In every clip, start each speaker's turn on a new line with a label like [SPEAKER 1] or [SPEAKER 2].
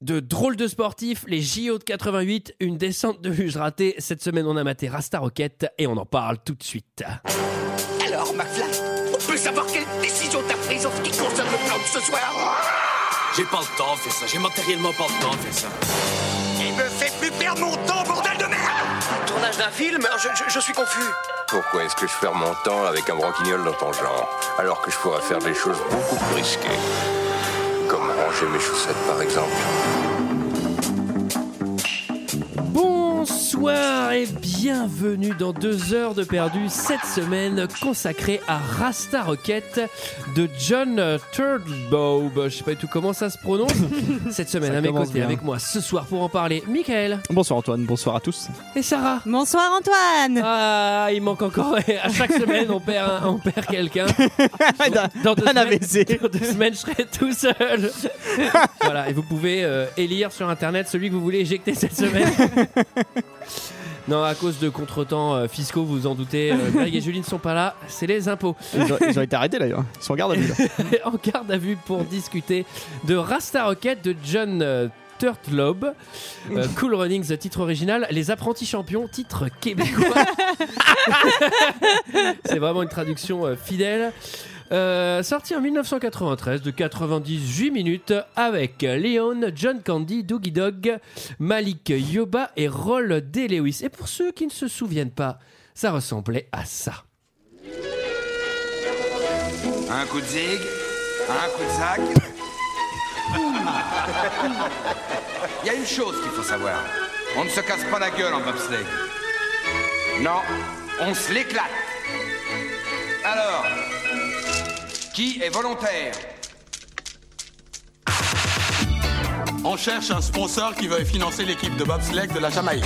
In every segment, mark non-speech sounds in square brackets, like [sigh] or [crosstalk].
[SPEAKER 1] de drôles de sportifs, les JO de 88, une descente de luge ratée. Cette semaine, on a maté Rasta Rocket et on en parle tout de suite.
[SPEAKER 2] Alors, McFly, on peut savoir quelle décision t'as prise en ce qui concerne le plan de ce soir
[SPEAKER 3] J'ai pas le temps de faire ça, j'ai matériellement pas le temps de faire ça.
[SPEAKER 2] Il me fait plus perdre mon temps, bordel de merde
[SPEAKER 4] Tournage d'un film je, je- je suis confus.
[SPEAKER 5] Pourquoi est-ce que je perds mon temps avec un broquignol dans ton genre, alors que je pourrais faire des choses beaucoup plus risquées Comme ranger mes chaussettes, par exemple.
[SPEAKER 1] Bonsoir et bienvenue dans deux heures de perdu cette semaine consacrée à Rasta Rocket de John Turdbow. Je sais pas du tout comment ça se
[SPEAKER 6] [laughs]
[SPEAKER 1] prononce. Cette semaine
[SPEAKER 6] Ça
[SPEAKER 1] à mes
[SPEAKER 6] commence
[SPEAKER 1] côtés
[SPEAKER 6] bien.
[SPEAKER 1] avec moi ce soir pour en parler, Michael
[SPEAKER 6] Bonsoir Antoine, bonsoir à tous.
[SPEAKER 1] et Sarah.
[SPEAKER 6] [laughs]
[SPEAKER 7] Bonsoir Antoine
[SPEAKER 1] Ah, il manque encore. [laughs] À chaque semaine, on perd, un- on perd quelqu'un.
[SPEAKER 6] D'un-
[SPEAKER 1] Dans deux,
[SPEAKER 6] d'un
[SPEAKER 1] semaines, [laughs]
[SPEAKER 6] AVC.
[SPEAKER 1] dans deux semaines, je serai tout seul. [laughs] voilà, et vous pouvez euh, élire sur internet celui que vous voulez éjecter cette [laughs] semaine. Non, à cause de contretemps euh, fiscaux, vous vous en doutez, euh, Greg et Julie ne sont pas là, c'est les impôts.
[SPEAKER 6] Ils ont, ils ont été arrêtés d'ailleurs, ils sont en garde à vue. là.
[SPEAKER 1] [laughs] en garde à vue pour discuter de Rasta Rocket de John euh, Turtlobe. Euh, cool Runnings, titre original. Les apprentis champions, titre québécois. C'est vraiment une traduction euh, fidèle. Euh, sorti en 1993 de 98 minutes avec Léon, John Candy, Doogie Dog, Malik Yoba et Roll D. Lewis. Et pour ceux qui ne se souviennent pas, ça ressemblait à ça.
[SPEAKER 8] Un coup de zig, un coup de sac. Il y a une chose qu'il faut savoir. On ne se casse pas la gueule en bobsleigh. Non, on se l'éclate. Alors, qui est volontaire
[SPEAKER 3] On cherche un sponsor qui veuille financer l'équipe de bobsleigh de la Jamaïque.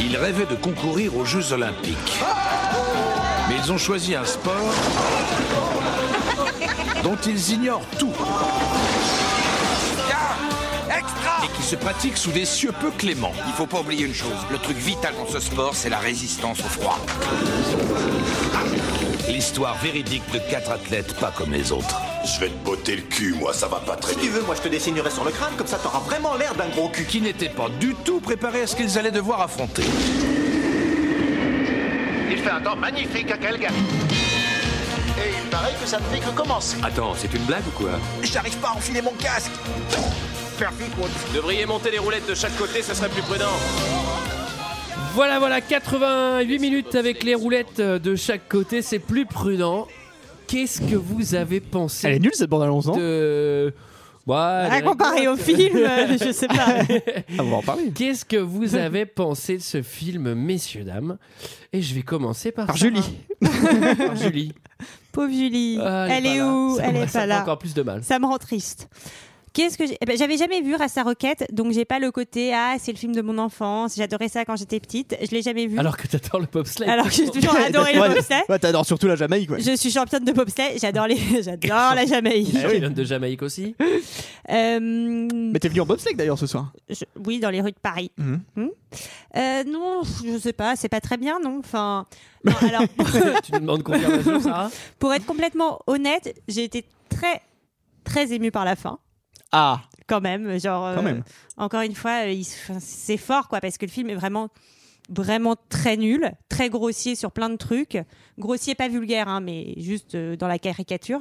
[SPEAKER 9] Ils rêvaient de concourir aux Jeux Olympiques. Mais ils ont choisi un sport dont ils ignorent tout
[SPEAKER 8] Tiens, extra
[SPEAKER 9] et qui se pratique sous des cieux peu cléments.
[SPEAKER 8] Il faut pas oublier une chose. Le truc vital dans ce sport, c'est la résistance au froid.
[SPEAKER 9] L'histoire véridique de quatre athlètes pas comme les autres.
[SPEAKER 10] Je vais te botter le cul, moi, ça va pas très
[SPEAKER 4] Si tu veux, moi je te dessinerai sur le crâne, comme ça t'auras vraiment l'air d'un gros cul.
[SPEAKER 9] Qui n'étaient pas du tout préparés à ce qu'ils allaient devoir affronter.
[SPEAKER 10] Il fait un temps magnifique à Calgary.
[SPEAKER 4] Et il paraît que ça ne fait que commencer.
[SPEAKER 3] Attends, c'est une blague ou quoi
[SPEAKER 4] J'arrive pas à enfiler mon casque.
[SPEAKER 3] Devriez monter les roulettes de chaque côté, ça serait plus prudent.
[SPEAKER 1] Voilà, voilà, 88 minutes avec les roulettes euh, de chaque côté, c'est plus prudent. Qu'est-ce que vous avez pensé
[SPEAKER 6] Elle est nulle cette hein bande annonce, non
[SPEAKER 1] de... Ouais,
[SPEAKER 7] À
[SPEAKER 1] elle est-
[SPEAKER 7] comparer au film, euh, je
[SPEAKER 6] [laughs]
[SPEAKER 7] sais pas.
[SPEAKER 6] Ah, on va en parler.
[SPEAKER 1] Qu'est-ce que
[SPEAKER 7] [laughs]
[SPEAKER 1] vous avez pensé de ce film, messieurs, dames Et je vais commencer par...
[SPEAKER 6] Par
[SPEAKER 1] Sarah.
[SPEAKER 6] Julie.
[SPEAKER 1] [laughs] Par Julie.
[SPEAKER 7] Pauvre Julie,
[SPEAKER 1] Ah,
[SPEAKER 7] elle,
[SPEAKER 1] pas
[SPEAKER 7] est
[SPEAKER 1] là.
[SPEAKER 7] où
[SPEAKER 1] Ça
[SPEAKER 7] Elle
[SPEAKER 1] me-
[SPEAKER 7] est
[SPEAKER 1] ça me fait
[SPEAKER 7] pas là.
[SPEAKER 1] encore plus de mal.
[SPEAKER 7] Ça me rend triste. Qu'est-ce que j'ai- eh ben, j'avais jamais vu Rasta Rocket, donc j'ai pas le côté ah c'est le film de mon enfance, j'adorais ça quand j'étais petite, je l'ai jamais vu.
[SPEAKER 1] Alors que t'adores le bobsleigh.
[SPEAKER 7] Alors
[SPEAKER 1] [laughs]
[SPEAKER 7] que j'ai toujours adoré le
[SPEAKER 6] Ouais,
[SPEAKER 7] bobsleigh.
[SPEAKER 6] ouais, t'adores surtout la Jamaïque, ouais.
[SPEAKER 7] Je suis championne de bobsleigh, j'adore les, [laughs] j'adore la Jamaïque.
[SPEAKER 1] Julie vient de Jamaïque aussi. [laughs]
[SPEAKER 7] Euh,
[SPEAKER 6] Mais t'es venu en bobsleigh d'ailleurs ce soir.
[SPEAKER 7] je- oui, dans les rues de Paris.
[SPEAKER 6] Mhm.
[SPEAKER 7] Hmm Euh, non, je sais pas, c'est pas très bien, non. Enfin, non, alors
[SPEAKER 1] tu nous demandes confirmation, Sarah
[SPEAKER 7] pour être complètement honnête, j'ai été très, très émue par la fin.
[SPEAKER 6] Ah,
[SPEAKER 7] quand même. Genre, euh,
[SPEAKER 6] Quand même.
[SPEAKER 7] encore une fois, euh, il se- enfin, c'est fort, quoi, parce que le film est vraiment, vraiment très nul, très grossier sur plein de trucs. Grossier, pas vulgaire, hein, mais juste euh, dans la caricature.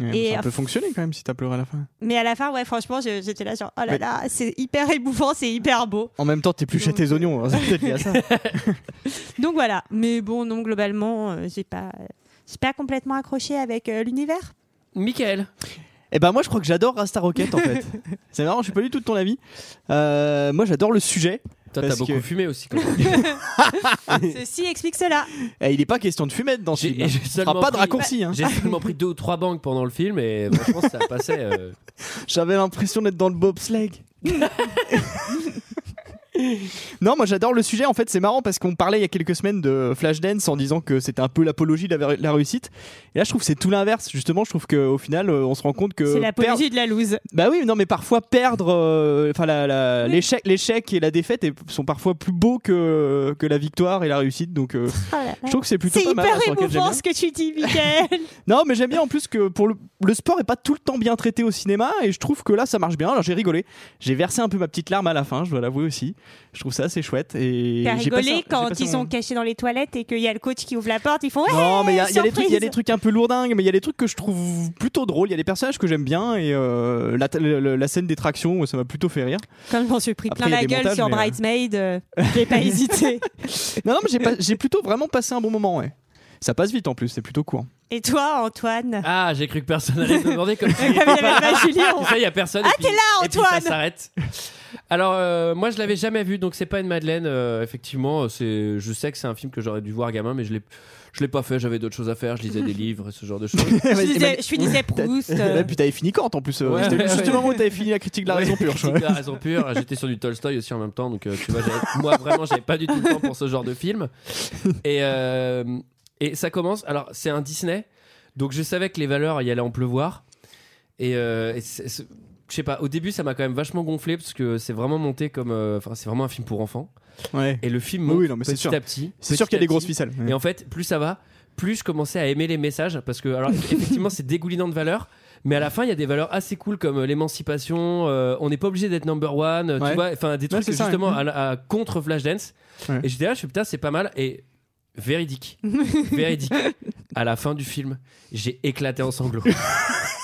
[SPEAKER 6] Ouais,
[SPEAKER 7] Et-
[SPEAKER 6] mais Ça peut fonctionner quand même si t'as pleuré à la fin.
[SPEAKER 7] Mais à la fin, ouais, franchement, je- j'étais là, genre, oh là
[SPEAKER 6] Mais-
[SPEAKER 7] là, c'est hyper émouvant, c'est hyper beau.
[SPEAKER 6] En même temps, t'es plus chez tes oignons, hein, c'est peut-être lié à [laughs] ça.
[SPEAKER 7] Donc voilà. Mais bon, non, globalement, euh, j'ai pas. j'ai pas complètement accroché avec euh, l'univers.
[SPEAKER 1] Michael.
[SPEAKER 6] Et ben moi je crois que j'adore Rasta Rocket en
[SPEAKER 7] [laughs]
[SPEAKER 6] fait. C'est marrant, je suis pas du tout de ton avis. Euh, moi j'adore le sujet.
[SPEAKER 1] Toi, t'as
[SPEAKER 6] Parce
[SPEAKER 1] beaucoup
[SPEAKER 6] que-
[SPEAKER 1] fumé aussi. quand
[SPEAKER 6] Ah,
[SPEAKER 7] [laughs] Ceci explique cela.
[SPEAKER 6] Et il est pas question de fumette dans ce
[SPEAKER 1] J'ai-
[SPEAKER 6] film.
[SPEAKER 1] j'ai
[SPEAKER 6] Tu
[SPEAKER 1] seulement
[SPEAKER 6] feras pas de
[SPEAKER 1] pris-
[SPEAKER 6] raccourci. hein.
[SPEAKER 7] [laughs]
[SPEAKER 1] J'ai seulement pris deux ou trois banques pendant le film et franchement, ça passait. euh,
[SPEAKER 7] [laughs]
[SPEAKER 6] J'avais l'impression d'être dans le bobsleigh. Non, moi j'adore le sujet. En fait, c'est marrant parce qu'on parlait il y a quelques semaines de Flashdance en disant que c'était un peu l'apologie de la, la réussite. Et là, je trouve que c'est tout l'inverse. Justement, je trouve qu'au final, euh, on se rend compte que.
[SPEAKER 7] C'est
[SPEAKER 6] perdre-
[SPEAKER 7] l'apologie de la loose.
[SPEAKER 6] Bah oui, non, mais parfois perdre. euh, Enfin, la- la- l'échec, l'échec et la défaite est- sont parfois plus beaux que, que la victoire et la réussite. Donc, euh, je trouve que c'est plutôt
[SPEAKER 7] C'est
[SPEAKER 6] pas mal. hein,
[SPEAKER 7] hyper
[SPEAKER 6] sur lequel j'aime
[SPEAKER 7] émouvant
[SPEAKER 6] bien.
[SPEAKER 7] ce que tu dis, Michael.
[SPEAKER 6] Non, mais j'aime bien en plus que pour le, le sport est pas tout le temps bien traité au cinéma et je trouve que là ça marche bien. Alors j'ai rigolé, j'ai versé un peu ma petite larme à la fin, je dois l'avouer aussi. Je trouve ça assez chouette et
[SPEAKER 7] T'as
[SPEAKER 6] j'ai passé un-
[SPEAKER 7] rigolé
[SPEAKER 6] j'ai
[SPEAKER 7] quand
[SPEAKER 6] passé un
[SPEAKER 7] ils sont
[SPEAKER 6] moment.
[SPEAKER 7] cachés dans les toilettes et qu'il y a le coach qui ouvre la porte, ils font ouais,
[SPEAKER 6] Non, mais il y, a- il y a des trucs- il y a des
[SPEAKER 7] surprise.
[SPEAKER 6] trucs un peu lourdingues, mais il y a des trucs que je trouve plutôt drôles. Il y a des personnages que j'aime bien et euh, la, la- la scène des tractions, ça m'a plutôt fait rire.
[SPEAKER 7] Comme je m'en suis pris
[SPEAKER 6] Après,
[SPEAKER 7] plein
[SPEAKER 6] il y a
[SPEAKER 7] la
[SPEAKER 6] des
[SPEAKER 7] gueule
[SPEAKER 6] montages,
[SPEAKER 7] sur
[SPEAKER 6] mais, euh,
[SPEAKER 7] Bridesmaid, euh, [laughs] j'ai pas hésité.
[SPEAKER 6] Non, non, mais j'ai
[SPEAKER 7] [laughs]
[SPEAKER 6] pas- j'ai plutôt vraiment passé un bon moment, ouais. Ça passe vite en plus, c'est plutôt court.
[SPEAKER 7] Et toi, Antoine
[SPEAKER 1] Ah, j'ai cru que personne allait me demander comme ça.
[SPEAKER 7] [laughs] Comme il y avait pas Julie, Ah, bah,
[SPEAKER 6] [laughs]
[SPEAKER 7] on-
[SPEAKER 1] Ça, il y a personne.
[SPEAKER 7] Ah,
[SPEAKER 1] et puis-
[SPEAKER 7] t'es là,
[SPEAKER 1] et puis
[SPEAKER 7] Antoine
[SPEAKER 1] ça s'arrête. Alors, euh, moi, je l'avais jamais vu, donc c'est pas une Madeleine. euh, effectivement, c'est. Je sais que c'est un film que j'aurais dû voir gamin, mais je l'ai. Je l'ai pas fait, j'avais d'autres choses à faire, je lisais
[SPEAKER 7] [laughs]
[SPEAKER 1] des livres et ce genre de choses.
[SPEAKER 7] je,
[SPEAKER 6] [laughs] Vas-y,
[SPEAKER 7] disais-
[SPEAKER 6] Emmanuel.
[SPEAKER 7] je finissais
[SPEAKER 6] [laughs]
[SPEAKER 7] Proust. euh,
[SPEAKER 6] Et Bah, puis t'avais fini quand en plus euh,
[SPEAKER 1] Ouais. [laughs]
[SPEAKER 6] C'était juste le moment où t'avais fini la critique de la raison pure. je
[SPEAKER 1] Critique
[SPEAKER 6] crois.
[SPEAKER 1] de la raison pure. J'étais sur du Tolstoy aussi en même temps, donc euh, tu vois, j'avais- moi vraiment, j'avais pas du tout le temps pour ce genre de film. Et, euh, et ça commence. Alors, c'est un Disney, donc je savais que les valeurs y allaient en pleuvoir. Et, euh, et c'est- c'est- je sais pas, au début, ça m'a quand même vachement gonflé parce que c'est vraiment monté comme. euh, Enfin, c'est vraiment un film pour enfants.
[SPEAKER 6] Ouais.
[SPEAKER 1] Et le film
[SPEAKER 6] Oui,
[SPEAKER 1] monte
[SPEAKER 6] non, mais c'est
[SPEAKER 1] petit
[SPEAKER 6] sûr.
[SPEAKER 1] à petit.
[SPEAKER 6] C'est
[SPEAKER 1] petit
[SPEAKER 6] sûr qu'il y
[SPEAKER 1] à
[SPEAKER 6] a des grosses
[SPEAKER 1] petit.
[SPEAKER 6] ficelles.
[SPEAKER 1] Et en fait, plus ça va, plus je commençais à aimer les messages parce que,
[SPEAKER 6] [laughs]
[SPEAKER 1] alors, effectivement, c'est dégoulinant de valeurs. Mais à la fin, il y a des valeurs assez cool comme euh, l'émancipation. euh, on n'est pas obligé d'être number one. euh,
[SPEAKER 6] Ouais.
[SPEAKER 1] Tu vois, enfin des trucs
[SPEAKER 6] c'est ça,
[SPEAKER 1] justement
[SPEAKER 6] ouais.
[SPEAKER 1] à la- à, contre Flashdance.
[SPEAKER 6] Ouais.
[SPEAKER 1] Et j'étais là, je suis putain, c'est pas mal et véridique,
[SPEAKER 6] [laughs]
[SPEAKER 1] véridique. À la fin du film, j'ai éclaté en
[SPEAKER 6] [laughs]
[SPEAKER 1] sanglots.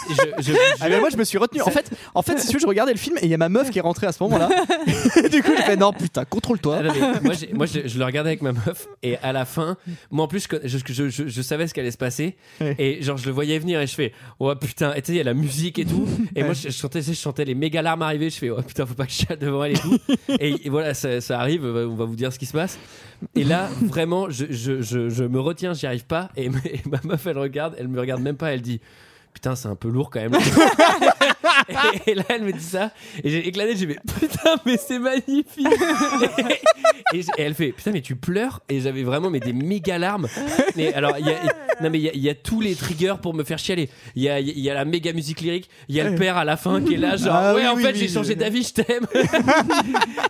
[SPEAKER 1] je, je- je-
[SPEAKER 6] Ah ben moi je me suis retenu. En fait, en fait, si tu veux, je regardais le film et il y a ma meuf qui est rentrée à ce moment-là. [laughs] Et du coup, j'ai fait non putain,
[SPEAKER 1] Ah
[SPEAKER 6] contrôle-toi.
[SPEAKER 1] non, mais moi, j'ai- moi, je, je le regardais avec ma meuf et à la fin, moi en plus, je, conna- je, je- je- je savais ce qu'allait se passer
[SPEAKER 6] Ouais.
[SPEAKER 1] et genre je le voyais venir et je fais oh putain, et tu sais, il y a la musique et tout. Et moi, je, je chantais, je chantais les méga larmes arriver, je fais oh putain, faut pas que je chale devant elle et tout. et, et voilà, ça, ça arrive, euh, on va vous dire ce qui se passe. Et là, vraiment, je, je, je, je me retiens, j'y arrive pas. Et, ma- et ma meuf, elle regarde, elle me regarde même pas, elle dit putain, c'est un peu lourd
[SPEAKER 6] [laughs]
[SPEAKER 1] quand même. et, et là, elle me dit ça. Et j'ai éclaté, j'ai fait putain, mais c'est
[SPEAKER 6] [laughs]
[SPEAKER 1] magnifique. et, j- et elle fait putain, mais tu pleures. Et j'avais vraiment mais des méga larmes. Mais alors, il y a, non, mais il y a- il y, a tous les triggers pour me faire chialer. Il y a, il y a la méga musique lyrique. Il y a le père à la fin qui est là, genre
[SPEAKER 6] Ah
[SPEAKER 1] ouais,
[SPEAKER 6] oui,
[SPEAKER 1] en
[SPEAKER 6] oui,
[SPEAKER 1] fait,
[SPEAKER 6] oui,
[SPEAKER 1] j'ai
[SPEAKER 6] oui.
[SPEAKER 1] changé d'avis, je t'aime.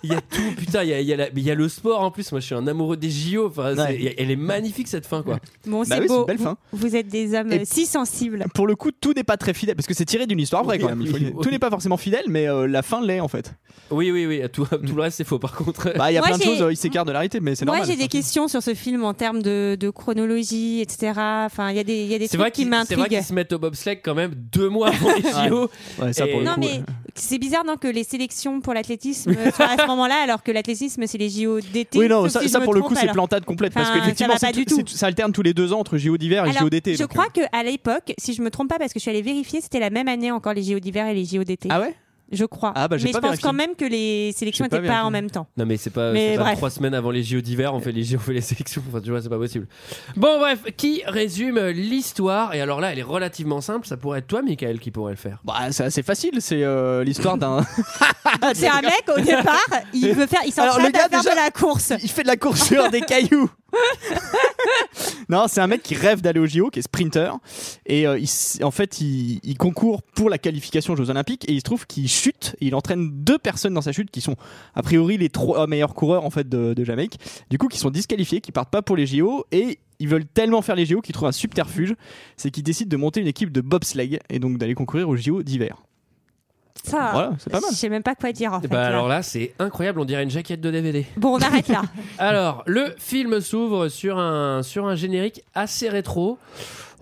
[SPEAKER 1] Il y a tout, putain, il y a, il y a la- mais il y a le sport en plus. Moi, je suis un amoureux des JO. Enfin, c'est-
[SPEAKER 6] Ouais.
[SPEAKER 1] il y a- elle est magnifique cette fin, quoi.
[SPEAKER 7] Bon,
[SPEAKER 6] Bah
[SPEAKER 7] c'est
[SPEAKER 6] oui, c'est
[SPEAKER 7] beau.
[SPEAKER 6] une belle fin.
[SPEAKER 7] Vous, vous êtes des hommes
[SPEAKER 6] Et-
[SPEAKER 7] euh, si sensibles.
[SPEAKER 6] Pour le coup, tout n'est pas très fidèle parce que c'est tiré d'une histoire vraie quand
[SPEAKER 1] Oui,
[SPEAKER 6] même. il faut
[SPEAKER 1] oui,
[SPEAKER 6] le dire.
[SPEAKER 1] oui.
[SPEAKER 6] Tout n'est pas forcément fidèle, mais euh, la fin l'est en fait.
[SPEAKER 1] Oui, oui, oui. Tout, tout le reste, c'est faux. Par contre,
[SPEAKER 6] Bah il y a
[SPEAKER 7] Moi,
[SPEAKER 6] plein de
[SPEAKER 7] j'ai-
[SPEAKER 6] choses, euh, il s'écarte de la réalité, mais c'est
[SPEAKER 7] Moi,
[SPEAKER 6] normal. hein.
[SPEAKER 7] j'ai des questions sur ce film en termes de, de chronologie, etc. Enfin, il y a des, il y a des
[SPEAKER 1] C'est
[SPEAKER 7] trucs
[SPEAKER 1] vrai
[SPEAKER 7] qui
[SPEAKER 1] qu'ils c'est vrai qu'ils
[SPEAKER 7] m'intriguent.
[SPEAKER 1] se mettent au bobsleigh quand même deux mois avant les JO.
[SPEAKER 6] Ouais, ça, pour
[SPEAKER 1] Et-
[SPEAKER 6] le
[SPEAKER 7] Non,
[SPEAKER 6] coup,
[SPEAKER 7] mais
[SPEAKER 6] ouais.
[SPEAKER 7] c'est bizarre, non, que les sélections pour
[SPEAKER 6] [laughs]
[SPEAKER 7] l'athlétisme soient à ce moment-là, alors que l'athlétisme, c'est les JO d'été.
[SPEAKER 6] Oui, non,
[SPEAKER 7] sauf
[SPEAKER 6] ça,
[SPEAKER 7] si je
[SPEAKER 6] ça,
[SPEAKER 7] me
[SPEAKER 6] pour le
[SPEAKER 7] trompe,
[SPEAKER 6] coup, c'est
[SPEAKER 7] alors.
[SPEAKER 6] plantade complète parce
[SPEAKER 7] Enfin,
[SPEAKER 6] qu'effectivement,
[SPEAKER 7] ça va
[SPEAKER 6] c'est
[SPEAKER 7] pas du
[SPEAKER 6] tout-
[SPEAKER 7] tout.
[SPEAKER 6] c'est- ça alterne tous les deux ans entre JO d'hiver et
[SPEAKER 7] Alors,
[SPEAKER 6] JO d'été.
[SPEAKER 7] Je
[SPEAKER 6] donc,
[SPEAKER 7] crois
[SPEAKER 6] euh.
[SPEAKER 7] qu'à l'époque, si je me trompe pas, parce que je suis allée vérifier, c'était la même année encore les JO d'hiver et les JO d'été.
[SPEAKER 6] Ah ouais
[SPEAKER 7] Je crois.
[SPEAKER 6] Ah bah, j'ai
[SPEAKER 7] mais
[SPEAKER 6] pas
[SPEAKER 7] je pense
[SPEAKER 6] vérifié.
[SPEAKER 7] quand même que les sélections
[SPEAKER 6] J'ai pas
[SPEAKER 7] n'étaient pas,
[SPEAKER 6] vérifié.
[SPEAKER 7] en même temps.
[SPEAKER 1] Non mais c'est pas,
[SPEAKER 7] Mais
[SPEAKER 1] c'est pas
[SPEAKER 7] bref.
[SPEAKER 1] trois semaines avant les JO d'hiver, on fait les JO, on fait les sélections. Enfin tu vois, c'est pas possible. Bon bref, qui résume l'histoire Et alors là, elle est relativement simple. Ça pourrait être toi, Michael, qui pourrait le faire.
[SPEAKER 6] Bah, c'est assez facile, c'est euh, l'histoire d'un.
[SPEAKER 7] Donc, c'est un mec
[SPEAKER 6] [laughs]
[SPEAKER 7] au départ, il veut faire, il
[SPEAKER 6] Ah, Alors, le
[SPEAKER 7] s'entraîne
[SPEAKER 6] gars,
[SPEAKER 7] à faire
[SPEAKER 6] déjà-
[SPEAKER 7] de la course.
[SPEAKER 6] Il fait de la course sur des cailloux. [laughs] non, c'est un mec qui rêve d'aller au JO, qui est sprinter. Et euh, il s- en fait, il, il concourt pour la qualification aux Jeux Olympiques. Et il se trouve qu'il chute. Et il entraîne deux personnes dans sa chute qui sont, a priori, les trois meilleurs coureurs en fait de, de Jamaïque. Du coup, qui sont disqualifiés, qui partent pas pour les JO. Et ils veulent tellement faire les JO qu'ils trouvent un subterfuge. C'est qu'ils décident de monter une équipe de bobsleigh. Et donc d'aller concourir aux JO d'hiver.
[SPEAKER 7] Ça,
[SPEAKER 6] Voilà, c'est pas mal. Eh
[SPEAKER 7] Je sais même pas quoi dire en fait.
[SPEAKER 1] bah
[SPEAKER 7] là.
[SPEAKER 1] alors là, c'est incroyable. On dirait une jaquette de DVD.
[SPEAKER 6] [laughs]
[SPEAKER 7] Bon, on arrête là.
[SPEAKER 1] Alors le film s'ouvre sur un sur un générique assez rétro.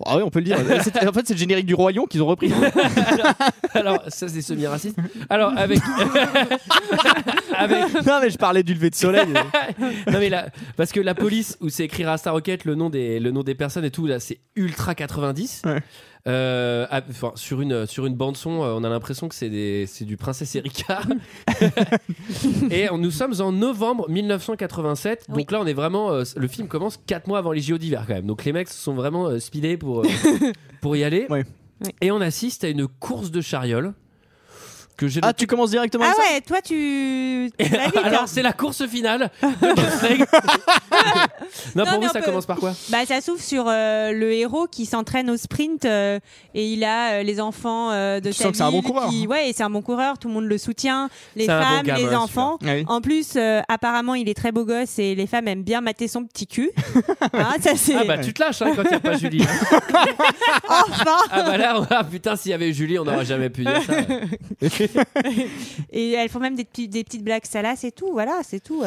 [SPEAKER 6] Ah oui, on peut le dire. C'est- en fait, c'est le générique du Royaume qu'ils ont repris.
[SPEAKER 1] Alors ça c'est semi-raciste. Alors
[SPEAKER 6] [laughs]
[SPEAKER 1] avec avec
[SPEAKER 6] non, mais je parlais du lever de soleil.
[SPEAKER 1] non mais là, parce que la police où c'est écrit Rasta Rocket, le nom des le nom des personnes et tout là, c'est ultra 90.
[SPEAKER 6] Ouais.
[SPEAKER 1] Euh, ah, enfin, sur une sur une bande son, euh, on a l'impression que c'est des c'est du Princesse
[SPEAKER 6] [laughs]
[SPEAKER 1] Erika. et on- nous sommes en novembre 1987.
[SPEAKER 7] Oui.
[SPEAKER 1] Donc là, on est vraiment euh, le film commence 4 mois avant les JO d'hiver quand même. Donc les mecs se sont vraiment euh, speedés pour euh, pour y aller.
[SPEAKER 6] Ouais.
[SPEAKER 7] Ouais.
[SPEAKER 1] Et on assiste à une course de charioles que j'ai
[SPEAKER 6] Ah, tu commences directement
[SPEAKER 7] Ah
[SPEAKER 6] avec
[SPEAKER 7] ouais, toi, tu. tu vas vite, hein.
[SPEAKER 1] Alors c'est la course finale de Bobsleigh. non, pour
[SPEAKER 7] Non, mais
[SPEAKER 1] vous
[SPEAKER 7] on
[SPEAKER 1] ça
[SPEAKER 7] peut-
[SPEAKER 1] commence par quoi
[SPEAKER 7] Bah, ça s'ouvre sur euh, le héros qui s'entraîne au sprint euh, et il a euh, les enfants euh, de
[SPEAKER 6] Tu
[SPEAKER 7] sa
[SPEAKER 6] sens que c'est un
[SPEAKER 7] ville
[SPEAKER 6] bon coureur. hein.
[SPEAKER 7] qui- ouais, et c'est un bon coureur, tout le monde le soutient, les
[SPEAKER 1] C'est un bon
[SPEAKER 7] femmes,
[SPEAKER 1] gamin,
[SPEAKER 7] les
[SPEAKER 1] celui-là.
[SPEAKER 7] enfants.
[SPEAKER 6] ça Ah oui.
[SPEAKER 7] En plus, euh, apparemment, il est très beau gosse et les femmes aiment bien mater son
[SPEAKER 6] [laughs]
[SPEAKER 7] petit cul. Hein, ça c'est
[SPEAKER 1] Ah bah tu te lâches hein, quand il n'y a pas Julie.
[SPEAKER 7] [laughs] enfin.
[SPEAKER 1] Ah bah là, on- ah, putain, s'il y avait eu Julie, on n'aurait jamais pu dire ça.
[SPEAKER 7] Et elles font même des, petits- des petites blagues salaces et tout. Voilà, c'est tout.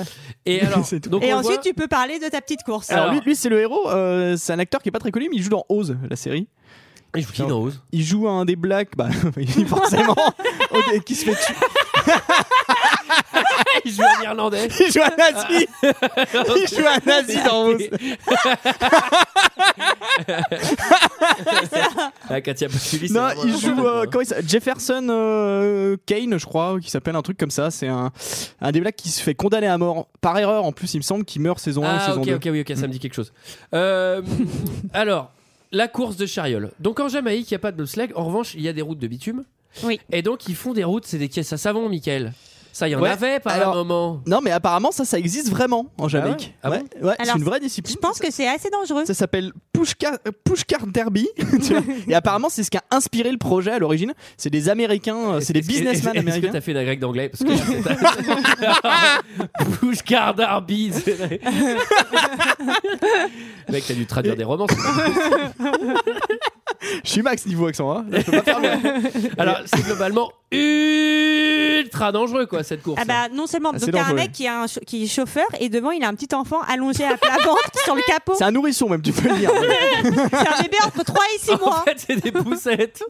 [SPEAKER 1] Et alors,
[SPEAKER 6] C'est tout.
[SPEAKER 1] donc
[SPEAKER 7] et
[SPEAKER 1] on
[SPEAKER 7] ensuite,
[SPEAKER 1] voit-
[SPEAKER 7] tu peux parler de ta petite course.
[SPEAKER 6] Alors,
[SPEAKER 1] Alors-
[SPEAKER 6] lui, lui, c'est le héros, euh, c'est un acteur qui est pas très connu, mais il joue dans Oz, la série.
[SPEAKER 1] Et je vous dis, non,
[SPEAKER 6] [laughs]
[SPEAKER 1] ose.
[SPEAKER 6] Il joue un des blacks, bah [laughs] forcément,
[SPEAKER 1] [laughs]
[SPEAKER 6] ok, qui se fait tuer.
[SPEAKER 1] Il joue en [laughs] irlandais.
[SPEAKER 6] Il joue un nazi Il joue un nazi
[SPEAKER 1] [laughs]
[SPEAKER 6] dans [laughs] Oz
[SPEAKER 1] Ah, quand il n'y a pas Julie, c'est
[SPEAKER 6] Non,
[SPEAKER 1] vraiment
[SPEAKER 6] il
[SPEAKER 1] n'importe
[SPEAKER 6] joue
[SPEAKER 1] quoi.
[SPEAKER 6] euh, comment il s'appelle Jefferson euh, Kane, je crois, qui s'appelle un truc comme ça. C'est un, un des blacks qui se fait condamner à mort par erreur, en plus, il me semble, qui meurt saison 1
[SPEAKER 1] Ah,
[SPEAKER 6] saison Mm.
[SPEAKER 1] ok,
[SPEAKER 6] 2.
[SPEAKER 1] ok, oui, ok, ça me dit quelque chose. Euh, [laughs] alors, la course de chariole. Donc en Jamaïque, il n'y a pas de bobsleigh. En revanche, il y a des routes de bitume.
[SPEAKER 7] Oui.
[SPEAKER 1] Et donc, ils font des routes, c'est des caisses à savon, Michael. Ça, il y en
[SPEAKER 6] Ouais,
[SPEAKER 1] avait par
[SPEAKER 6] alors-
[SPEAKER 1] un moment.
[SPEAKER 6] Non, mais apparemment, ça, ça existe vraiment en Jamaïque.
[SPEAKER 1] Ah ouais
[SPEAKER 6] ouais,
[SPEAKER 1] Ah
[SPEAKER 6] ouais, c'est
[SPEAKER 7] Alors,
[SPEAKER 6] une vraie discipline.
[SPEAKER 7] Je pense que c'est assez dangereux.
[SPEAKER 6] Ça s'appelle Pushcar Pushcart Derby. [laughs] tu
[SPEAKER 1] [laughs]
[SPEAKER 6] vois. Et apparemment, c'est ce qui a inspiré le projet à l'origine. C'est des Américains, euh, c'est des
[SPEAKER 1] Est-ce que-
[SPEAKER 6] businessmen
[SPEAKER 1] est-ce- Est-ce que
[SPEAKER 6] américains.
[SPEAKER 1] t'as fait d'un grec d'anglais Parce
[SPEAKER 6] [laughs]
[SPEAKER 1] que Pushcard Darby. c'est vrai. [laughs] Mec, t'as dû traduire des romans.
[SPEAKER 6] Je suis max niveau accent. hein. Je peux pas faire
[SPEAKER 1] [laughs]
[SPEAKER 6] mieux.
[SPEAKER 1] Alors, c'est globalement ultra dangereux, quoi, cette course.
[SPEAKER 7] Ah bah non seulement
[SPEAKER 6] Ah,
[SPEAKER 7] donc
[SPEAKER 6] c'est
[SPEAKER 7] il y a un
[SPEAKER 6] dangereux.
[SPEAKER 7] mec qui, a un cho- qui est chauffeur et devant il a un petit enfant allongé à plat ventre sur le capot.
[SPEAKER 6] C'est un nourrisson, même, tu peux
[SPEAKER 1] [laughs]
[SPEAKER 6] le dire.
[SPEAKER 7] C'est hein. un bébé entre 3 et 6
[SPEAKER 1] En
[SPEAKER 7] mois.
[SPEAKER 1] fait, c'est des poussettes.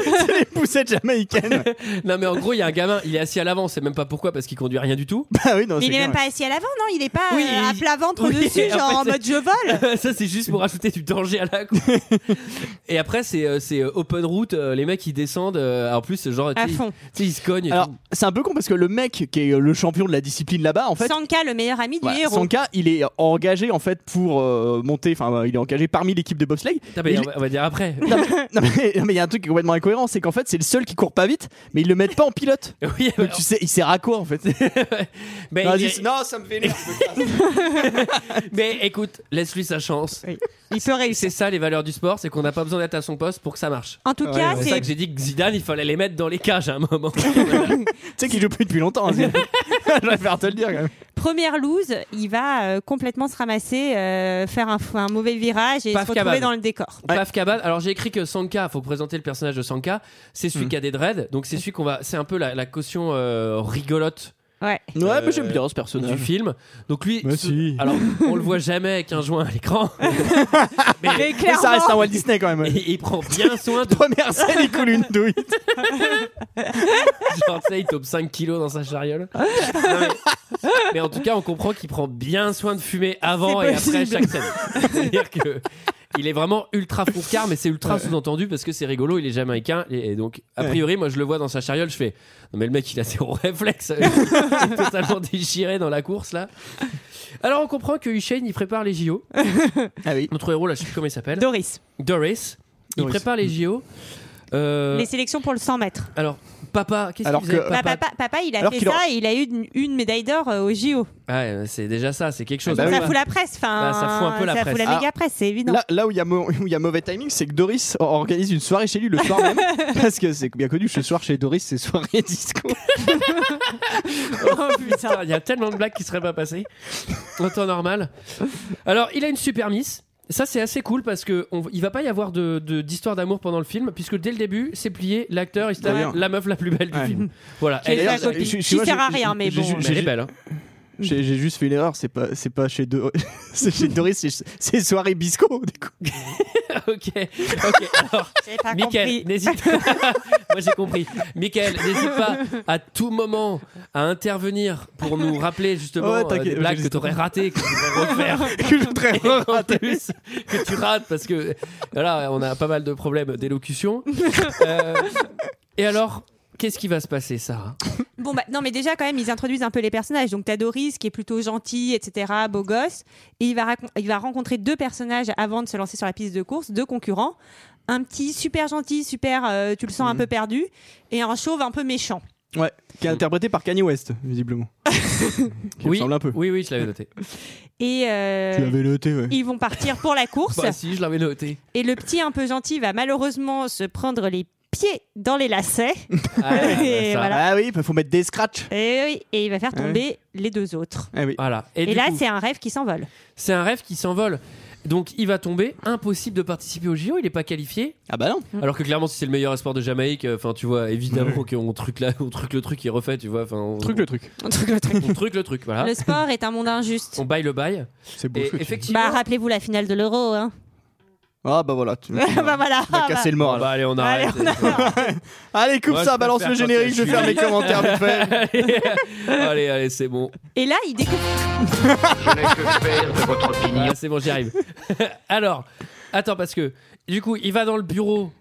[SPEAKER 6] c'est les poussettes jamaïcaines.
[SPEAKER 1] Non, mais en gros, il y a un gamin, il est assis à l'avant, c'est même pas pourquoi, parce qu'il conduit rien du
[SPEAKER 6] [laughs]
[SPEAKER 1] tout.
[SPEAKER 6] [laughs] bah oui, non,
[SPEAKER 7] Mais
[SPEAKER 6] c'est
[SPEAKER 7] il est même
[SPEAKER 6] clair.
[SPEAKER 7] pas assis à l'avant, non Il est pas
[SPEAKER 1] Oui,
[SPEAKER 7] euh, à
[SPEAKER 1] il-
[SPEAKER 7] plat ventre
[SPEAKER 1] oui,
[SPEAKER 7] dessus,
[SPEAKER 1] en
[SPEAKER 7] genre
[SPEAKER 1] fait,
[SPEAKER 7] en
[SPEAKER 1] c'est-
[SPEAKER 7] mode je vole.
[SPEAKER 1] Ça, c'est juste pour ajouter du danger à la course. Et après, c'est euh, c'est, euh, open route, euh, les mecs ils descendent. euh, En plus, genre, tu
[SPEAKER 7] À
[SPEAKER 1] sais, ils-
[SPEAKER 7] fond.
[SPEAKER 1] tu sais, ils se cognent. et
[SPEAKER 6] Alors,
[SPEAKER 1] tout.
[SPEAKER 6] c'est un peu con parce que le mec qui est euh, le champion de la discipline là-bas, en fait.
[SPEAKER 7] Sanka, le meilleur ami du
[SPEAKER 6] voilà,
[SPEAKER 7] héros.
[SPEAKER 6] Sanka, il est euh, engagé en fait pour euh, monter, enfin euh, il est engagé parmi l'équipe de
[SPEAKER 7] [laughs]
[SPEAKER 6] bobsleigh.
[SPEAKER 1] Putain, mais
[SPEAKER 6] Il-
[SPEAKER 1] on, va, on va dire après.
[SPEAKER 6] Non mais non, mais il y a un truc qui est complètement incohérent, c'est qu'en fait c'est le seul qui court pas vite, mais ils le mettent pas en pilote.
[SPEAKER 1] [laughs] oui, euh,
[SPEAKER 6] Donc tu sais, il sert à quoi en fait [laughs]
[SPEAKER 1] mais,
[SPEAKER 6] Non,
[SPEAKER 1] il-
[SPEAKER 6] juste, non, ça me vénère.
[SPEAKER 1] mais écoute, laisse-lui sa chance.
[SPEAKER 7] Il peut
[SPEAKER 1] C'est
[SPEAKER 7] réussir.
[SPEAKER 1] ça les valeurs du sport, c'est qu'on n'a pas besoin d'être à son poste pour que ça marche.
[SPEAKER 7] En tout
[SPEAKER 6] Ouais,
[SPEAKER 7] cas,
[SPEAKER 6] ouais.
[SPEAKER 1] C'est pour ça que
[SPEAKER 7] Ah, c'est
[SPEAKER 1] j'ai dit que Zidane, il fallait les mettre dans les cages à un
[SPEAKER 7] [laughs]
[SPEAKER 1] moment.
[SPEAKER 6] tu sais qu'il joue plus depuis [laughs] longtemps. hein, c'est- Je préfère te le dire quand même.
[SPEAKER 7] première loose, il va euh, complètement se ramasser, euh, faire un, un mauvais virage et
[SPEAKER 1] Paf
[SPEAKER 7] se retrouver
[SPEAKER 1] cabane.
[SPEAKER 7] dans le décor.
[SPEAKER 1] Paf Cabane. Alors j'ai écrit que Sanka, faut présenter le personnage de Sanka. C'est celui
[SPEAKER 6] Hmm.
[SPEAKER 1] qui a des dreads, donc c'est celui qu'on va. C'est un peu la, la caution euh, rigolote
[SPEAKER 7] Ouais.
[SPEAKER 6] Ouais,
[SPEAKER 1] Euh,
[SPEAKER 6] mais j'aime bien ce
[SPEAKER 1] du
[SPEAKER 6] personnage.
[SPEAKER 1] film. Donc lui,
[SPEAKER 6] Mais
[SPEAKER 1] ce-
[SPEAKER 6] si.
[SPEAKER 1] alors on le voit jamais avec un joint à
[SPEAKER 6] [laughs]
[SPEAKER 1] l'écran.
[SPEAKER 7] Mais
[SPEAKER 6] Mais
[SPEAKER 7] clairement,
[SPEAKER 6] ça reste un Walt Disney quand même.
[SPEAKER 1] Et [laughs] il prend bien soin de
[SPEAKER 6] Première scène, il coule une douille.
[SPEAKER 1] [laughs] genre, tu sais, il tape 5 kilos dans sa chariole. Non, mais- mais en tout cas, on comprend qu'il prend bien soin de fumer avant
[SPEAKER 7] C'est
[SPEAKER 1] et après
[SPEAKER 7] possible.
[SPEAKER 1] chaque scène. C'est-à-dire que il est vraiment ultra fourcard, mais c'est ultra sous-entendu parce que c'est rigolo, il est jamaïcain. Et et donc, a
[SPEAKER 6] Ouais.
[SPEAKER 1] priori, moi je le vois dans sa chariole, je fais Non, mais le mec, il a zéro réflexe. il est totalement déchiré dans la course là. Alors, on comprend que Usain il prépare les JO.
[SPEAKER 6] Ah oui.
[SPEAKER 1] Notre héros, là, je sais plus comment il s'appelle.
[SPEAKER 7] Doris,
[SPEAKER 1] Doris. Il
[SPEAKER 6] Doris.
[SPEAKER 1] prépare les JO. Euh,
[SPEAKER 7] les sélections pour le 100 mètres.
[SPEAKER 1] Alors, papa, qu'est-ce qu'il
[SPEAKER 6] Alors
[SPEAKER 1] faisait
[SPEAKER 6] que-
[SPEAKER 7] Bah, Papa, papa, il a
[SPEAKER 6] Alors
[SPEAKER 7] fait
[SPEAKER 6] qu'il
[SPEAKER 7] ça
[SPEAKER 6] aura-
[SPEAKER 7] et il a eu une, une médaille d'or euh, au JO.
[SPEAKER 1] Ouais, Ah, c'est déjà ça, c'est quelque chose.
[SPEAKER 6] Ah bah
[SPEAKER 7] ça
[SPEAKER 6] oui.
[SPEAKER 7] fout la presse, enfin.
[SPEAKER 1] Bah, ça fout un peu la
[SPEAKER 7] ça
[SPEAKER 1] presse.
[SPEAKER 7] fout
[SPEAKER 6] Ah.
[SPEAKER 7] méga presse, c'est évident.
[SPEAKER 6] Là, là où il y, a mau- où il y a mauvais timing, c'est que Doris or- organise une soirée chez lui le soir même. parce que c'est bien connu, ce soir chez Doris, c'est soirée disco.
[SPEAKER 1] [laughs] Oh putain, il y a tellement de blagues qui seraient pas passées en temps normal. Alors, il a une super miss. Ça, c'est assez cool parce que on- il va pas y avoir de de- d'histoire d'amour pendant le film, puisque dès le début, c'est plié. L'acteur, il se tape
[SPEAKER 6] D'ailleurs.
[SPEAKER 1] la meuf la plus belle du
[SPEAKER 6] Ouais.
[SPEAKER 1] film. Voilà.
[SPEAKER 7] Qui est
[SPEAKER 1] Elle-
[SPEAKER 7] sa
[SPEAKER 6] D'ailleurs,
[SPEAKER 7] copine.
[SPEAKER 6] je- je-
[SPEAKER 7] Qui
[SPEAKER 6] moi,
[SPEAKER 7] sert à
[SPEAKER 6] j'ai-
[SPEAKER 7] rien, mais
[SPEAKER 6] j'ai
[SPEAKER 7] bon.
[SPEAKER 6] ju-
[SPEAKER 1] mais
[SPEAKER 6] j'ai
[SPEAKER 1] elle est
[SPEAKER 6] ju-
[SPEAKER 1] belle.
[SPEAKER 6] [laughs]
[SPEAKER 1] hein.
[SPEAKER 6] J'ai j'ai juste fait une erreur, c'est pas, c'est pas chez Doris, [laughs] c'est chez Doris, c'est- c'est soirée bisco [laughs] du coup.
[SPEAKER 1] ok. Ok. Alors,
[SPEAKER 7] J'ai pas
[SPEAKER 1] Michael,
[SPEAKER 7] compris.
[SPEAKER 1] n'hésite pas. [laughs] Moi, j'ai compris. Michael, n'hésite pas à tout moment à intervenir pour nous rappeler justement
[SPEAKER 6] Ouais,
[SPEAKER 1] euh,
[SPEAKER 6] t'inquiète,
[SPEAKER 1] des blagues
[SPEAKER 6] j'ai-
[SPEAKER 1] que t'aurais ratées, que tu devrais refaire.
[SPEAKER 6] que je voudrais
[SPEAKER 1] [laughs] Et en
[SPEAKER 6] rater.
[SPEAKER 1] plus, que tu rates parce que voilà, on a pas mal de problèmes
[SPEAKER 7] [laughs]
[SPEAKER 1] d'élocution. Euh, et alors, qu'est-ce qui va se passer, Sarah
[SPEAKER 7] Bon, bah, non, mais déjà, quand même, ils introduisent un peu les personnages. Donc, t'as Doris qui est plutôt gentil, etc., beau gosse. Et il va, racon- il va rencontrer deux personnages avant de se lancer sur la piste de course, deux concurrents. un petit super gentil, super, euh, tu le sens un peu perdu, et un chauve un peu méchant.
[SPEAKER 6] Ouais, qui est interprété par Kanye West, visiblement. Qui
[SPEAKER 1] Oui.
[SPEAKER 6] ressemble un peu.
[SPEAKER 1] Oui, oui, je l'avais noté.
[SPEAKER 7] Et euh,
[SPEAKER 6] Tu l'avais noté, ouais.
[SPEAKER 7] ils vont partir pour la
[SPEAKER 1] [laughs] [laughs]
[SPEAKER 7] course,
[SPEAKER 1] Bah si, je l'avais noté.
[SPEAKER 7] et le petit un peu gentil va malheureusement se prendre les pieds dans les lacets,
[SPEAKER 1] Ah,
[SPEAKER 7] [laughs] Et
[SPEAKER 1] ça.
[SPEAKER 7] voilà.
[SPEAKER 6] Ah oui, bah, faut mettre des scratchs.
[SPEAKER 7] et, oui, et il va faire
[SPEAKER 6] Ah oui.
[SPEAKER 7] tomber les deux autres.
[SPEAKER 6] Ah oui.
[SPEAKER 1] Voilà.
[SPEAKER 7] Et,
[SPEAKER 1] du
[SPEAKER 7] là,
[SPEAKER 1] coup,
[SPEAKER 7] c'est un rêve qui s'envole.
[SPEAKER 1] c'est un rêve qui s'envole. Donc il va tomber, impossible de participer au JO, il n'est pas qualifié.
[SPEAKER 6] Ah bah non.
[SPEAKER 7] Mm.
[SPEAKER 1] Alors que clairement, si c'est le meilleur espoir de Jamaïque, euh, enfin tu vois, évidemment qu'on truc là, [laughs] on truc le truc, il refait, tu vois, enfin on,
[SPEAKER 6] Truc le truc.
[SPEAKER 7] Un truc, un truc.
[SPEAKER 1] on truc le truc, voilà.
[SPEAKER 7] Le sport est un monde injuste.
[SPEAKER 1] On baille le bail.
[SPEAKER 6] C'est beau.
[SPEAKER 1] Et
[SPEAKER 6] ce film.
[SPEAKER 1] effectivement,
[SPEAKER 7] Bah, rappelez-vous la finale de l'Euro. Hein.
[SPEAKER 6] Ah bah
[SPEAKER 1] [laughs]
[SPEAKER 6] voilà. Tu...
[SPEAKER 7] bah voilà.
[SPEAKER 6] On va casser le
[SPEAKER 1] bon,
[SPEAKER 6] moral.
[SPEAKER 1] bah, allez, on
[SPEAKER 7] Allez,
[SPEAKER 1] arrête.
[SPEAKER 7] on
[SPEAKER 6] Allez, coupe
[SPEAKER 1] Moi, je
[SPEAKER 6] ça,
[SPEAKER 1] peux
[SPEAKER 6] balance
[SPEAKER 1] le
[SPEAKER 6] le
[SPEAKER 1] faire quand je
[SPEAKER 6] générique, je vais
[SPEAKER 1] suis-
[SPEAKER 6] faire les commentaires vite
[SPEAKER 1] [laughs]
[SPEAKER 6] fait.
[SPEAKER 1] allez, allez, allez, c'est bon.
[SPEAKER 7] Et là, il découvre.
[SPEAKER 1] Ah, c'est bon, j'y arrive. [laughs] Alors, attends, parce que du coup, il va dans le bureau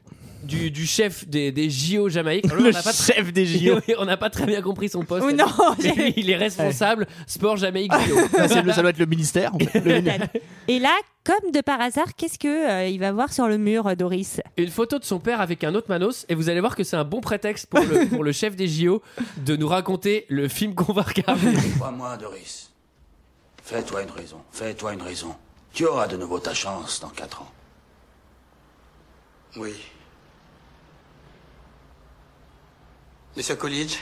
[SPEAKER 1] du, du chef des, des JO Jamaïque. Alors,
[SPEAKER 6] Le
[SPEAKER 1] on n'a pas très-
[SPEAKER 6] chef des JO.
[SPEAKER 1] [laughs] on n'a pas très bien compris son poste.
[SPEAKER 7] Oh non,
[SPEAKER 1] Mais
[SPEAKER 7] j'ai-
[SPEAKER 1] lui, [laughs] il est responsable sport Jamaïque
[SPEAKER 7] [laughs]
[SPEAKER 1] JO.
[SPEAKER 6] Ah, c'est le- ça doit être le ministère. en fait. Le ministère.
[SPEAKER 7] Et là, comme de par hasard, qu'est-ce que euh, il va voir sur le mur, euh, Doris
[SPEAKER 1] Une photo de son père avec un autre Manos, et vous allez voir que c'est un bon prétexte pour le, pour le chef des JO de nous raconter le film qu'on va regarder.
[SPEAKER 7] [laughs]
[SPEAKER 2] Crois-moi, Doris. Fais-toi une raison. Fais-toi une raison. Tu auras de nouveau ta chance dans quatre ans.
[SPEAKER 3] Oui. Monsieur College,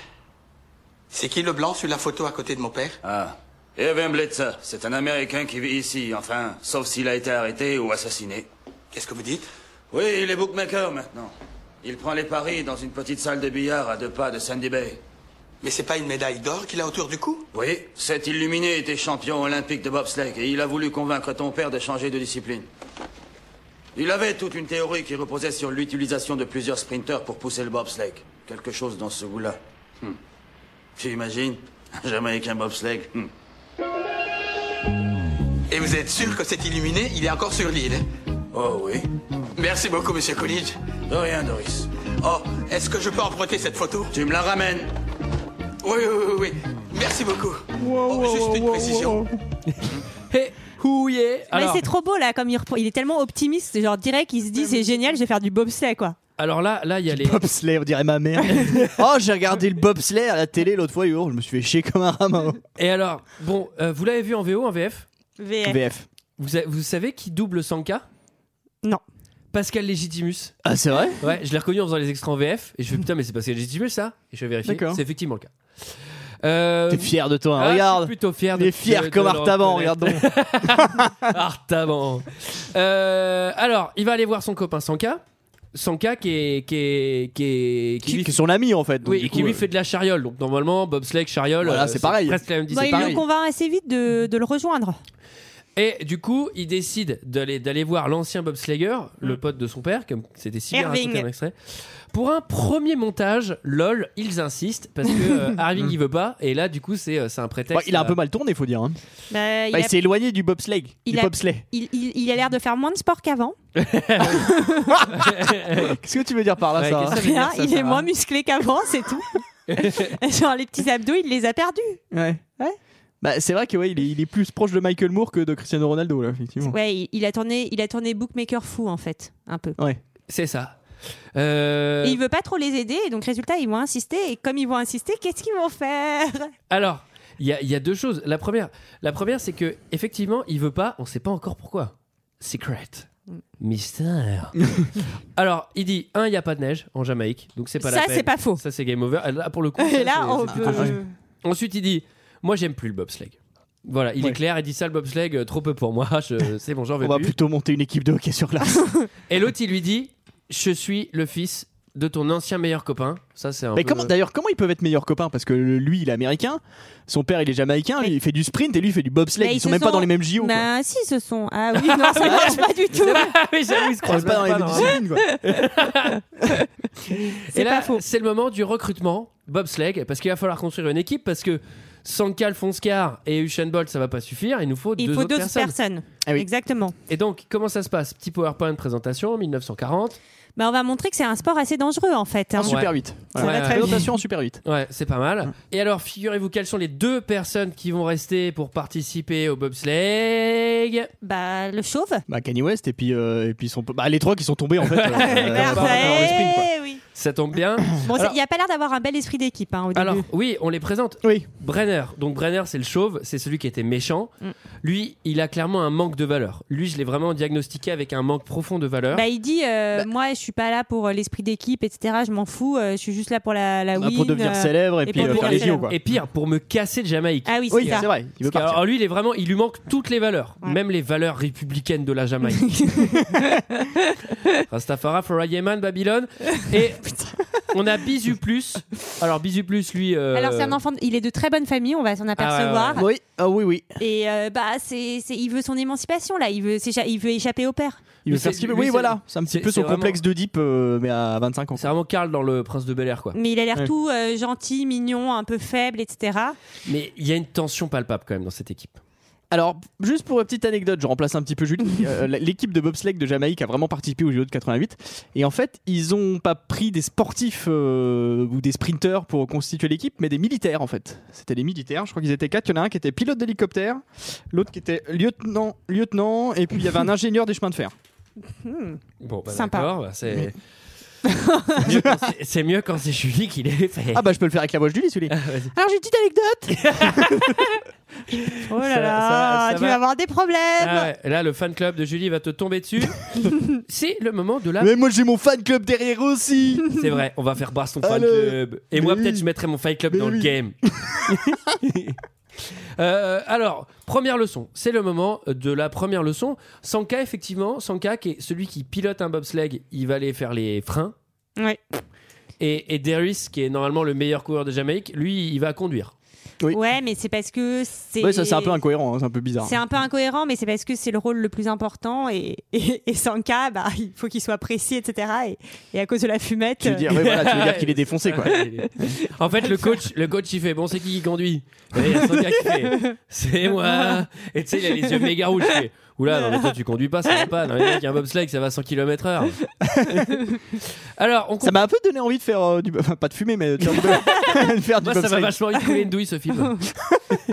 [SPEAKER 3] c'est qui le blanc sur la photo à côté de mon père
[SPEAKER 2] Ah. Evan Blitzer, c'est un Américain qui vit ici, enfin, sauf s'il a été arrêté ou assassiné.
[SPEAKER 3] Qu'est-ce que vous dites
[SPEAKER 2] Oui, il est bookmaker maintenant. Il prend les paris dans une petite salle de billard à deux pas de Sandy Bay.
[SPEAKER 3] Mais c'est pas une médaille d'or qu'il a autour du cou
[SPEAKER 2] Oui, cet illuminé était champion olympique de bobsleigh et il a voulu convaincre ton père de changer de discipline. Il avait toute une théorie qui reposait sur l'utilisation de plusieurs sprinteurs pour pousser le bobsleigh. Quelque chose dans ce goût-là. Hmm. Tu imagines Un Jamaïcain bobsleigh Hmm.
[SPEAKER 3] Et vous êtes sûr que cet illuminé, il est encore sur l'île hein?
[SPEAKER 2] Oh oui.
[SPEAKER 3] Merci beaucoup, monsieur College.
[SPEAKER 2] De rien, Doris.
[SPEAKER 3] Oh, est-ce que je peux emprunter cette photo
[SPEAKER 2] Tu me la ramènes
[SPEAKER 3] Oui, oui, oui, oui. Merci beaucoup. Oh, juste une précision.
[SPEAKER 1] Hey, who yeah
[SPEAKER 7] Mais
[SPEAKER 1] alors,
[SPEAKER 7] c'est trop beau là, comme il, reprend- il est tellement optimiste, c'est genre direct, il se dit c'est génial, je vais faire du bobsleigh quoi.
[SPEAKER 1] alors là, là, il y a les.
[SPEAKER 6] Bobsleigh, on dirait ma mère.
[SPEAKER 1] [laughs]
[SPEAKER 6] oh, j'ai regardé le bobsleigh à la télé l'autre fois, et oh, je me suis fait chier comme un rameau.
[SPEAKER 1] Et alors, bon, euh, vous l'avez vu en VO, en VF
[SPEAKER 7] VF.
[SPEAKER 6] VF.
[SPEAKER 1] vous, a- vous savez qui double Sanka
[SPEAKER 7] Non.
[SPEAKER 1] Pascal Légitimus.
[SPEAKER 6] Ah, c'est vrai
[SPEAKER 1] Ouais, je l'ai reconnu en faisant les extraits en VF. Et je fais putain, mais c'est Pascal Légitimus ça Et je vais vérifier.
[SPEAKER 6] D'accord.
[SPEAKER 1] C'est effectivement le cas. Euh,
[SPEAKER 6] T'es fier de toi, hein,
[SPEAKER 1] ah, Je
[SPEAKER 6] regarde.
[SPEAKER 1] suis plutôt fier.
[SPEAKER 6] Il
[SPEAKER 1] de-
[SPEAKER 6] est fier
[SPEAKER 1] de-
[SPEAKER 6] comme
[SPEAKER 1] de le
[SPEAKER 6] Artaban,
[SPEAKER 1] reconnaître.
[SPEAKER 6] regarde donc.
[SPEAKER 1] [laughs] Artaban. Euh, alors, il va aller voir son copain Sanka. Sanka qui est. qui est. qui est. qui
[SPEAKER 6] Qui,
[SPEAKER 1] lui-
[SPEAKER 6] qui est son ami en fait. donc,
[SPEAKER 1] oui,
[SPEAKER 6] du
[SPEAKER 1] et
[SPEAKER 6] coup,
[SPEAKER 1] qui lui
[SPEAKER 6] euh,
[SPEAKER 1] fait de la chariole. Donc normalement, bobsleigh, chariole,
[SPEAKER 6] Voilà,
[SPEAKER 1] euh,
[SPEAKER 6] c'est pareil.
[SPEAKER 1] Presque la même
[SPEAKER 7] Bon, il le
[SPEAKER 1] discipline.
[SPEAKER 7] convainc assez vite de, de le rejoindre.
[SPEAKER 1] Et du coup, il décide d'aller d'aller voir l'ancien bobsleigher,
[SPEAKER 6] Mm.
[SPEAKER 1] le pote de son père, comme c'était si bien raconté
[SPEAKER 7] Irving.
[SPEAKER 1] dans l'extrait. Pour un premier montage, lol, ils insistent parce que
[SPEAKER 6] [laughs]
[SPEAKER 1] euh, Irving il veut pas. Et là, du coup, c'est euh, c'est un prétexte.
[SPEAKER 6] bah, Mm. il a un
[SPEAKER 1] à-
[SPEAKER 6] peu mal tourné, faut dire. hein.
[SPEAKER 7] Bah, il,
[SPEAKER 6] Bah,
[SPEAKER 7] a,
[SPEAKER 6] il s'est éloigné du bobsleigh.
[SPEAKER 7] Il
[SPEAKER 6] du
[SPEAKER 1] [laughs]
[SPEAKER 7] a-
[SPEAKER 6] bobsleigh.
[SPEAKER 7] il- il- il a l'air de faire moins de sport [laughs] qu'avant.
[SPEAKER 6] Qu'est-ce que tu veux dire par là,
[SPEAKER 1] Ouais,
[SPEAKER 6] ça hein.
[SPEAKER 1] qu'est-ce que ça veut
[SPEAKER 7] Rien,
[SPEAKER 1] dire, ça,
[SPEAKER 7] [laughs]
[SPEAKER 1] hein.
[SPEAKER 7] il est
[SPEAKER 1] Sarah
[SPEAKER 7] moins musclé qu'avant, c'est [laughs] tout. genre les petits abdos, il les a perdus.
[SPEAKER 6] Ouais.
[SPEAKER 7] Ouais.
[SPEAKER 6] Bah, c'est vrai que ouais, il, est, il est plus proche de Michael Moore que de Cristiano Ronaldo, là, effectivement.
[SPEAKER 7] Ouais, il, il a tourné, il a tourné bookmaker fou en fait, un peu.
[SPEAKER 1] C'est ça. Euh,
[SPEAKER 7] Et il veut pas trop les aider, et donc résultat, ils vont insister. Et comme ils vont insister, qu'est-ce qu'ils vont faire
[SPEAKER 1] Alors, il y, a- il y a deux choses. La première, la première, c'est que effectivement, il veut pas. On sait pas encore pourquoi. Secret.
[SPEAKER 7] Mm.
[SPEAKER 1] Mystère. [laughs] Alors, il dit un, il y a pas de neige en Jamaïque, donc c'est pas la
[SPEAKER 7] Ça,
[SPEAKER 1] peine.
[SPEAKER 7] c'est pas
[SPEAKER 1] [laughs]
[SPEAKER 7] faux.
[SPEAKER 1] Ça, c'est game over. Là, pour le
[SPEAKER 7] [laughs]
[SPEAKER 1] coup. ça,
[SPEAKER 7] Et Oh. là,
[SPEAKER 1] c'est-
[SPEAKER 7] on
[SPEAKER 1] c'est
[SPEAKER 7] peut.
[SPEAKER 1] plutôt juste. Ensuite, il dit Moi, j'aime plus le bobsleigh. Voilà, il est
[SPEAKER 6] Ouais.
[SPEAKER 1] clair, il dit ça le bobsleigh, euh, trop peu pour moi, [laughs] je- c'est bon, j'en
[SPEAKER 6] On
[SPEAKER 1] veux
[SPEAKER 6] va
[SPEAKER 1] plus.
[SPEAKER 6] plutôt monter une équipe de hockey sur glace.
[SPEAKER 1] Et l'autre, il lui dit Je suis le fils de ton ancien meilleur copain. Ça, c'est un
[SPEAKER 6] Mais
[SPEAKER 1] peu-
[SPEAKER 6] comment, d'ailleurs, comment ils peuvent être meilleurs copains Parce que le- lui, il est américain, son père, il est jamaïcain, lui, il fait du sprint et lui, il fait du bobsleigh.
[SPEAKER 7] Mais
[SPEAKER 6] Ils,
[SPEAKER 7] ils
[SPEAKER 6] sont
[SPEAKER 7] se
[SPEAKER 6] même pas
[SPEAKER 7] sont-
[SPEAKER 6] dans les mêmes JO. quoi.
[SPEAKER 7] Bah, si, ce sont. Ah oui, non, ça marche pas du
[SPEAKER 1] [laughs]
[SPEAKER 7] tout.
[SPEAKER 1] C'est vrai, oui, j'avoue, il se
[SPEAKER 6] Ils sont
[SPEAKER 1] croise
[SPEAKER 6] pas dans les
[SPEAKER 1] même
[SPEAKER 6] mêmes
[SPEAKER 1] pas,
[SPEAKER 6] disciplines, quoi.
[SPEAKER 1] Et là, c'est le moment du recrutement bobsleigh, parce qu'il va falloir construire une équipe, parce que Sanka, Alphonscar et Usain Bolt, ça va pas suffire, il nous faut
[SPEAKER 7] Il
[SPEAKER 1] deux
[SPEAKER 7] faut
[SPEAKER 1] autres
[SPEAKER 7] d'autres
[SPEAKER 1] personnes.
[SPEAKER 7] personnes.
[SPEAKER 6] Ah oui.
[SPEAKER 7] Exactement.
[SPEAKER 1] Et donc, comment ça se passe Petit PowerPoint présentation, 1940.
[SPEAKER 7] bah, on va montrer que c'est un sport assez dangereux en fait. hein.
[SPEAKER 6] En Super
[SPEAKER 1] Ouais.
[SPEAKER 6] 8.
[SPEAKER 1] Ça va
[SPEAKER 6] Voilà.
[SPEAKER 1] très
[SPEAKER 6] Présentation en Super 8.
[SPEAKER 1] Ouais, c'est pas mal. Et alors, figurez-vous quelles sont les deux personnes qui vont rester pour participer au bobsleigh
[SPEAKER 7] Bah, le chauve.
[SPEAKER 1] Euh,
[SPEAKER 6] Bah, Kanye West et puis, euh, et puis son... bah, les trois qui sont tombés en
[SPEAKER 7] [laughs]
[SPEAKER 6] fait. euh,
[SPEAKER 7] Bah,
[SPEAKER 6] par rapport au sprint, quoi.
[SPEAKER 7] eh oui.
[SPEAKER 1] Ça tombe bien.
[SPEAKER 7] Bon, c'est-
[SPEAKER 1] Alors-
[SPEAKER 7] il n'y a pas l'air d'avoir un bel esprit d'équipe hein, au début.
[SPEAKER 1] Alors, oui, on les présente.
[SPEAKER 6] Oui.
[SPEAKER 1] Brenner. Donc, Brenner, c'est le chauve, c'est celui qui était méchant.
[SPEAKER 7] Mm.
[SPEAKER 1] Lui, il a clairement un manque de valeur. Lui, je l'ai vraiment diagnostiqué avec un manque profond de valeur.
[SPEAKER 7] Bah, il dit euh, moi je suis pas là pour euh, l'esprit d'équipe etc je m'en fous euh, je suis juste là pour la la
[SPEAKER 6] Bah,
[SPEAKER 7] win,
[SPEAKER 6] pour devenir
[SPEAKER 7] euh,
[SPEAKER 6] célèbre et,
[SPEAKER 7] et
[SPEAKER 6] puis
[SPEAKER 7] pour
[SPEAKER 6] euh, faire les
[SPEAKER 7] devenir
[SPEAKER 6] JO quoi.
[SPEAKER 1] Et pire, pour me casser de Jamaïque.
[SPEAKER 7] ah oui c'est
[SPEAKER 6] Oui,
[SPEAKER 7] ça
[SPEAKER 6] c'est vrai, il
[SPEAKER 1] Parce
[SPEAKER 6] veut
[SPEAKER 1] que,
[SPEAKER 6] partir.
[SPEAKER 1] alors, lui, il est vraiment, il lui manque toutes les valeurs,
[SPEAKER 7] Ouais.
[SPEAKER 1] même les valeurs républicaines de la Jamaïque.
[SPEAKER 7] [laughs]
[SPEAKER 1] Rastafara, Flora Yeman, Babylone. Et
[SPEAKER 7] [laughs]
[SPEAKER 1] on a Bisu Plus. Alors, Bisu Plus, lui. euh,
[SPEAKER 7] alors c'est un enfant il est de très bonne famille on va s'en apercevoir
[SPEAKER 6] Oui, ah oui, oui.
[SPEAKER 7] et euh, bah c'est c'est- il veut son émancipation là il veut s'écha- il veut échapper au père
[SPEAKER 6] Il
[SPEAKER 1] Lui,
[SPEAKER 6] veut faire
[SPEAKER 1] c'est-
[SPEAKER 6] ce qu'il veut.
[SPEAKER 1] lui,
[SPEAKER 6] Oui,
[SPEAKER 1] c'est-
[SPEAKER 6] voilà. C'est un
[SPEAKER 1] c'est-
[SPEAKER 6] petit peu
[SPEAKER 1] c'est
[SPEAKER 6] son
[SPEAKER 1] vraiment-
[SPEAKER 6] complexe d'Oedipe, euh, mais à 25 ans.
[SPEAKER 1] C'est vraiment Karl dans Le Prince de Bel Air, quoi.
[SPEAKER 7] mais il a l'air
[SPEAKER 6] Ouais.
[SPEAKER 7] tout euh, gentil mignon un peu faible etc
[SPEAKER 1] Mais il y a une tension palpable, quand même, dans cette équipe.
[SPEAKER 6] Alors, juste pour une petite anecdote, je remplace un petit peu Julie. Euh, la- L'équipe de bobsleigh de Jamaïque a vraiment participé aux JO de 88. Et en fait, ils ont pas pris des sportifs euh, ou des sprinteurs pour constituer l'équipe, mais des militaires en fait. C'était des militaires, je crois qu'ils étaient quatre. Il y en a un qui était pilote d'hélicoptère, l'autre qui était lieutenant, lieutenant, et puis il y avait un ingénieur des chemins de fer.
[SPEAKER 7] Hmm.
[SPEAKER 1] Bon, bah,
[SPEAKER 7] Sympa.
[SPEAKER 1] d'accord, bah, c'est. C'est mieux quand c'est- c'est mieux quand c'est Julie qui les fait. Ah
[SPEAKER 6] Ah bah, je peux le faire avec la voix de
[SPEAKER 1] [laughs]
[SPEAKER 6] Julie, celui Alors, j'ai une petite anecdote.
[SPEAKER 7] [laughs]
[SPEAKER 6] [laughs]
[SPEAKER 7] oh là
[SPEAKER 1] Ça-
[SPEAKER 7] là
[SPEAKER 1] ça- ça
[SPEAKER 7] tu
[SPEAKER 1] va.
[SPEAKER 7] vas avoir des problèmes
[SPEAKER 1] Ah ouais, Là, le fan club de Julie va te tomber dessus.
[SPEAKER 7] [laughs]
[SPEAKER 1] c'est le moment
[SPEAKER 7] Euh,
[SPEAKER 1] de la
[SPEAKER 6] Mais moi, j'ai mon fan club derrière
[SPEAKER 7] [laughs]
[SPEAKER 6] aussi.
[SPEAKER 1] C'est vrai, on va faire Brass ton
[SPEAKER 6] Ah,
[SPEAKER 1] fan
[SPEAKER 6] le-
[SPEAKER 1] club. Et moi,
[SPEAKER 6] Mais
[SPEAKER 1] peut-être,
[SPEAKER 6] oui.
[SPEAKER 1] je mettrai mon fan club
[SPEAKER 6] Mais
[SPEAKER 1] dans le
[SPEAKER 6] oui.
[SPEAKER 1] game.
[SPEAKER 6] [laughs]
[SPEAKER 1] Euh, alors, première leçon, c'est le moment de la première leçon. Sanka, effectivement, Sanka, qui est celui qui pilote un bobsleigh, il va aller faire les freins.
[SPEAKER 7] Ouais.
[SPEAKER 1] Et, et Darius, qui est normalement le meilleur coureur de Jamaïque, lui, il va conduire.
[SPEAKER 6] Oui.
[SPEAKER 7] ouais mais c'est parce que c'est
[SPEAKER 6] Oui, ça c'est un peu incohérent, hein, c'est un peu bizarre.
[SPEAKER 7] C'est un peu incohérent, mais c'est parce que c'est le rôle le plus important et, et, et sans cas, bah, il faut qu'il soit précis, etc. Et, et à cause de la fumette.
[SPEAKER 6] Tu veux dire,
[SPEAKER 7] euh,
[SPEAKER 6] ouais, voilà, tu veux
[SPEAKER 7] [laughs]
[SPEAKER 6] dire qu'il est défoncé quoi.
[SPEAKER 1] en fait, le coach, le coach, il fait Bon, c'est qui qui conduit Et il y a Sanka qui
[SPEAKER 7] [laughs]
[SPEAKER 1] fait C'est moi Et tu sais, il a les yeux méga rouges. Il fait, Oula, non, mais toi, tu conduis pas, ça va pas. Non, mais mec, un bobsleigh, ça va à 100
[SPEAKER 7] [laughs]
[SPEAKER 1] km/h. Alors, on
[SPEAKER 6] Ça m'a un peu donné envie de faire euh, du. enfin, pas de fumer, mais de faire du, [laughs] de faire du
[SPEAKER 1] Moi, ça m'a
[SPEAKER 6] bobsleigh.
[SPEAKER 1] vachement vite coulé une douille, ce
[SPEAKER 7] [laughs]
[SPEAKER 1] film.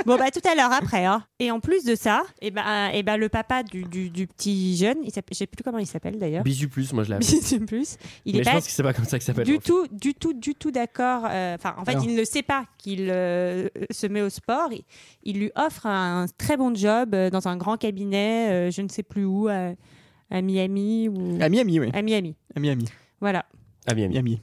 [SPEAKER 7] Bon, bah, tout à l'heure après. hein. Et en plus de ça, et ben et ben le papa du, du, du petit jeune, il s'appelle- je sais plus comment il s'appelle d'ailleurs.
[SPEAKER 1] Bisu plus, moi, je l'appelle.
[SPEAKER 7] Bisu [laughs] plus. Il
[SPEAKER 1] Mais
[SPEAKER 7] est
[SPEAKER 1] je
[SPEAKER 7] pas
[SPEAKER 1] pense que c'est pas comme ça que ça s'appelle.
[SPEAKER 7] du tout, du tout, du tout d'accord. euh, Enfin, en fait,
[SPEAKER 6] Alors.
[SPEAKER 7] il ne sait pas qu'il euh, se met au sport. Il, il lui offre un très bon job euh, dans un grand cabinet, euh, je ne sais plus où, à, à Miami ou
[SPEAKER 6] À Miami, oui.
[SPEAKER 7] à Miami.
[SPEAKER 6] À Miami.
[SPEAKER 7] Voilà,
[SPEAKER 1] À Miami.
[SPEAKER 6] Miami.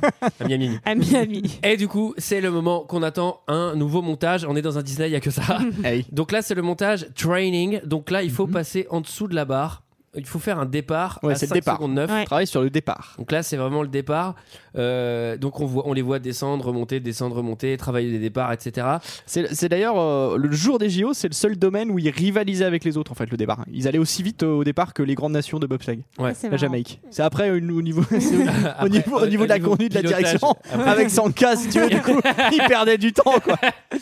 [SPEAKER 1] [laughs] À Miami.
[SPEAKER 6] [laughs]
[SPEAKER 7] à Miami.
[SPEAKER 1] Et du coup, c'est le moment qu'on attend un nouveau montage. On est dans un Disney, il n'y a que ça.
[SPEAKER 6] Hey.
[SPEAKER 1] Donc là, c'est le montage training. Donc là, il faut
[SPEAKER 6] Mhm.
[SPEAKER 1] passer en dessous de la barre. Il faut faire un départ
[SPEAKER 6] Ouais,
[SPEAKER 1] à
[SPEAKER 6] c'est le
[SPEAKER 1] 5
[SPEAKER 6] départ.
[SPEAKER 1] secondes 9.
[SPEAKER 7] Ouais.
[SPEAKER 6] Travaille sur le départ.
[SPEAKER 1] Donc là, c'est vraiment le départ. Euh, donc on, voit, on les voit descendre, remonter, descendre, remonter, travailler les départs, etc. [laughs]
[SPEAKER 6] C'est c'est d'ailleurs euh, le jour des JO, c'est le seul domaine où ils rivalisaient avec les autres en fait le départ. Ils allaient aussi vite euh, au départ que les grandes nations de bobsleigh,
[SPEAKER 1] Ouais.
[SPEAKER 7] C'est
[SPEAKER 6] la
[SPEAKER 7] marrant.
[SPEAKER 6] Jamaïque. C'est après euh, au niveau, c'est au-
[SPEAKER 1] Après, euh,
[SPEAKER 6] au niveau, au niveau de la conduite, de la
[SPEAKER 1] pilotage,
[SPEAKER 6] direction,
[SPEAKER 1] après-
[SPEAKER 6] avec son casse, tu vois, du coup, ils perdaient du temps quoi.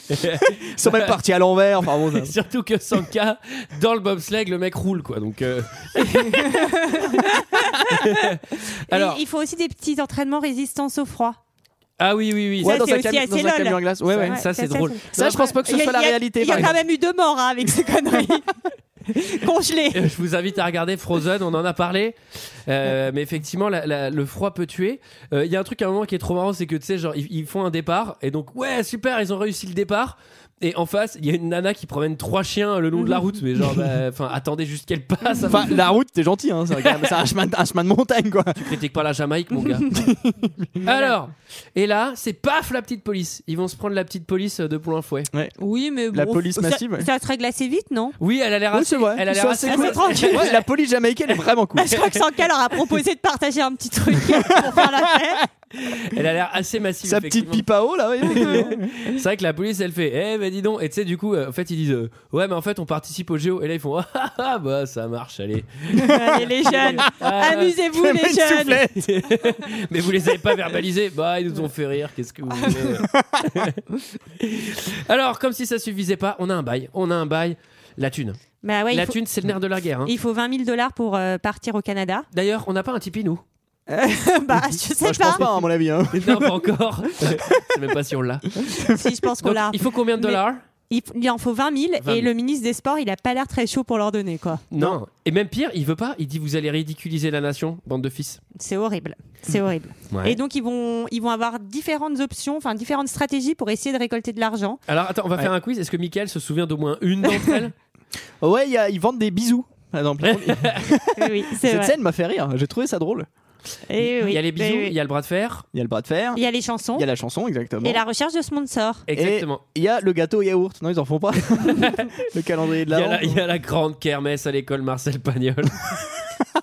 [SPEAKER 6] Ils sont même partis à l'envers. Enfin bon,
[SPEAKER 1] [laughs]
[SPEAKER 6] ça-
[SPEAKER 1] Surtout que Sanka, dans le bobsleigh, le mec roule quoi. Donc, euh, [laughs]
[SPEAKER 7] Et
[SPEAKER 1] Alors-
[SPEAKER 7] il faut aussi des petits entraînements résistance au froid.
[SPEAKER 1] ah oui, oui, oui.
[SPEAKER 7] Ouais,
[SPEAKER 1] ça-
[SPEAKER 6] dans,
[SPEAKER 7] c'est
[SPEAKER 6] un
[SPEAKER 7] aussi
[SPEAKER 6] cami-
[SPEAKER 7] assez
[SPEAKER 6] dans un
[SPEAKER 7] lol.
[SPEAKER 6] camion à glace. Ouais, ouais.
[SPEAKER 1] ça, c'est drôle.
[SPEAKER 6] Ça, je pense pas que ce
[SPEAKER 7] Il y a-
[SPEAKER 6] soit la
[SPEAKER 7] il y a-
[SPEAKER 6] réalité.
[SPEAKER 7] Il y
[SPEAKER 6] par
[SPEAKER 7] a quand même eu deux morts hein,
[SPEAKER 6] [laughs]
[SPEAKER 7] avec ces conneries. Congelés.
[SPEAKER 1] Euh, [laughs] Je vous invite à regarder Frozen, on en a parlé. Euh, mais effectivement, la- la- le froid peut tuer. Euh, Il y a un truc à un moment qui est trop marrant, c'est que tu sais, genre, ils, ils font un départ, et donc, ouais, super, ils ont réussi le départ. Et en face, il y a une nana qui promène trois chiens le long de la route, mais genre,
[SPEAKER 6] [laughs]
[SPEAKER 1] bah, enfin, attendez juste qu'elle passe.
[SPEAKER 6] Mhm.
[SPEAKER 1] hein,
[SPEAKER 6] Enfin, la route, t'es gentil, hein, c'est un, c'est un chemin, de- un chemin de montagne, quoi.
[SPEAKER 1] Tu critiques pas la Jamaïque, mon gars.
[SPEAKER 6] [laughs]
[SPEAKER 1] Alors, et là, c'est paf la petite police. Ils vont se prendre la petite police euh, de plein fouet.
[SPEAKER 7] Oui, mais bon,
[SPEAKER 6] La police
[SPEAKER 7] ça-
[SPEAKER 6] massive, ouais.
[SPEAKER 7] Ça, se règle assez vite, non
[SPEAKER 1] Oui, elle a l'air
[SPEAKER 6] Oui,
[SPEAKER 1] assez.
[SPEAKER 6] c'est vrai.
[SPEAKER 1] Elle a
[SPEAKER 6] Ils
[SPEAKER 1] l'air
[SPEAKER 6] sont
[SPEAKER 1] assez.
[SPEAKER 6] assez
[SPEAKER 1] cool.
[SPEAKER 6] cool. Ouais, la police jamaïcaine est vraiment
[SPEAKER 1] [laughs]
[SPEAKER 6] cool.
[SPEAKER 7] Je crois que Sanka leur a proposé de partager un petit truc pour faire la paix.
[SPEAKER 1] Elle a l'air assez massive.
[SPEAKER 6] Sa petite
[SPEAKER 1] effectivement.
[SPEAKER 6] pipe à eau, là, ouais, effectivement.
[SPEAKER 1] C'est vrai que la police, elle fait Eh, ben dis donc Et tu sais, du coup, euh, en fait, ils disent euh, Ouais, mais en fait, on participe au Géo. Et là, ils font [laughs] Ah, ah, ah, bah, ça marche, allez.
[SPEAKER 7] [laughs] Allez, les jeunes,
[SPEAKER 1] Ah,
[SPEAKER 7] amusez-vous,
[SPEAKER 6] Fais-moi
[SPEAKER 7] les
[SPEAKER 6] une
[SPEAKER 7] jeunes.
[SPEAKER 6] soufflette.
[SPEAKER 1] [laughs] mais vous les avez pas verbalisés Bah, ils nous ont fait rire, qu'est-ce que vous voulez
[SPEAKER 7] Ah,
[SPEAKER 1] [laughs] Alors, comme si ça suffisait pas, on a un bail. On a un bail. La thune.
[SPEAKER 7] Bah ouais,
[SPEAKER 1] la
[SPEAKER 7] il, faut,
[SPEAKER 1] thune, c'est le nerf de la guerre. hein.
[SPEAKER 7] [laughs] il faut 20 000 dollars pour euh, partir au Canada. [laughs]
[SPEAKER 1] D'ailleurs, on n'a pas un Tipeee, nous.
[SPEAKER 7] bah, je sais
[SPEAKER 6] Bah, je pense pas, hein, à mon avis. hein.
[SPEAKER 1] Non, pas
[SPEAKER 7] [laughs]
[SPEAKER 1] encore. C'est même pas si on l'a.
[SPEAKER 7] si je pense qu'on
[SPEAKER 1] Donc,
[SPEAKER 7] l'a.
[SPEAKER 1] Il faut combien de
[SPEAKER 7] Mais-
[SPEAKER 1] dollars
[SPEAKER 7] Il, il en faut 20 000,
[SPEAKER 1] 20 000.
[SPEAKER 7] et le ministre des Sports, il a pas l'air très chaud pour leur donner, quoi.
[SPEAKER 1] non. Et même pire, il veut pas. Il dit vous allez ridiculiser la nation, bande de fils.
[SPEAKER 7] C'est horrible. C'est horrible.
[SPEAKER 1] Ouais.
[SPEAKER 7] Et donc, ils vont, ils vont avoir différentes options, enfin, différentes stratégies pour essayer de récolter de l'argent.
[SPEAKER 1] Alors attends, on va faire un quiz. Est-ce que Michael se souvient d'au moins une d'entre elles
[SPEAKER 6] Ouais, il y a- ils vendent des bisous. Par exemple.
[SPEAKER 7] [laughs]
[SPEAKER 6] [laughs]
[SPEAKER 7] Oui, oui, c'est
[SPEAKER 6] Cette
[SPEAKER 7] vrai.
[SPEAKER 6] scène m'a fait rire. J'ai trouvé ça drôle.
[SPEAKER 7] Et Eh oui,
[SPEAKER 1] Il y a les
[SPEAKER 7] oui,
[SPEAKER 1] bisous,
[SPEAKER 7] oui.
[SPEAKER 1] il y a le bras de fer.
[SPEAKER 6] Il y a le bras de fer.
[SPEAKER 7] Il y a les chansons.
[SPEAKER 6] Il y a la chanson, exactement.
[SPEAKER 7] Et la recherche de sponsors.
[SPEAKER 1] Exactement.
[SPEAKER 6] Il y a le gâteau au yaourt. Non, ils en font
[SPEAKER 1] [laughs]
[SPEAKER 6] pas. le calendrier de
[SPEAKER 1] Il y,
[SPEAKER 6] l'avent.
[SPEAKER 1] a la, il y a la grande kermesse à l'école Marcel Pagnol.
[SPEAKER 6] Ah,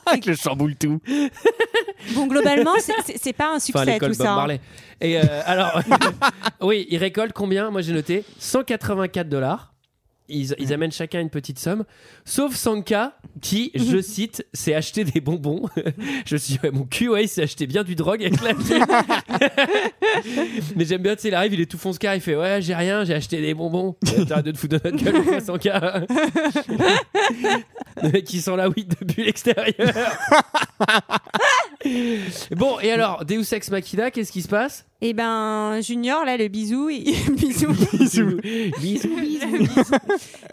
[SPEAKER 6] Avec le chamboule tout.
[SPEAKER 7] Bon, globalement, c'est- c'est c'est pas
[SPEAKER 1] Enfin,
[SPEAKER 7] un
[SPEAKER 1] à
[SPEAKER 7] succès
[SPEAKER 1] l'école
[SPEAKER 7] tout
[SPEAKER 1] Bob
[SPEAKER 7] ça. hein.
[SPEAKER 1] Marley. Et euh, alors, [laughs] oui, ils récoltent combien Moi j'ai noté 184 dollars. Ils, ils amènent chacun une petite somme, sauf Sanka, qui, je cite, s'est acheté des bonbons. [laughs] je me suis dit, ouais, mon cul, ouais, il s'est acheté bien du drogue avec la fille. Mais j'aime bien, tu sais, il arrive, il est tout fonce-car, il fait, ouais, j'ai rien, j'ai acheté des bonbons. Euh, T'arrêtes de te foutre de notre gueule, [laughs] quoi, Sanka. Le mec, il sent la weed depuis l'extérieur. Bon, et alors, Deus Ex Machina, qu'est-ce qui se passe
[SPEAKER 7] Et ben, Junior, là, le bisou, il, [laughs] bisou.
[SPEAKER 1] Bisous.
[SPEAKER 7] Le bisou.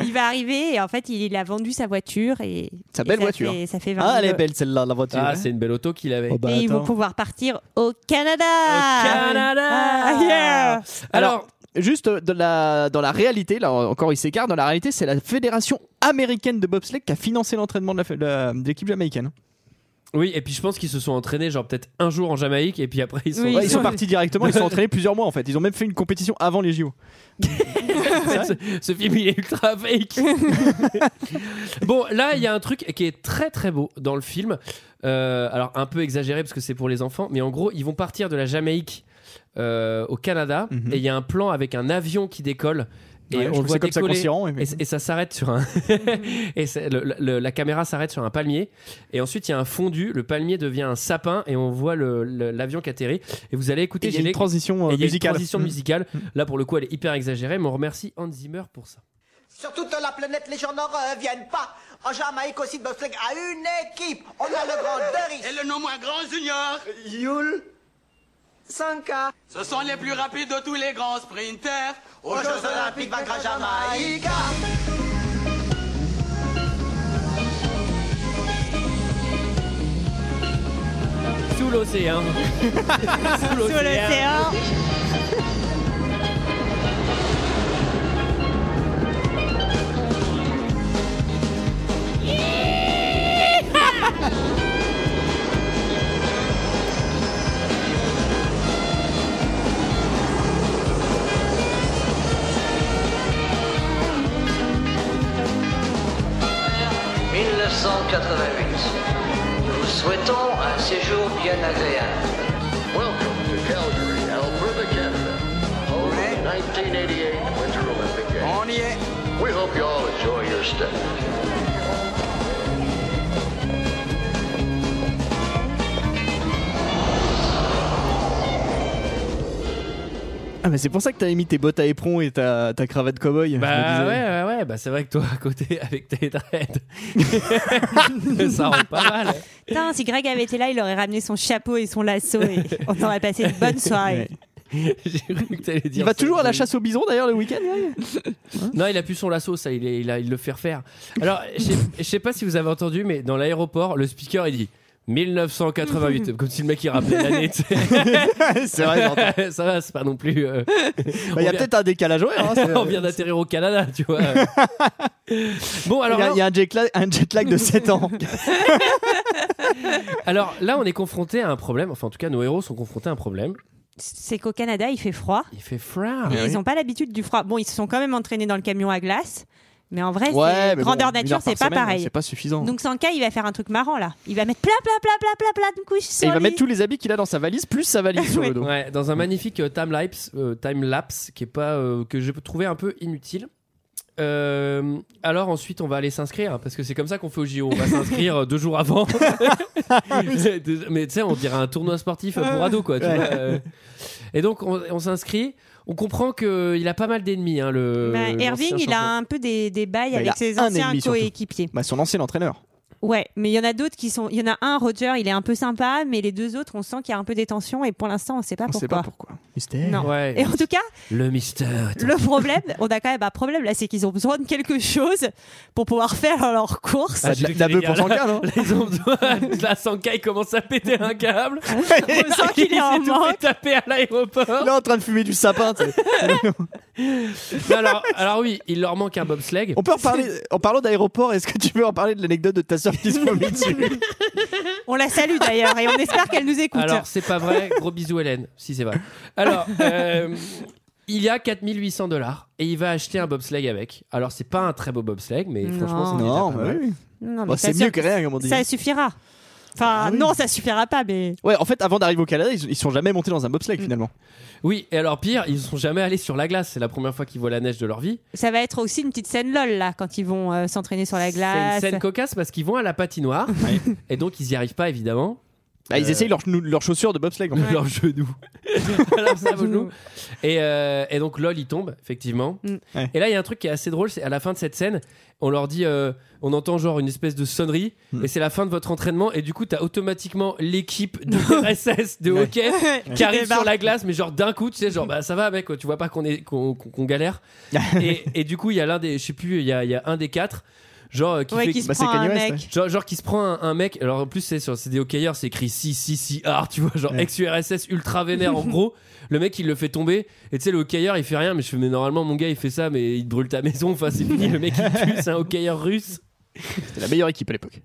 [SPEAKER 7] il va arriver et en fait, il a vendu sa voiture. Et,
[SPEAKER 6] Sa
[SPEAKER 7] et
[SPEAKER 6] belle
[SPEAKER 7] ça
[SPEAKER 6] voiture.
[SPEAKER 7] fait- ça fait 20
[SPEAKER 6] Ah, elle
[SPEAKER 7] 000.
[SPEAKER 6] est belle celle-là, la voiture.
[SPEAKER 1] Ah, c'est une belle auto qu'il avait.
[SPEAKER 6] Oh, bah,
[SPEAKER 7] et ils vont
[SPEAKER 6] attends.
[SPEAKER 7] pouvoir partir au Canada.
[SPEAKER 1] Canada
[SPEAKER 7] Ah, yeah.
[SPEAKER 1] Alors,
[SPEAKER 6] Juste euh, dans la, dans la réalité, là encore il s'écarte, dans la réalité c'est la Fédération américaine de bobsleigh qui a financé l'entraînement de la fé- de la- de l'équipe jamaïcaine.
[SPEAKER 1] oui, et puis je pense qu'ils se sont entraînés, genre peut-être un jour en Jamaïque, et puis après ils sont.
[SPEAKER 7] Oui,
[SPEAKER 6] Ouais, ils sont partis directement, ils se sont entraînés plusieurs mois en fait. Ils ont même fait une compétition avant les JO.
[SPEAKER 1] ce, ce film, il est ultra
[SPEAKER 6] [laughs]
[SPEAKER 1] fake. bon, là, il y a un truc qui est très très beau dans le film. Euh, alors, un peu exagéré parce que c'est pour les enfants, mais en gros, ils vont partir de la Jamaïque euh, au Canada,
[SPEAKER 6] Mhm.
[SPEAKER 1] et il y a un plan avec un avion qui décolle. Et
[SPEAKER 6] Ouais, je
[SPEAKER 1] on
[SPEAKER 6] trouve
[SPEAKER 1] le
[SPEAKER 6] que
[SPEAKER 1] voit
[SPEAKER 6] c'est comme ça Mhm. qu'on
[SPEAKER 1] décoller.
[SPEAKER 6] s'y rend. ouais, mais-
[SPEAKER 1] Et, c- et ça s'arrête sur un. [laughs] et c'est- le- le- la caméra s'arrête sur un palmier. Et ensuite, il y a un fondu. Le palmier devient un sapin. Et on voit le- le- l'avion qui atterrit. Et vous allez
[SPEAKER 6] Et
[SPEAKER 1] écouter.
[SPEAKER 6] il y a
[SPEAKER 1] j'ai
[SPEAKER 6] une
[SPEAKER 1] les-
[SPEAKER 6] transition euh,
[SPEAKER 1] et il y a une
[SPEAKER 6] musicale.
[SPEAKER 1] transition musicale. Là, pour le coup, elle est hyper exagérée. Mais on remercie Hans Zimmer pour ça.
[SPEAKER 4] Sur toute la planète, les gens n'en reviennent pas. En Jamaïque aussi, le bobsleigh a une équipe. On a le grand Derry.
[SPEAKER 3] Et le non moins grand junior
[SPEAKER 4] Yul. Sanka.
[SPEAKER 3] Ce sont les plus rapides de tous les grands sprinters
[SPEAKER 4] Aux Jeux Olympiques, vaincra Jamaïque.
[SPEAKER 1] [laughs] Sous l'océan. Sous
[SPEAKER 7] Sur l'océan.
[SPEAKER 10] Welcome to Calgary, Alberta, Canada. Holding 1988 Winter Olympic Games.
[SPEAKER 3] On y est
[SPEAKER 10] We hope you all enjoy your stay.
[SPEAKER 6] Ah, mais c'est pour ça que t'as mis tes bottes à éperon et ta, ta cravate cowboy. je me
[SPEAKER 1] Bah ouais,
[SPEAKER 6] disais.
[SPEAKER 1] ouais, ouais. Bah, c'est vrai que toi, à côté, [laughs] avec tes dreads, ça rend pas mal.
[SPEAKER 7] Putain, si Greg avait été là, il aurait ramené son chapeau et son lasso et on aurait passé une bonne soirée.
[SPEAKER 1] [laughs] J'ai cru que t'allais dire.
[SPEAKER 6] Il va
[SPEAKER 1] ça.
[SPEAKER 6] toujours à la chasse au bison d'ailleurs le week-end. ouais. [laughs]
[SPEAKER 1] Non, il a plus son lasso, ça, il, est- il a, il le fait refaire. Alors, je sais- je sais pas si vous avez entendu, mais dans l'aéroport, le speaker, il dit 1988, comme si le mec il rappelait l'année. tu sais.
[SPEAKER 6] c'est vrai,
[SPEAKER 1] [laughs]
[SPEAKER 6] j'entends. Bah,
[SPEAKER 1] ça va, c'est pas non plus. euh,
[SPEAKER 6] Il
[SPEAKER 1] on
[SPEAKER 6] y a
[SPEAKER 1] vient-
[SPEAKER 6] peut-être un décalage horaire. hein, c'est-
[SPEAKER 1] [laughs] on vient d'atterrir au Canada, tu
[SPEAKER 6] [laughs]
[SPEAKER 1] vois. bon, alors
[SPEAKER 6] il y a,
[SPEAKER 1] là,
[SPEAKER 6] il y a un, jet lag, un jet lag de
[SPEAKER 1] [laughs]
[SPEAKER 6] 7 ans.
[SPEAKER 1] alors là, on est confronté à un problème. Enfin, en tout cas, nos héros sont confrontés à un problème.
[SPEAKER 7] C'est qu'au Canada, il fait froid.
[SPEAKER 1] Il fait froid.
[SPEAKER 6] Ah
[SPEAKER 7] Et ils n'ont pas l'habitude du froid. Bon, ils se sont quand même entraînés dans le camion à glace. Mais en vrai, c'est-
[SPEAKER 6] mais
[SPEAKER 7] grandeur
[SPEAKER 6] bon, une
[SPEAKER 7] nature,
[SPEAKER 6] heure par
[SPEAKER 7] c'est pas
[SPEAKER 6] semaine, hein,
[SPEAKER 7] pareil.
[SPEAKER 6] C'est pas suffisant.
[SPEAKER 7] Donc Sanka, il va faire un truc marrant là. Il va mettre plein, plein, plein, plein, plein, plein de couches sur
[SPEAKER 6] Et il va
[SPEAKER 7] lui.
[SPEAKER 6] mettre tous les habits qu'il a dans sa valise, plus sa valise sur
[SPEAKER 7] Ouais.
[SPEAKER 6] le dos.
[SPEAKER 1] Ouais, dans un magnifique euh, time lapse, euh, time lapse qui est pas euh, que je trouvé un peu inutile. Euh, alors ensuite, on va aller s'inscrire hein, parce que c'est comme ça qu'on fait au JO. On va s'inscrire euh, deux jours
[SPEAKER 6] [laughs]
[SPEAKER 1] avant. [laughs] Mais tu sais, on dirait un tournoi sportif pour ados quoi. tu
[SPEAKER 6] Ouais.
[SPEAKER 1] vois, euh. Et donc on, on s'inscrit. On comprend que il a pas mal d'ennemis. Hein, le
[SPEAKER 7] Bah,
[SPEAKER 1] l'ancien
[SPEAKER 7] Irving, il
[SPEAKER 1] champion.
[SPEAKER 7] a un peu des, des bails
[SPEAKER 6] euh, Bah, il
[SPEAKER 7] avec
[SPEAKER 6] a
[SPEAKER 7] ses
[SPEAKER 6] un
[SPEAKER 7] anciens
[SPEAKER 6] ennemi, surtout.
[SPEAKER 7] coéquipiers.
[SPEAKER 6] Bah, son ancien entraîneur.
[SPEAKER 7] Ouais, mais il y en a d'autres qui sont. Il y en a un, Roger, il est un peu sympa, mais les deux autres, on sent qu'il y a un peu des tensions et pour l'instant, on sait
[SPEAKER 1] Ah,
[SPEAKER 7] pas
[SPEAKER 6] On
[SPEAKER 7] pourquoi.
[SPEAKER 6] sait pas pourquoi. Mystère.
[SPEAKER 7] Non.
[SPEAKER 1] Ouais.
[SPEAKER 7] Et en tout cas,
[SPEAKER 1] Le mystère. est-
[SPEAKER 7] le problème, on a quand même un problème là, c'est qu'ils ont besoin de quelque chose pour pouvoir faire leur course.
[SPEAKER 1] Ah,
[SPEAKER 6] Bah, de
[SPEAKER 1] j'ai
[SPEAKER 6] la-
[SPEAKER 1] cru que
[SPEAKER 6] de la
[SPEAKER 1] t'allais
[SPEAKER 6] bœuf
[SPEAKER 1] dire, là-
[SPEAKER 6] pour 100K,
[SPEAKER 1] [laughs]
[SPEAKER 6] non
[SPEAKER 1] là, ils ont besoin. La 100K, il commence à péter un câble.
[SPEAKER 7] Ah, On sent qu'il est en
[SPEAKER 1] [laughs] Il s'est tout fait
[SPEAKER 7] manque.
[SPEAKER 1] taper à l'aéroport.
[SPEAKER 6] [laughs] Il est en train de fumer du sapin. tu sais.
[SPEAKER 1] Mais Alors, alors oui, il leur manque un bobsleigh.
[SPEAKER 6] On peut en parler. En parlant d'aéroport, est-ce que tu veux en parler de l'anecdote de ta soeur qui se
[SPEAKER 1] [laughs]
[SPEAKER 6] vomit dessus
[SPEAKER 7] On la salue d'ailleurs et on espère qu'elle nous écoute.
[SPEAKER 1] Alors, c'est pas vrai. Gros bisous, Hélène, si c'est vrai. Alors, euh, il y a 4800 dollars et il va acheter un bobsleigh avec. Alors, c'est pas un très beau bobsleigh, mais
[SPEAKER 7] Non.
[SPEAKER 1] franchement, c'est déjà
[SPEAKER 6] Non,
[SPEAKER 1] pas
[SPEAKER 6] bah
[SPEAKER 1] mal.
[SPEAKER 6] oui.
[SPEAKER 7] Non, mais
[SPEAKER 6] Bon,
[SPEAKER 7] ça
[SPEAKER 6] c'est
[SPEAKER 7] sur-
[SPEAKER 6] mieux que rien, comme on dit.
[SPEAKER 7] Ça suffira. Enfin,
[SPEAKER 6] Ah oui.
[SPEAKER 7] non, ça suffira pas, mais
[SPEAKER 6] Ouais, en fait, avant d'arriver au Canada, ils, ils sont jamais montés dans un bobsleigh finalement.
[SPEAKER 1] Oui, et alors pire, ils sont jamais allés sur la glace. C'est la première fois qu'ils voient la neige de leur vie.
[SPEAKER 7] ça va être aussi une petite scène lol là quand ils vont euh, s'entraîner sur la glace.
[SPEAKER 1] C'est une scène cocasse parce qu'ils vont à la patinoire et donc ils y arrivent pas évidemment.
[SPEAKER 6] Bah, ils
[SPEAKER 1] Euh.
[SPEAKER 6] essayent leurs chenou- leurs chaussures de bobsleigh. En fait.
[SPEAKER 1] Leur genou. Alors,
[SPEAKER 7] [laughs]
[SPEAKER 1] ça, vos genoux. Et, euh, et donc LOL il tombe effectivement.
[SPEAKER 7] Mm.
[SPEAKER 6] Ouais.
[SPEAKER 1] Et là il y a un truc qui est assez drôle, c'est à la fin de cette scène, on leur dit, euh, on entend genre une espèce de sonnerie et c'est la fin de votre entraînement et du coup t'as automatiquement l'équipe
[SPEAKER 7] [laughs]
[SPEAKER 1] de RSS de hockey qui arrive sur la glace mais genre d'un coup tu sais genre bah ça va mec quoi, tu vois pas qu'on est qu'on qu'on- qu'on
[SPEAKER 7] [laughs]
[SPEAKER 1] galère. et, et du coup il y a l'un des, je sais plus, il y a, il y a un des quatre genre euh, qui
[SPEAKER 7] Ouais,
[SPEAKER 1] fait
[SPEAKER 7] qui se
[SPEAKER 6] Bah, c'est
[SPEAKER 7] prend un
[SPEAKER 6] Kanye West,
[SPEAKER 7] mec.
[SPEAKER 6] ouais.
[SPEAKER 1] Genre, genre qui se prend un, un mec, alors en plus c'est sur c'est des hockeyeurs, c'est écrit si si si hard, tu vois, genre
[SPEAKER 6] Ouais.
[SPEAKER 1] ex-URSS ultra vénère
[SPEAKER 6] [laughs]
[SPEAKER 1] en gros. Le mec il le fait tomber et tu sais le hockeyeur il fait rien, mais je fais mais normalement mon gars il fait ça mais il te brûle ta maison, enfin c'est fini, le mec il tue,
[SPEAKER 6] [laughs]
[SPEAKER 1] c'est un hockeyeur russe.
[SPEAKER 6] C'était la meilleure équipe à l'époque.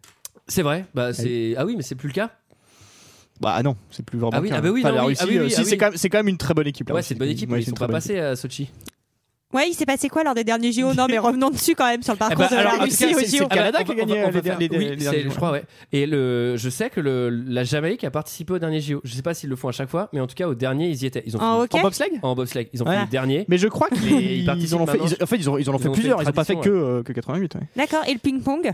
[SPEAKER 1] C'est vrai, bah c'est ah oui mais c'est plus le cas.
[SPEAKER 6] Bah ah non, c'est plus vraiment.
[SPEAKER 1] Ah oui,
[SPEAKER 6] le cas.
[SPEAKER 1] ah bah oui,
[SPEAKER 6] Enfin,
[SPEAKER 1] non,
[SPEAKER 6] la
[SPEAKER 1] oui,
[SPEAKER 6] Russie,
[SPEAKER 1] ah oui,
[SPEAKER 6] euh,
[SPEAKER 1] oui,
[SPEAKER 6] si,
[SPEAKER 1] ah
[SPEAKER 6] c'est
[SPEAKER 1] oui.
[SPEAKER 6] quand même- c'est quand, même une très bonne équipe. la
[SPEAKER 1] Ouais
[SPEAKER 6] Russie.
[SPEAKER 1] c'est une bonne équipe,
[SPEAKER 6] Ouais,
[SPEAKER 1] mais ils
[SPEAKER 6] c'est
[SPEAKER 1] sont
[SPEAKER 6] une
[SPEAKER 1] pas
[SPEAKER 6] très bonne
[SPEAKER 1] passés
[SPEAKER 6] équipe.
[SPEAKER 1] à Sochi.
[SPEAKER 7] Ouais, il s'est passé quoi lors des derniers JO Non,
[SPEAKER 1] [laughs]
[SPEAKER 7] mais revenons dessus quand même sur
[SPEAKER 6] Ah,
[SPEAKER 7] le parcours
[SPEAKER 1] Eh ben,
[SPEAKER 7] de
[SPEAKER 1] alors, en
[SPEAKER 7] la
[SPEAKER 1] tout
[SPEAKER 7] Russie
[SPEAKER 6] cas,
[SPEAKER 7] aux
[SPEAKER 6] c'est-
[SPEAKER 7] JO.
[SPEAKER 6] c'est- Canada
[SPEAKER 1] Ah bah,
[SPEAKER 6] qui a
[SPEAKER 1] on va-
[SPEAKER 6] gagné
[SPEAKER 1] on va
[SPEAKER 6] les
[SPEAKER 1] faire-
[SPEAKER 6] derniers-
[SPEAKER 1] oui,
[SPEAKER 6] les
[SPEAKER 1] c'est-
[SPEAKER 6] derniers
[SPEAKER 1] je crois, ouais. Et le, je sais que le, la Jamaïque a participé au dernier JO. Je sais pas s'ils le font à chaque fois, mais en tout cas au dernier ils y étaient. Ils ont
[SPEAKER 7] En
[SPEAKER 1] fini-
[SPEAKER 7] hockey
[SPEAKER 6] En bobsleigh
[SPEAKER 1] en bobsleigh, ils ont
[SPEAKER 6] Ouais.
[SPEAKER 1] fait le dernier.
[SPEAKER 6] Mais je crois
[SPEAKER 1] Ils
[SPEAKER 6] qu'ils ils en ont
[SPEAKER 1] participent
[SPEAKER 6] fait.
[SPEAKER 1] maintenant.
[SPEAKER 6] ils- en fait, ils, ont, ils en ont
[SPEAKER 1] Ils
[SPEAKER 6] fait
[SPEAKER 1] ont fait
[SPEAKER 6] plusieurs.
[SPEAKER 1] une
[SPEAKER 6] Ils ont pas fait que,
[SPEAKER 1] tradition,
[SPEAKER 6] euh, que 88. Ouais.
[SPEAKER 7] D'accord, et le ping-pong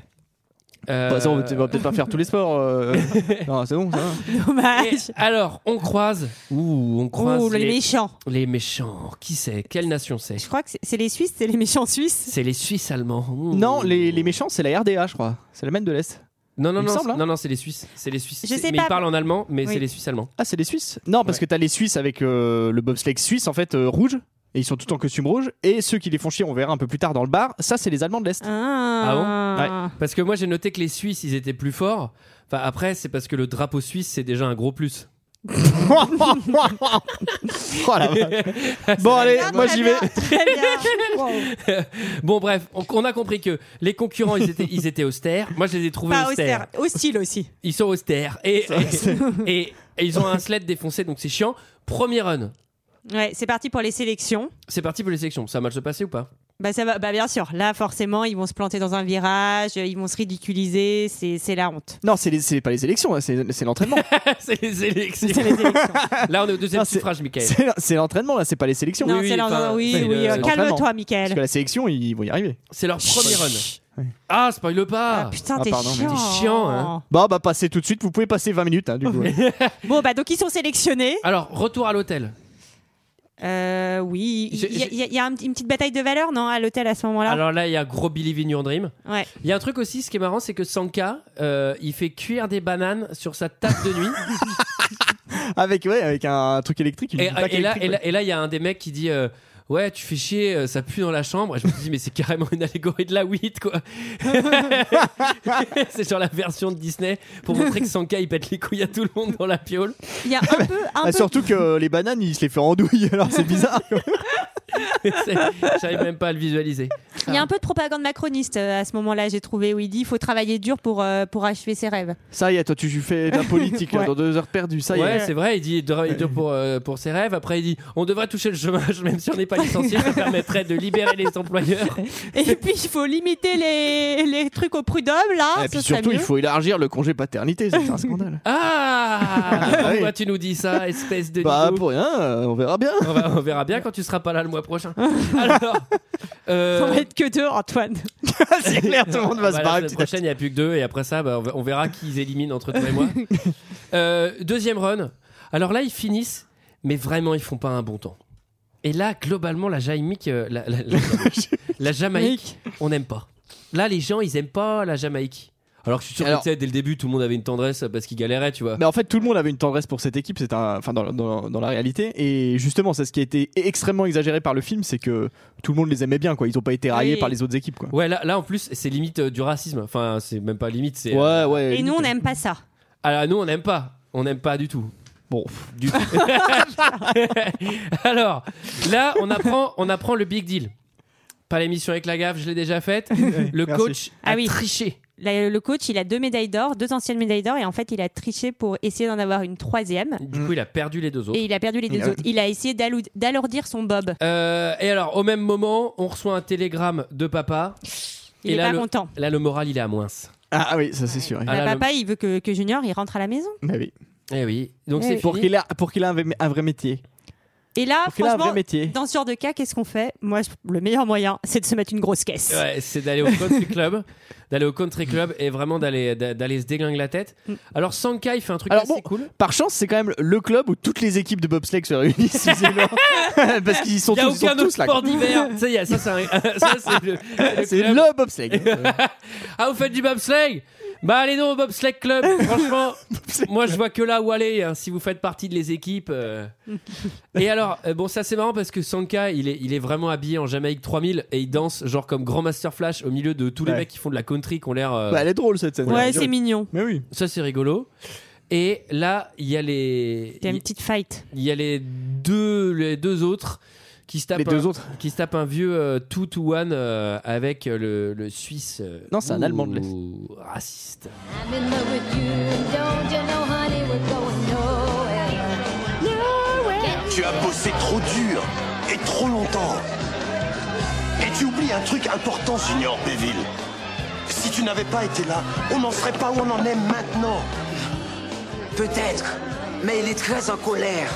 [SPEAKER 1] Euh,
[SPEAKER 6] Bah, ça, on va peut- on va peut-être pas faire tous les sports. euh, [laughs] non, c'est bon. Ça va.
[SPEAKER 1] Et
[SPEAKER 7] Dommage.
[SPEAKER 1] alors, on croise. Ouh, on croise
[SPEAKER 7] Ouh,
[SPEAKER 1] les,
[SPEAKER 7] les méchants.
[SPEAKER 1] les méchants. Qui c'est Quelle nation c'est
[SPEAKER 7] Je crois que c'est- c'est les Suisses, c'est les méchants Suisses.
[SPEAKER 1] C'est les Suisses allemands. Ouh.
[SPEAKER 6] Non, les, les méchants, c'est la RDA, je crois. C'est l'Allemagne de l'Est.
[SPEAKER 1] Non, non,
[SPEAKER 6] il me
[SPEAKER 1] non,
[SPEAKER 6] semble,
[SPEAKER 1] c'est-
[SPEAKER 6] hein.
[SPEAKER 1] non, non, c'est les Suisses. C'est les Suisses.
[SPEAKER 7] Je
[SPEAKER 1] C'est-
[SPEAKER 7] sais
[SPEAKER 1] mais
[SPEAKER 7] pas.
[SPEAKER 1] ils parlent en allemand, mais
[SPEAKER 7] Oui.
[SPEAKER 1] c'est les Suisses allemands.
[SPEAKER 6] Ah, c'est les Suisses Non, parce
[SPEAKER 1] Ouais.
[SPEAKER 6] que t'as les Suisses avec euh, le bobsleigh suisse, en fait, euh, rouge. Et ils sont tous en costume rouge. Et ceux qui les font chier, on verra un peu plus tard dans le bar. Ça, c'est les Allemands de l'Est.
[SPEAKER 1] [laughs]
[SPEAKER 7] Ah,
[SPEAKER 1] Parce que moi, j'ai noté que les Suisses, ils étaient plus forts. Enfin, après, c'est parce que le drapeau suisse, c'est déjà un gros plus.
[SPEAKER 6] Oh la vache. [laughs] Bon, allez, moi j'y vais.
[SPEAKER 7] Très bien.
[SPEAKER 1] [laughs] Bon, bref, on, on a compris que les concurrents, ils étaient, ils étaient austères. Moi, je les ai trouvés
[SPEAKER 7] Pas
[SPEAKER 1] austères.
[SPEAKER 7] austère, hostile aussi.
[SPEAKER 1] Ils sont austères. Et, et, et- et ils ont un sled défoncé, donc c'est chiant. Premier run.
[SPEAKER 7] Ouais, c'est parti pour les sélections.
[SPEAKER 1] C'est parti pour les sections. Ça a mal se passer ou pas
[SPEAKER 7] Bah ça va, bah bien sûr. Là, forcément, ils vont se planter dans un virage, ils vont se ridiculiser, c'est c'est la honte.
[SPEAKER 6] Non, c'est les- c'est pas les élections, c'est c'est
[SPEAKER 1] [laughs]
[SPEAKER 6] l'entraînement.
[SPEAKER 1] C'est les élections.
[SPEAKER 7] C'est les élections.
[SPEAKER 1] [laughs] Là, on est au deuxième
[SPEAKER 6] Non, c'est-
[SPEAKER 1] suffrage, Michael.
[SPEAKER 6] C'est c'est l'entraînement, là, c'est pas les sélections.
[SPEAKER 7] non,
[SPEAKER 1] oui,
[SPEAKER 7] c'est la-
[SPEAKER 1] enfin,
[SPEAKER 7] oui,
[SPEAKER 1] c'est
[SPEAKER 7] oui,
[SPEAKER 1] le-
[SPEAKER 7] euh,
[SPEAKER 6] l'entraînement.
[SPEAKER 7] calme-toi,
[SPEAKER 6] Parce
[SPEAKER 7] Michael.
[SPEAKER 6] que la sélection, ils vont y arriver.
[SPEAKER 1] C'est leur premier
[SPEAKER 7] Chut.
[SPEAKER 1] run.
[SPEAKER 6] Ouais.
[SPEAKER 1] Ah, spoil pas
[SPEAKER 7] Ah, putain,
[SPEAKER 6] Ah,
[SPEAKER 7] t'es
[SPEAKER 6] pardon, mais
[SPEAKER 7] chiant.
[SPEAKER 1] c'est chiant, hein.
[SPEAKER 6] Bon, bah, passez tout de suite, vous pouvez passer 20 minutes, hein,
[SPEAKER 1] [laughs]
[SPEAKER 6] du coup.
[SPEAKER 7] Bon, bah donc ils sont sélectionnés.
[SPEAKER 1] Alors, retour à l'hôtel.
[SPEAKER 7] Euh, oui, il
[SPEAKER 1] J'ai-
[SPEAKER 7] il y a, il y a- il y a un- une petite bataille de valeur, non, à l'hôtel à ce moment-là.
[SPEAKER 1] Alors là, il y a gros Believe in Your Dream.
[SPEAKER 7] Ouais.
[SPEAKER 1] Il y a un truc aussi, ce qui est marrant, c'est que Sanka, euh, il fait cuire des bananes sur sa table de
[SPEAKER 7] [laughs]
[SPEAKER 1] nuit.
[SPEAKER 6] Avec, ouais, avec un truc électrique. une
[SPEAKER 1] et,
[SPEAKER 6] plaque
[SPEAKER 1] et là,
[SPEAKER 6] électrique,
[SPEAKER 1] et,
[SPEAKER 6] ouais.
[SPEAKER 1] là, et là, il y a un des mecs qui dit euh, Ouais, tu fais chier, euh, ça pue dans la chambre. Et je me dis, mais c'est carrément une allégorie de la weed,
[SPEAKER 7] [laughs]
[SPEAKER 1] quoi. c'est genre la version de Disney pour montrer que Sanka, il pète les couilles à tout le monde dans la piole.
[SPEAKER 7] Il y a un peu, un
[SPEAKER 6] Ah,
[SPEAKER 7] peu
[SPEAKER 6] surtout que euh, les bananes, il se les fait en douille, [laughs] alors c'est bizarre.
[SPEAKER 1] [laughs] C'est- J'arrive même pas à le visualiser.
[SPEAKER 7] Il y a un peu de propagande macroniste euh, à ce moment-là, j'ai trouvé, où il dit il faut travailler dur pour, euh, pour achever ses rêves.
[SPEAKER 6] Ça y est, toi, tu fais de la
[SPEAKER 7] [laughs]
[SPEAKER 6] politique là,
[SPEAKER 7] Ouais.
[SPEAKER 6] dans deux heures perdues. Ça y
[SPEAKER 1] ouais,
[SPEAKER 6] est.
[SPEAKER 1] c'est vrai, il dit il devra- il dure pour, euh, pour ses rêves. Après, il dit on devrait toucher le chômage, [laughs] même si on n'est pas licencié, ça permettrait de libérer les
[SPEAKER 6] [laughs]
[SPEAKER 1] employeurs.
[SPEAKER 7] Et puis il faut limiter les, les trucs au prud'homme, là.
[SPEAKER 6] et
[SPEAKER 7] ce
[SPEAKER 6] puis
[SPEAKER 7] serait
[SPEAKER 6] surtout,
[SPEAKER 7] Ah, mieux.
[SPEAKER 6] il faut élargir le congé paternité, c'est un [laughs] scandale.
[SPEAKER 1] Ah
[SPEAKER 6] Ah oui.
[SPEAKER 1] Pourquoi tu nous dis ça, espèce de.
[SPEAKER 6] bah,
[SPEAKER 1] nidou
[SPEAKER 6] pour rien, euh, on verra [laughs] bien.
[SPEAKER 1] on, va- on verra bien quand tu seras pas là le mois prochain.
[SPEAKER 6] [laughs]
[SPEAKER 1] Alors. euh,
[SPEAKER 7] Faut mettre que deux, Antoine.
[SPEAKER 6] c'est clair, tout le monde va
[SPEAKER 1] bah,
[SPEAKER 6] se barrer
[SPEAKER 1] La semaine
[SPEAKER 6] petit à petit.
[SPEAKER 1] prochaine, il n'y a plus que deux, et après ça, bah, on va- on verra qui ils éliminent entre toi et
[SPEAKER 6] [laughs]
[SPEAKER 1] moi. Euh, deuxième run. Alors là, ils finissent, mais vraiment, ils font pas un bon temps. Et là, globalement, la Jamaïque, euh, la,
[SPEAKER 6] [laughs]
[SPEAKER 1] la- la- la Jamaïque, on n'aime pas. Là, les gens, ils aiment pas la Jamaïque. Alors que je suis sûr
[SPEAKER 6] Alors- Bah-
[SPEAKER 1] que tu sais, dès le début, tout le monde avait une tendresse parce qu'il galérait, tu vois.
[SPEAKER 6] Mais en fait, tout le monde avait une tendresse pour cette équipe, c'est un, enfin dans, dans- dans la réalité. Et justement, c'est ce qui a été extrêmement exagéré par le film, c'est que tout le monde les aimait bien, quoi. Ils ont pas été raillés
[SPEAKER 7] Oui.
[SPEAKER 6] par les autres équipes, quoi.
[SPEAKER 1] Ouais, là, là en plus, c'est limite euh, du racisme. Enfin, c'est même pas limite, c'est.
[SPEAKER 6] Ouais, ouais.
[SPEAKER 7] Et nous, on n'aime pas ça.
[SPEAKER 1] Alors, Ah, nous, on n'aime pas. On n'aime pas du tout.
[SPEAKER 6] Bon,
[SPEAKER 1] Du
[SPEAKER 7] [laughs]
[SPEAKER 1] tout. Alors, là, on apprend, on apprend le big deal. Pas l'émission avec la gaffe, je l'ai déjà faite. Le
[SPEAKER 6] merci.
[SPEAKER 1] coach a
[SPEAKER 7] Ah oui.
[SPEAKER 1] triché.
[SPEAKER 7] La- le coach, il a deux médailles d'or, deux anciennes médailles d'or, et en fait, il a triché pour essayer d'en avoir une troisième.
[SPEAKER 1] Du
[SPEAKER 6] Mm.
[SPEAKER 1] coup, il a perdu les deux autres.
[SPEAKER 7] Et il a perdu les deux
[SPEAKER 6] Ah oui.
[SPEAKER 7] autres. Il a essayé d'alou- d'alourdir son bob.
[SPEAKER 1] Euh, et alors, au même moment, on reçoit un télégramme de papa.
[SPEAKER 7] Il
[SPEAKER 1] Et
[SPEAKER 7] est
[SPEAKER 1] là,
[SPEAKER 7] pas
[SPEAKER 1] le-
[SPEAKER 7] content.
[SPEAKER 1] Là, le moral, il est à moins.
[SPEAKER 6] Ah, ah oui, ça c'est sûr.
[SPEAKER 1] Ah
[SPEAKER 7] Bah,
[SPEAKER 1] là, le-
[SPEAKER 7] papa, il veut que, que Junior, il rentre à la maison.
[SPEAKER 6] Bah oui.
[SPEAKER 1] Eh oui. Donc,
[SPEAKER 7] Eh
[SPEAKER 1] c'est
[SPEAKER 7] oui.
[SPEAKER 6] Pour
[SPEAKER 1] fini.
[SPEAKER 6] qu'il a, pour qu'il a un, vrai- un vrai métier.
[SPEAKER 7] Et là,
[SPEAKER 6] Pour qu'il a un vrai
[SPEAKER 7] franchement,
[SPEAKER 6] métier.
[SPEAKER 7] dans ce genre de cas, qu'est-ce qu'on fait Moi, je- le meilleur moyen, c'est de se mettre une grosse caisse.
[SPEAKER 1] Ouais, c'est d'aller au country club, d'aller au country club et vraiment d'aller d'a- d'aller se déglinguer la tête.
[SPEAKER 7] Mm.
[SPEAKER 1] Alors Sanka, il fait un truc
[SPEAKER 6] Alors
[SPEAKER 1] assez
[SPEAKER 6] bon,
[SPEAKER 1] cool.
[SPEAKER 6] Par chance, c'est quand même le club où toutes les équipes de bobsleigh se réunissent. [laughs]
[SPEAKER 7] [laughs]
[SPEAKER 6] visiblement. Parce qu'ils sont
[SPEAKER 1] Il y a
[SPEAKER 6] tous, ils sont
[SPEAKER 1] aucun autre
[SPEAKER 6] tous là. quoi.
[SPEAKER 1] sport d'hiver. [laughs] ça y est, ça c'est un- [laughs] ça, c'est le,
[SPEAKER 6] C'est
[SPEAKER 1] club.
[SPEAKER 6] le bobsleigh.
[SPEAKER 1] Ah, vous faites du bobsleigh Bah allez donc au bobsleigh [laughs] club. Franchement, moi je vois que là où aller hein, si vous faites partie de les équipes. [laughs] euh. Et alors, euh, bon, ça c'est marrant parce que Sanka, il est, il est vraiment habillé en Jamaïque 3000 et il danse genre comme Grand Master Flash au milieu de tous les
[SPEAKER 6] Ouais.
[SPEAKER 1] mecs qui font de la country qui ont l'air. euh,
[SPEAKER 6] Bah, elle est drôle cette scène.
[SPEAKER 7] Ouais, c'est mignon.
[SPEAKER 6] Mais oui.
[SPEAKER 1] Ça c'est rigolo. Et là, il y a les.
[SPEAKER 7] Il y a une petite fight.
[SPEAKER 1] Il y a les deux, les deux autres qui se tapent,
[SPEAKER 6] Les deux
[SPEAKER 1] un,
[SPEAKER 6] autres.
[SPEAKER 1] qui se tapent un vieux euh, two to one euh, avec euh, le, le Suisse. euh,
[SPEAKER 6] Non, c'est un
[SPEAKER 1] ouh,
[SPEAKER 6] Allemand de
[SPEAKER 1] Raciste. [laughs]
[SPEAKER 11] I'm in love with you, and don't you know, honey, we're going nowhere. Nowhere.
[SPEAKER 10] Tu as bossé trop dur et trop longtemps. Et tu oublies un truc important, Junior Béville. Si tu n'avais pas été là, on n'en serait pas où on en est maintenant.
[SPEAKER 4] Peut-être, mais il est très en colère.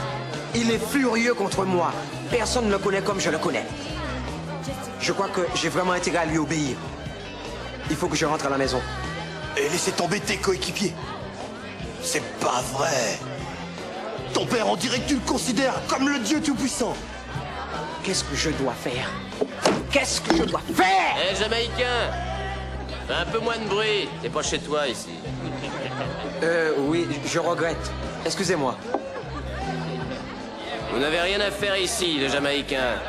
[SPEAKER 4] Il est furieux contre moi. Personne ne le connaît comme je le connais. Je crois que j'ai vraiment intérêt à lui obéir. Il faut que je rentre à la maison.
[SPEAKER 10] Et laissez tomber tes coéquipiers. C'est pas vrai. Ton père, on dirait que tu le considères comme le Dieu Tout-Puissant.
[SPEAKER 4] Qu'est-ce que je dois faire Qu'est-ce que je dois faire
[SPEAKER 12] Eh, Jamaïcain Fais un peu moins de bruit, t'es pas chez toi ici.
[SPEAKER 4] Euh, oui, je regrette. Excusez-moi.
[SPEAKER 12] Vous n'avez rien à faire ici, les Jamaïcains.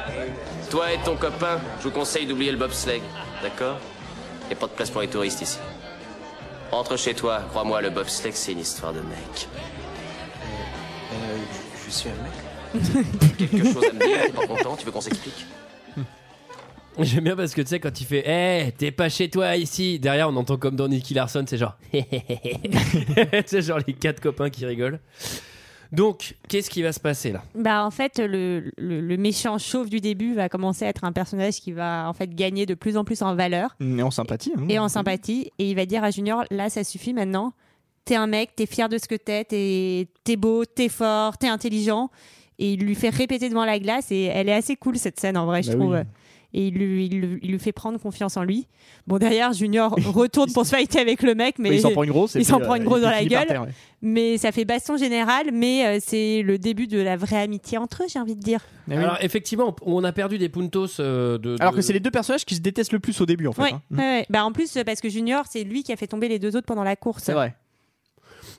[SPEAKER 12] Toi et ton copain, je vous conseille d'oublier le bobsleigh, d'accord Y a pas de place pour les touristes ici. Rentre chez toi, crois-moi, le bobsleigh, c'est une histoire de mec.
[SPEAKER 4] Euh, Je suis un mec.
[SPEAKER 12] Quelque chose à me dire, t'es pas content, tu veux qu'on s'explique
[SPEAKER 1] J'aime bien parce que tu sais, quand il fait Eh, t'es pas chez toi ici Derrière, on entend comme dans Nicky Larson, c'est genre
[SPEAKER 6] [laughs]
[SPEAKER 1] [laughs] C'est genre les quatre copains qui rigolent. Donc, qu'est-ce qui va se passer là
[SPEAKER 7] Bah, en fait, le, le- le méchant chauve du début va commencer à être un personnage qui va en fait gagner de plus en plus en valeur
[SPEAKER 6] Mais en sympathie. hein.
[SPEAKER 7] et en sympathie. Et il va dire à Junior là, ça suffit maintenant. T'es un mec, t'es fier de ce que t'es, t'es t'es beau, t'es fort, t'es intelligent. Et il lui fait répéter devant la glace. Et elle est assez cool cette scène en vrai, je
[SPEAKER 6] Bah
[SPEAKER 7] trouve.
[SPEAKER 6] oui.
[SPEAKER 7] Et il lui, il lui- il lui fait prendre confiance en lui. Bon,
[SPEAKER 6] [laughs]
[SPEAKER 7] derrière, Junior retourne pour se fighter avec le mec, mais,
[SPEAKER 6] il s'en prend une grosse. et
[SPEAKER 7] il s'en
[SPEAKER 6] puis,
[SPEAKER 7] prend
[SPEAKER 6] euh,
[SPEAKER 7] une grosse
[SPEAKER 6] il
[SPEAKER 7] dans la
[SPEAKER 6] finit par
[SPEAKER 7] gueule.
[SPEAKER 6] terre, ouais.
[SPEAKER 7] mais ça fait baston général. Mais euh, c'est le début de la vraie amitié entre eux, j'ai envie de dire.
[SPEAKER 6] Ah oui.
[SPEAKER 1] Alors, effectivement, on a perdu des puntos euh, de.
[SPEAKER 6] Alors
[SPEAKER 1] de-
[SPEAKER 6] que c'est les deux personnages qui se détestent le plus au début en fait.
[SPEAKER 7] Ouais,
[SPEAKER 6] hein.
[SPEAKER 7] ouais, ouais. Bah, en plus, euh, parce que Junior, c'est lui qui a fait tomber les deux autres pendant la course.
[SPEAKER 6] C'est vrai.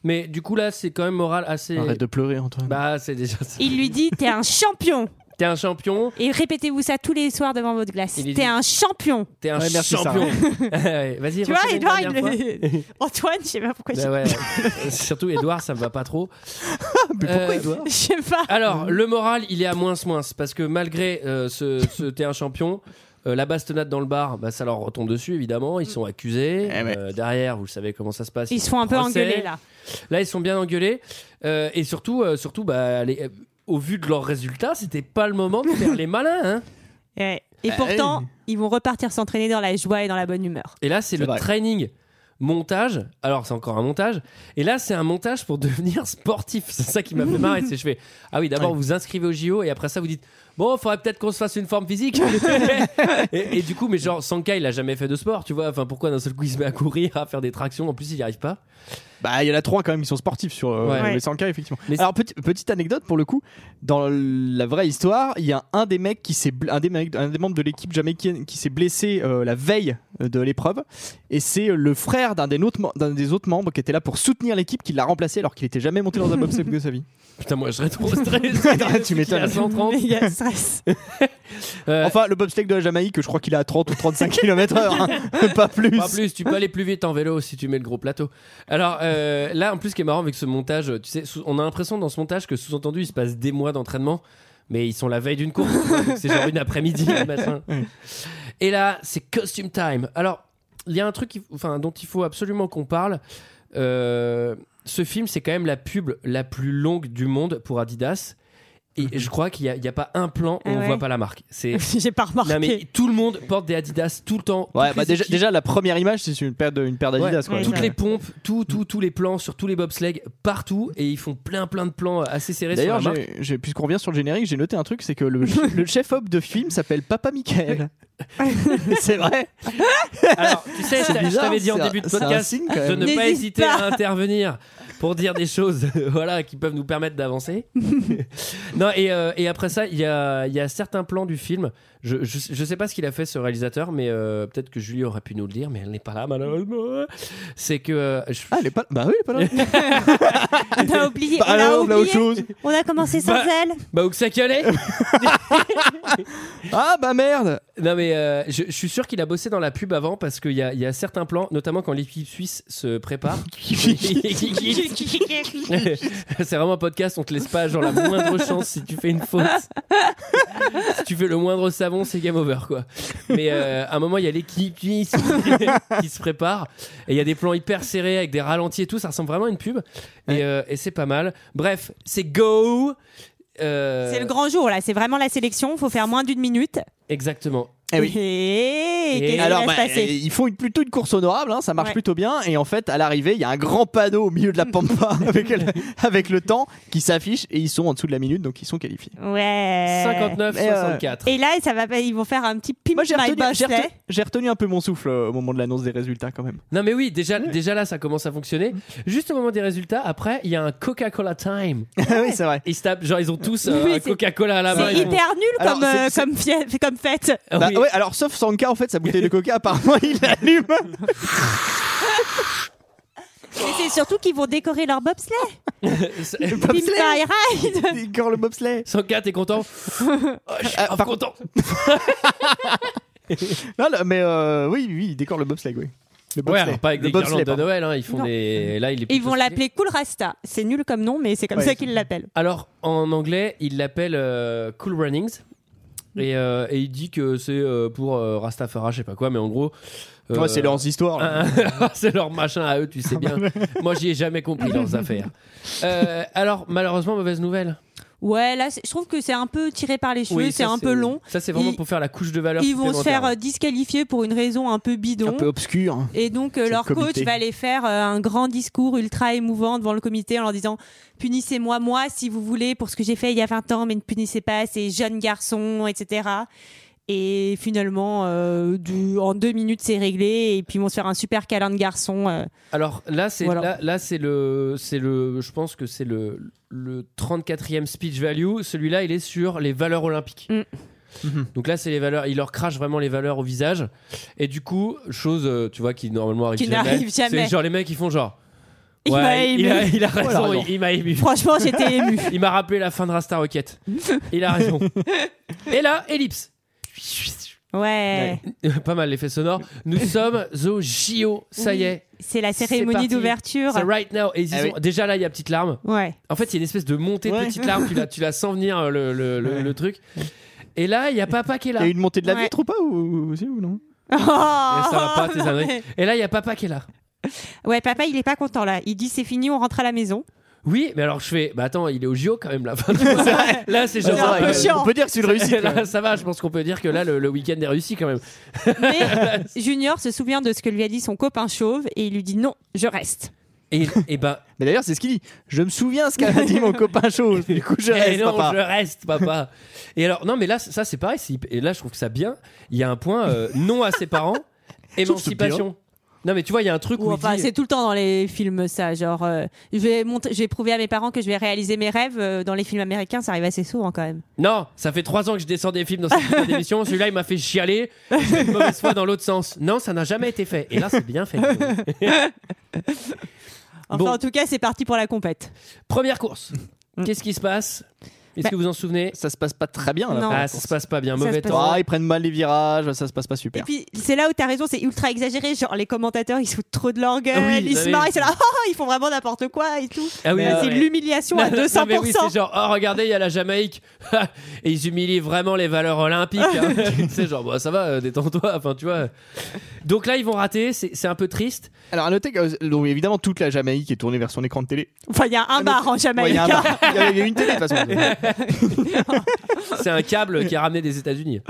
[SPEAKER 1] Mais du coup, là, c'est quand même moral assez.
[SPEAKER 6] Arrête de pleurer Antoine.
[SPEAKER 1] Bah, c'est déjà ça.
[SPEAKER 7] Il lui dit T'es un champion
[SPEAKER 1] T'es un champion,
[SPEAKER 7] Et répétez-vous ça tous les soirs devant votre glace.
[SPEAKER 1] Il est
[SPEAKER 7] T'es
[SPEAKER 1] dit-
[SPEAKER 7] un champion
[SPEAKER 1] T'es un
[SPEAKER 6] Ouais, merci,
[SPEAKER 1] champion.
[SPEAKER 6] [laughs]
[SPEAKER 1] [laughs] Ouais, Vas-y,
[SPEAKER 7] Tu vois,
[SPEAKER 1] refais-le une
[SPEAKER 7] Edouard,
[SPEAKER 1] dernière fois.
[SPEAKER 7] il le- Antoine, je sais pas pourquoi j'ai-
[SPEAKER 1] Bah ouais.
[SPEAKER 7] [laughs]
[SPEAKER 1] Euh, Surtout Edouard, ça me va pas trop.
[SPEAKER 6] [laughs] Mais pourquoi
[SPEAKER 1] Euh,
[SPEAKER 6] il doit
[SPEAKER 7] Je sais pas.
[SPEAKER 1] Alors, le moral, il est à moins moins parce que malgré euh, ce, ce t'es un champion. euh, la bastonnade dans le bar, bah, ça leur retombe dessus évidemment. Ils sont accusés.
[SPEAKER 6] Eh ouais.
[SPEAKER 1] Euh, derrière, vous le savez comment ça se passe.
[SPEAKER 7] Ils se font un peu
[SPEAKER 1] procès.
[SPEAKER 7] engueuler là.
[SPEAKER 1] Là, ils sont bien engueulés. Euh, et surtout, euh, surtout bah, les- euh, au vu de leurs résultats, c'était pas le moment de faire les malins. hein.
[SPEAKER 7] Ouais. Et
[SPEAKER 6] Ah,
[SPEAKER 7] pourtant,
[SPEAKER 6] oui.
[SPEAKER 7] ils vont repartir s'entraîner dans la joie et dans la bonne humeur.
[SPEAKER 1] Et là, c'est le
[SPEAKER 6] vrai.
[SPEAKER 1] training montage. Alors, c'est encore un montage. Et là, c'est un [laughs] montage pour devenir sportif. C'est ça qui m'a fait marrer. C'est je fais Ah oui, d'abord, vous vous inscrivez au JO et après ça, vous dites Bon, faudrait peut-être qu'on se fasse une forme physique. [laughs] et, et du coup, mais genre, Sanka, il a jamais fait de sport, tu vois. Enfin, pourquoi d'un seul coup, il se met à courir, à faire des tractions En plus, il n'y arrive pas.
[SPEAKER 6] Bah, il y en a trois quand même qui sont sportifs sur euh,
[SPEAKER 1] Ouais.
[SPEAKER 6] les 100K, effectivement. Alors, petit- petite anecdote pour le coup, dans la vraie histoire, il y a un des mecs qui s'est bl- un des, mecs- un des membres de l'équipe jamaïcaine qui s'est blessé euh, la veille de l'épreuve, et c'est euh, le frère d'un des, autres mem- d'un des autres membres qui était là pour soutenir l'équipe qui l'a remplacé alors qu'il était jamais monté dans un bobsleigh de sa vie.
[SPEAKER 1] Putain, moi, je serais trop
[SPEAKER 6] [laughs]
[SPEAKER 1] stressé.
[SPEAKER 6] Ah, tu m'étonnes.
[SPEAKER 1] Il a Euh, 130.
[SPEAKER 7] Il y a stress.
[SPEAKER 6] Enfin, le bobsleigh de la Jamaïque, je crois qu'il est à 30 ou
[SPEAKER 1] [laughs]
[SPEAKER 6] 35 km/h, hein, pas plus.
[SPEAKER 1] Pas plus, tu peux aller plus vite en vélo si tu mets le gros plateau. Alors euh, là, en plus, ce qui est marrant avec ce montage, euh, tu sais, sous- on a l'impression dans ce montage que sous-entendu, il se passe des mois d'entraînement, mais ils sont la veille d'une course. tu vois, donc C'est genre une après-midi, le
[SPEAKER 6] [laughs]
[SPEAKER 1] matin. Et là, c'est costume time. Alors, il y a un truc qui- enfin, dont il faut absolument qu'on parle. Euh, ce film, c'est quand même la pub la plus longue du monde pour Adidas. Et je crois qu'il n'y a, pas un plan où
[SPEAKER 6] Ah
[SPEAKER 1] on
[SPEAKER 6] ouais.
[SPEAKER 1] voit pas la marque.
[SPEAKER 7] [laughs]
[SPEAKER 1] C'est...
[SPEAKER 7] J'ai pas remarqué.
[SPEAKER 1] Non, mais tout le monde porte des Adidas tout le temps.
[SPEAKER 6] Ouais,
[SPEAKER 1] Toutes
[SPEAKER 6] bah
[SPEAKER 1] les
[SPEAKER 6] déjà,
[SPEAKER 1] équipes.
[SPEAKER 6] déjà, la première image, c'est sur une paire de- une paire d'Adidas.
[SPEAKER 1] Ouais,
[SPEAKER 6] quoi.
[SPEAKER 1] Toutes les pompes, tout, tout, tous les plans sur tous les bobsleigh, partout, et ils font plein, plein de plans assez serrés sur la
[SPEAKER 6] D'ailleurs,
[SPEAKER 1] marque.
[SPEAKER 6] j'ai- j'ai- puisqu'on revient sur le générique, j'ai noté un truc, c'est que
[SPEAKER 1] [laughs]
[SPEAKER 6] le, le chef-op de film s'appelle Papa
[SPEAKER 7] [laughs]
[SPEAKER 6] Michael. c'est vrai.
[SPEAKER 1] Alors, tu sais, je
[SPEAKER 6] C'est
[SPEAKER 1] t'a- je
[SPEAKER 6] bizarre,
[SPEAKER 1] t'avais dit en
[SPEAKER 6] c'est un-
[SPEAKER 1] début de
[SPEAKER 6] c'est un
[SPEAKER 1] podcast
[SPEAKER 6] signe, quand
[SPEAKER 1] de
[SPEAKER 6] même.
[SPEAKER 1] ne pas
[SPEAKER 6] N'hésite
[SPEAKER 1] hésiter
[SPEAKER 6] pas.
[SPEAKER 1] à intervenir pour dire des choses, [laughs] voilà, qui peuvent nous permettre
[SPEAKER 6] [laughs]
[SPEAKER 1] d'avancer. non, et, euh, et après ça, il y a, il y a certains plans du film. Je, je, je sais pas ce qu'il a fait ce réalisateur, mais euh, peut-être que Julie aurait pu nous le dire, mais elle n'est pas là malheureusement. C'est que euh, je-
[SPEAKER 6] Ah, elle est pas. Bah oui, elle est pas là.
[SPEAKER 7] On a oublié.
[SPEAKER 1] Bah
[SPEAKER 7] on a
[SPEAKER 1] alors, on a autre
[SPEAKER 7] oublié.
[SPEAKER 1] chose.
[SPEAKER 7] On a commencé sans
[SPEAKER 1] Bah-
[SPEAKER 7] elle.
[SPEAKER 1] Bah, où que ça qu'elle est
[SPEAKER 6] Ah, bah merde
[SPEAKER 1] Non, mais euh, je, je suis sûr qu'il a bossé dans la pub avant parce qu'il y a, il y a certains plans, notamment quand l'équipe suisse se
[SPEAKER 6] [laughs]
[SPEAKER 1] prépare. [laughs] C'est vraiment un podcast, on te laisse pas genre la moindre chance si tu fais une
[SPEAKER 6] [laughs]
[SPEAKER 1] faute. si tu fais le moindre savon, c'est game over quoi. Mais euh, à un moment, il y a l'équipe qui, se- qui [laughs] se prépare et il y a des plans hyper serrés avec des ralentis et tout. Ça ressemble vraiment à une pub et, euh, et c'est pas mal. Bref, c'est go. Euh,
[SPEAKER 7] C'est le grand jour là. C'est vraiment la sélection. Faut faire moins d'une minute.
[SPEAKER 1] Exactement.
[SPEAKER 6] Eh oui.
[SPEAKER 7] Et, qu'est-ce qui
[SPEAKER 6] alors,
[SPEAKER 7] va
[SPEAKER 6] bah,
[SPEAKER 7] se passer
[SPEAKER 6] euh, ils font une, plutôt une course honorable, hein, ça marche
[SPEAKER 7] Ouais.
[SPEAKER 6] plutôt bien. Et en fait, à l'arrivée, il y a un grand panneau au milieu de la
[SPEAKER 7] [laughs]
[SPEAKER 6] pampa avec, le, avec le temps qui s'affiche et ils sont en dessous de la minute, donc ils sont qualifiés.
[SPEAKER 7] Ouais.
[SPEAKER 1] 59,
[SPEAKER 6] Mais, euh, 64.
[SPEAKER 7] Et là, ça va pas- ils vont faire un petit pimp
[SPEAKER 6] Moi, j'ai
[SPEAKER 7] my
[SPEAKER 6] retenu, j'ai
[SPEAKER 7] Bobsleigh.
[SPEAKER 6] retenu- j'ai retenu un peu mon souffle euh, au moment de l'annonce des résultats
[SPEAKER 7] [laughs]
[SPEAKER 6] quand même.
[SPEAKER 1] Non mais oui, déjà, déjà là ça commence à fonctionner. Juste au moment des résultats, après il y a un Coca-Cola time.
[SPEAKER 6] Ah oui, c'est vrai.
[SPEAKER 1] Ils se tapent, genre ils ont tous euh,
[SPEAKER 7] Oui,
[SPEAKER 1] un
[SPEAKER 7] c'est-
[SPEAKER 1] Coca-Cola à la main.
[SPEAKER 7] C'est
[SPEAKER 1] ils font-
[SPEAKER 7] hyper nul
[SPEAKER 1] Alors,
[SPEAKER 7] comme, euh,
[SPEAKER 1] c'est- c'est-
[SPEAKER 7] comme, fie- comme fête.
[SPEAKER 1] Ah
[SPEAKER 6] Bah, ouais, alors sauf Sanka, en fait, sa bouteille de coca, apparemment, [laughs] il l'allume.
[SPEAKER 7] Mais c'est surtout qu'ils vont décorer leur bobsleigh.
[SPEAKER 1] [laughs] C'est-
[SPEAKER 7] Pimp my ride.
[SPEAKER 6] Décore le bobsleigh.
[SPEAKER 1] 104, t'es
[SPEAKER 7] [laughs]
[SPEAKER 1] content
[SPEAKER 7] Ah,
[SPEAKER 1] Oh, Je suis grave content.
[SPEAKER 6] Non, là, mais euh, oui, oui, il décore le bobsleigh, oui. Le
[SPEAKER 1] Ouais,
[SPEAKER 6] bobsleigh.
[SPEAKER 1] alors pas avec
[SPEAKER 6] Le
[SPEAKER 1] des
[SPEAKER 6] bobsleigh,
[SPEAKER 1] guirlandes de
[SPEAKER 6] pardon.
[SPEAKER 1] Noël, hein, ils font
[SPEAKER 7] Non.
[SPEAKER 1] des... Là, il est
[SPEAKER 7] Ils
[SPEAKER 1] plutôt
[SPEAKER 7] vont
[SPEAKER 1] stylé.
[SPEAKER 7] l'appeler Cool Rasta. C'est nul comme nom, mais c'est comme
[SPEAKER 1] Ouais.
[SPEAKER 7] ça qu'ils l'appellent.
[SPEAKER 1] Alors en anglais, il l'appelle euh, Cool Runnings. Et, euh, et il dit que c'est euh, pour euh, Rastafara, je sais pas quoi, mais en gros. euh,
[SPEAKER 6] Ouais, c'est leurs histoires. là.
[SPEAKER 1] Ah, c'est leur machin à eux, tu sais bien. Moi, j'y ai jamais compris leurs affaires. Euh, alors, malheureusement, mauvaise nouvelle.
[SPEAKER 7] Ouais, là, c'est- je trouve que c'est un peu tiré par les cheveux,
[SPEAKER 1] Oui,
[SPEAKER 7] c'est
[SPEAKER 1] ça,
[SPEAKER 7] un peu long.
[SPEAKER 1] Ça, c'est vraiment
[SPEAKER 7] Ils-
[SPEAKER 1] pour faire la couche de valeur.
[SPEAKER 7] Ils vont se
[SPEAKER 1] supplémentaire.
[SPEAKER 7] faire euh, disqualifier pour une raison un peu bidon.
[SPEAKER 6] Un peu obscur.
[SPEAKER 7] Et donc euh,
[SPEAKER 6] C'est le
[SPEAKER 7] leur coach
[SPEAKER 6] comité.
[SPEAKER 7] va les faire euh, un grand discours ultra émouvant devant le comité en leur disant punissez-moi moi si vous voulez pour ce que j'ai fait il y a 20 ans mais ne punissez pas ces jeunes garçons etc. Et finalement euh, du- en deux minutes c'est réglé et puis ils vont se faire un super câlin de garçon. euh.
[SPEAKER 1] Alors là, c'est
[SPEAKER 7] Voilà.
[SPEAKER 1] là, là, c'est le, c'est le, je pense que c'est le, le 34e speech value. Celui-là, il est sur les valeurs olympiques.
[SPEAKER 7] Mm.
[SPEAKER 1] Donc là, c'est les valeurs. Il leur crache vraiment les valeurs au visage. Et du coup, chose, euh, tu vois, qui normalement arrive
[SPEAKER 7] Qui
[SPEAKER 1] jamais.
[SPEAKER 7] n'arrive jamais.
[SPEAKER 1] C'est genre les mecs, ils font genre.
[SPEAKER 7] Il m'a ému.
[SPEAKER 1] il, a, il a raison,
[SPEAKER 7] Voilà.
[SPEAKER 1] il, il m'a ému.
[SPEAKER 7] Franchement j'étais
[SPEAKER 1] [laughs]
[SPEAKER 7] ému.
[SPEAKER 1] Il m'a rappelé la fin de Rasta Rocket. Il a raison. Et là, ellipse.
[SPEAKER 7] Ouais.
[SPEAKER 6] Eh.
[SPEAKER 1] Pas mal l'effet sonore. Nous sommes au JO, ça y est.
[SPEAKER 7] C'est la
[SPEAKER 1] C'est
[SPEAKER 7] cérémonie
[SPEAKER 1] parti.
[SPEAKER 7] d'ouverture.
[SPEAKER 1] C'est right now. Et ils y
[SPEAKER 6] Ah
[SPEAKER 1] sont- Déjà là, il y a petite larme.
[SPEAKER 7] Ouais.
[SPEAKER 1] En fait, il y a une espèce de montée
[SPEAKER 6] Ouais.
[SPEAKER 1] de petite larme. Tu la, tu la sens venir euh, le, le- le- le truc. Et là, il y a papa qui est
[SPEAKER 6] Il
[SPEAKER 1] là.
[SPEAKER 6] y a eu une montée de la
[SPEAKER 7] Ouais.
[SPEAKER 6] vitre ou pas ou, ou- si, ou non
[SPEAKER 1] Eh, ça va pas, tes
[SPEAKER 7] [laughs]
[SPEAKER 6] Ah.
[SPEAKER 7] Non,
[SPEAKER 1] âneries.
[SPEAKER 7] mais-
[SPEAKER 1] Et là, il y a papa qui est là.
[SPEAKER 7] Ouais, papa, il est pas content là. Il dit c'est fini, on rentre à la maison.
[SPEAKER 1] Oui, mais alors je fais, bah attends, il est au JO quand
[SPEAKER 6] [laughs]
[SPEAKER 1] même là. là, c'est genre.
[SPEAKER 6] C'est vrai, euh,
[SPEAKER 1] un peu
[SPEAKER 6] on peut dire que c'est une réussite, quand
[SPEAKER 1] Là, ça va, je pense qu'on peut dire que là, le, le week-end est réussi quand même. [laughs]
[SPEAKER 7] Mais Junior se souvient de ce que lui a dit son copain chauve et il lui dit non, je reste.
[SPEAKER 1] Et, et ben,
[SPEAKER 6] Mais d'ailleurs, c'est ce qu'il dit. Je me souviens ce qu'a dit mon copain chose. Du coup, je
[SPEAKER 1] Eh
[SPEAKER 6] reste,
[SPEAKER 1] non,
[SPEAKER 6] papa.
[SPEAKER 1] je reste, papa. Et alors, non, mais là, ça, c'est pareil. c'est- Et là, je trouve que ça bien. Il y a un point euh, non à ses
[SPEAKER 6] [laughs]
[SPEAKER 1] parents, émancipation. Non, mais tu vois, il y a un truc
[SPEAKER 7] Ou
[SPEAKER 1] où
[SPEAKER 7] enfin,
[SPEAKER 1] il dit-
[SPEAKER 7] c'est tout le temps dans les films ça, genre euh, je vais montrer, je vais prouver à mes parents que je vais réaliser mes rêves euh, dans les films américains, ça arrive assez souvent quand même.
[SPEAKER 1] Non, ça fait trois ans que je descends des films dans cette putain d'émission. Celui-là, il m'a fait chialer. Je fais une mauvaise foi dans l'autre sens. Non, ça n'a jamais été fait. Et là, c'est bien fait.
[SPEAKER 7] [laughs] Enfin,
[SPEAKER 1] Bon.
[SPEAKER 7] en tout cas, c'est parti pour la compète.
[SPEAKER 1] Première course.
[SPEAKER 7] Mm.
[SPEAKER 1] Qu'est-ce qui se passe Est-ce
[SPEAKER 7] Bah,
[SPEAKER 1] que vous en souvenez
[SPEAKER 6] Ça se passe pas très bien. Là,
[SPEAKER 7] Non.
[SPEAKER 6] pour la
[SPEAKER 1] Ah, ça
[SPEAKER 6] course.
[SPEAKER 1] se passe pas bien.
[SPEAKER 7] Ça
[SPEAKER 1] Mauvais
[SPEAKER 7] se passe
[SPEAKER 1] temps.
[SPEAKER 6] Ah, ils prennent mal les virages, ça se passe pas super.
[SPEAKER 7] Et puis c'est là où t'as raison, c'est ultra exagéré. Genre les commentateurs, ils se foutent trop de leur gueule,
[SPEAKER 1] Oui,
[SPEAKER 7] ils
[SPEAKER 1] bah
[SPEAKER 7] se
[SPEAKER 1] oui.
[SPEAKER 7] marrent, ils sont là, [laughs] Ah, ils font vraiment n'importe quoi et tout.
[SPEAKER 1] Ah oui,
[SPEAKER 7] Bah,
[SPEAKER 1] oui,
[SPEAKER 7] c'est
[SPEAKER 1] oui.
[SPEAKER 7] l'humiliation à
[SPEAKER 1] Non, non,
[SPEAKER 7] 200%.
[SPEAKER 1] non, mais oui, c'est genre, oh, regardez, il y a la Jamaïque. [laughs] Et ils humilient vraiment les valeurs olympiques. hein. c'est genre, bah, ça va, euh, détends-toi. Enfin, tu vois. Donc là, ils vont rater. C'est c'est un peu triste.
[SPEAKER 6] Alors, à noter que, euh, donc, évidemment, toute la Jamaïque est tournée vers son écran de télé.
[SPEAKER 7] Enfin, Bah, il y a
[SPEAKER 1] Ah,
[SPEAKER 7] un bar en
[SPEAKER 6] Ouais,
[SPEAKER 7] Jamaïque.
[SPEAKER 6] Il y a un bar- il y avait une télé, de toute façon.
[SPEAKER 1] C'est un câble qui a ramené des États-Unis.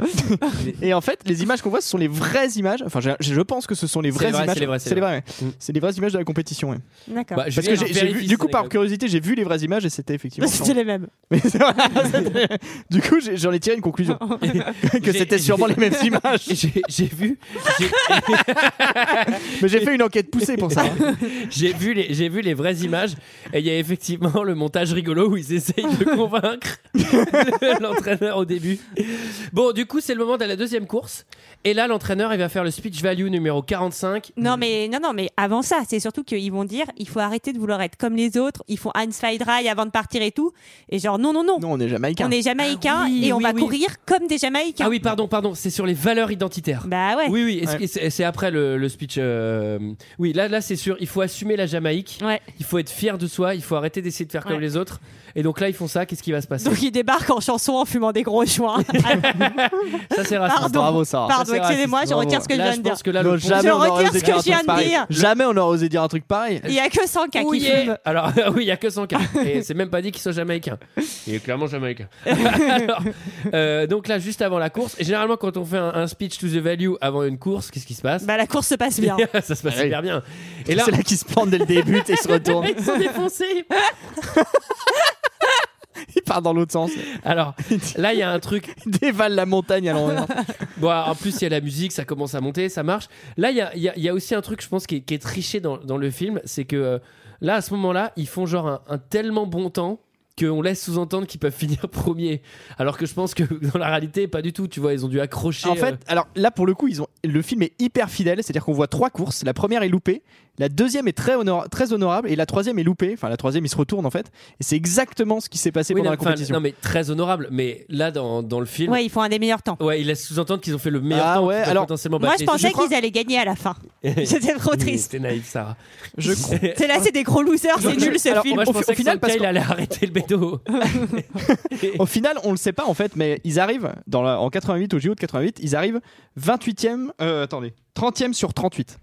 [SPEAKER 6] Et en fait, les images qu'on voit, ce sont les vraies images. Enfin, je, je pense que ce sont les
[SPEAKER 1] C'est
[SPEAKER 6] vraies
[SPEAKER 1] les vraies,
[SPEAKER 6] images.
[SPEAKER 1] c'est les vraies, c'est les
[SPEAKER 6] vraies, ouais. C'est les vraies images de la compétition. ouais.
[SPEAKER 7] [laughs] D'accord. [laughs]
[SPEAKER 1] Bah,
[SPEAKER 6] Parce
[SPEAKER 1] Julien
[SPEAKER 6] que j'ai- j'ai
[SPEAKER 1] vérifie
[SPEAKER 6] vu-
[SPEAKER 1] si
[SPEAKER 6] du coup,
[SPEAKER 1] c'est
[SPEAKER 6] par
[SPEAKER 1] les-
[SPEAKER 6] curiosité, j'ai vu les vraies images et c'était effectivement.
[SPEAKER 7] C'était les mêmes.
[SPEAKER 6] Mais [laughs] c'est vrai, [laughs] c'était- du coup, j'ai- j'en ai tiré une conclusion [laughs] que
[SPEAKER 1] J'ai-
[SPEAKER 6] c'était sûrement les mêmes images.
[SPEAKER 1] J'ai j'ai vu, j'ai- [laughs]
[SPEAKER 6] Mais j'ai fait une enquête poussée pour ça. hein.
[SPEAKER 1] j'ai vu les, j'ai vu les vraies images et il y a effectivement le montage rigolo où ils essayent de convaincre [laughs] l'entraîneur au début. Bon, du coup, c'est le moment de la deuxième course et là, l'entraîneur il va faire le speech value numéro 45.
[SPEAKER 7] Non mais non non mais avant ça, c'est surtout qu'ils vont dire il faut arrêter de vouloir être comme les autres, ils font Hans Feidrai avant de partir et tout et genre non non non.
[SPEAKER 6] Non, on est jamaïcain.
[SPEAKER 7] On est jamaïcains
[SPEAKER 1] Ah oui,
[SPEAKER 7] et on
[SPEAKER 1] oui,
[SPEAKER 7] va
[SPEAKER 1] oui.
[SPEAKER 7] courir comme des jamaïcains.
[SPEAKER 1] Ah oui, pardon, pardon, c'est sur les valeurs identitaires.
[SPEAKER 7] Bah ouais.
[SPEAKER 1] Oui, oui, est-ce
[SPEAKER 6] Ouais.
[SPEAKER 1] que c'est c'est après le, le speech. euh, Oui, là, là c'est sûr, il faut assumer la Jamaïque,
[SPEAKER 7] Ouais.
[SPEAKER 1] il faut être fier de soi, il faut arrêter d'essayer de faire
[SPEAKER 7] Ouais.
[SPEAKER 1] comme les autres. Et donc là, ils font ça, qu'est-ce qui va se passer
[SPEAKER 7] Donc ils débarquent en chanson en fumant des
[SPEAKER 1] [laughs]
[SPEAKER 7] gros joints.
[SPEAKER 1] Ah, Ça, c'est raciste.
[SPEAKER 7] Pardon.
[SPEAKER 6] Bravo, Sarah.
[SPEAKER 7] Pardon,
[SPEAKER 1] c'est
[SPEAKER 7] excusez-moi, je
[SPEAKER 6] bravo.
[SPEAKER 7] retire ce que je
[SPEAKER 1] là,
[SPEAKER 7] viens
[SPEAKER 1] je
[SPEAKER 7] de
[SPEAKER 1] pense
[SPEAKER 7] dire.
[SPEAKER 1] que là,
[SPEAKER 6] Non,
[SPEAKER 1] le
[SPEAKER 6] jamais
[SPEAKER 7] Je
[SPEAKER 6] on n'aurait
[SPEAKER 7] retire
[SPEAKER 6] osé
[SPEAKER 7] ce
[SPEAKER 6] dire
[SPEAKER 7] que
[SPEAKER 6] un
[SPEAKER 7] je viens
[SPEAKER 6] truc
[SPEAKER 7] de
[SPEAKER 6] pareil.
[SPEAKER 7] dire.
[SPEAKER 6] Jamais on n'aurait osé dire un truc pareil.
[SPEAKER 7] Il y a que Sanka qui
[SPEAKER 1] Ouillé.
[SPEAKER 7] fume.
[SPEAKER 1] Alors [laughs] oui, il y a que 100 cas.
[SPEAKER 7] [laughs]
[SPEAKER 1] Et c'est même pas dit qu'il soit jamaïcain. Il est clairement jamaïcain. Alors, euh, donc là, juste avant la course, et généralement quand on fait un, un speech to the value avant une course, qu'est-ce qui se passe
[SPEAKER 7] Bah la course se passe bien.
[SPEAKER 1] [laughs] Ça se passe
[SPEAKER 6] Ouais.
[SPEAKER 1] super bien. Et
[SPEAKER 6] Et
[SPEAKER 1] là,
[SPEAKER 6] c'est là qu'ils se prennent dès le début et ils
[SPEAKER 1] [laughs]
[SPEAKER 6] se retournent.
[SPEAKER 1] ils sont défoncés.
[SPEAKER 6] Ils partent dans l'autre sens.
[SPEAKER 1] Alors là, il y a un truc.
[SPEAKER 6] Ils dévalent la montagne à l'envers.
[SPEAKER 1] Bon, en plus, il y a la musique, ça commence à monter, ça marche. Là, il y a, il y a- il y a aussi un truc, je pense, qui est, qui est triché dans, dans le film, c'est que euh, là, à ce moment-là, ils font genre un, un tellement bon temps qu'on laisse sous-entendre qu'ils peuvent finir [laughs] premier. Alors que je pense que dans la réalité, pas du tout. Tu vois, ils ont dû accrocher.
[SPEAKER 6] En fait,
[SPEAKER 1] euh,
[SPEAKER 6] alors là pour le coup, ils ont le film est hyper fidèle, c'est-à-dire qu'on voit trois courses. La première est loupée, la deuxième est très, honor- très honorable et la troisième est loupée. Enfin, la troisième, il se retourne en fait. Et c'est exactement ce qui s'est passé
[SPEAKER 1] oui,
[SPEAKER 6] pendant
[SPEAKER 1] non,
[SPEAKER 6] la
[SPEAKER 1] enfin,
[SPEAKER 6] compétition.
[SPEAKER 1] non, mais très honorable. Mais là, dans, dans le film, ouais.
[SPEAKER 7] Ouais, ils font un des meilleurs temps.
[SPEAKER 1] ils laissent sous-entendre qu'ils ont fait le meilleur
[SPEAKER 6] Ah
[SPEAKER 1] temps.
[SPEAKER 6] ouais,
[SPEAKER 1] qu'ils peuvent
[SPEAKER 6] alors-
[SPEAKER 1] potentiellement
[SPEAKER 7] Moi,
[SPEAKER 1] battre.
[SPEAKER 7] je
[SPEAKER 1] Et
[SPEAKER 7] pensais
[SPEAKER 6] crois-
[SPEAKER 7] qu'ils allaient gagner à
[SPEAKER 1] [laughs]
[SPEAKER 7] la fin.
[SPEAKER 1] crois-
[SPEAKER 7] J'étais trop
[SPEAKER 1] Oui,
[SPEAKER 7] triste.
[SPEAKER 1] C'était naïf, Sarah.
[SPEAKER 6] Je
[SPEAKER 1] [laughs]
[SPEAKER 6] crois.
[SPEAKER 7] C'est là, c'est des gros losers, c'est nul ce
[SPEAKER 6] Alors,
[SPEAKER 7] film.
[SPEAKER 1] Moi, je
[SPEAKER 6] Au- au
[SPEAKER 1] pensais
[SPEAKER 6] final,
[SPEAKER 1] que
[SPEAKER 6] parce
[SPEAKER 1] Sanka, il
[SPEAKER 6] qu'on-
[SPEAKER 1] allait arrêter le bédo.
[SPEAKER 6] Au final, on le sait pas en fait, mais ils arrivent dans la- en 88 au JO de 88, ils arrivent 28e, euh, attendez, 30e sur 38.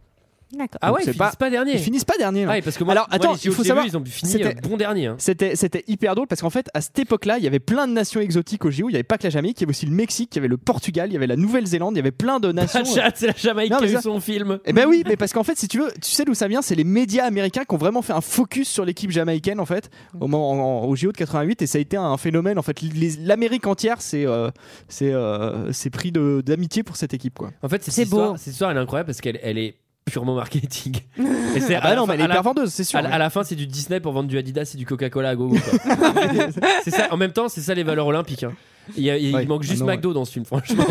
[SPEAKER 7] D'accord.
[SPEAKER 1] Ah ouais,
[SPEAKER 6] c'est
[SPEAKER 1] ils
[SPEAKER 6] pas-
[SPEAKER 1] finissent pas dernier.
[SPEAKER 6] Ils finissent pas dernier. non.
[SPEAKER 1] Ah, et parce que moi,
[SPEAKER 6] Alors,
[SPEAKER 1] moi,
[SPEAKER 6] attends,
[SPEAKER 1] les JO
[SPEAKER 6] il
[SPEAKER 1] que
[SPEAKER 6] faut
[SPEAKER 1] j'ai vus,
[SPEAKER 6] savoir,
[SPEAKER 1] ils ont fini euh,
[SPEAKER 6] c'était-
[SPEAKER 1] bon dernier. hein.
[SPEAKER 6] C'était, c'était hyper drôle parce qu'en fait, à cette époque-là, il y avait plein de nations exotiques au JO. Il y avait pas que la Jamaïque, il y avait aussi le Mexique, il y avait le Portugal, il y avait la Nouvelle-Zélande, il y avait plein de nations.
[SPEAKER 1] Ah, chat, c'est la Jamaïque
[SPEAKER 6] Non,
[SPEAKER 1] qui a
[SPEAKER 6] mais
[SPEAKER 1] eu
[SPEAKER 6] ça-
[SPEAKER 1] son film.
[SPEAKER 6] Eh ben oui, mais parce qu'en fait, si tu veux, tu sais d'où ça vient, c'est les médias américains qui ont vraiment fait un focus sur l'équipe jamaïcaine en fait au moment en- au JO de 88 et ça a été un phénomène en fait. Les- L'Amérique entière s'est euh, s'est, euh, s'est pris de- d'amitié pour cette équipe quoi.
[SPEAKER 1] En fait, cette
[SPEAKER 7] C'est beau.
[SPEAKER 1] histoire, cette histoire, elle est incroyable parce qu'elle elle est purement marketing.
[SPEAKER 7] [laughs]
[SPEAKER 1] Et c'est
[SPEAKER 6] Ah
[SPEAKER 1] à
[SPEAKER 6] bah
[SPEAKER 1] la
[SPEAKER 6] non,
[SPEAKER 1] fin-
[SPEAKER 6] mais elle est
[SPEAKER 1] à la-
[SPEAKER 6] hyper vendeuse, c'est sûr.
[SPEAKER 1] à la, à la fin, c'est du Disney pour vendre du Adidas et du Coca-Cola à gogo.
[SPEAKER 7] [laughs]
[SPEAKER 1] quoi. c'est ça. En même temps, c'est ça les valeurs olympiques. hein. Il, y a- il
[SPEAKER 6] Ouais.
[SPEAKER 1] manque juste
[SPEAKER 6] Ah non,
[SPEAKER 1] McDo dans ce film,
[SPEAKER 6] [laughs]
[SPEAKER 1] franchement.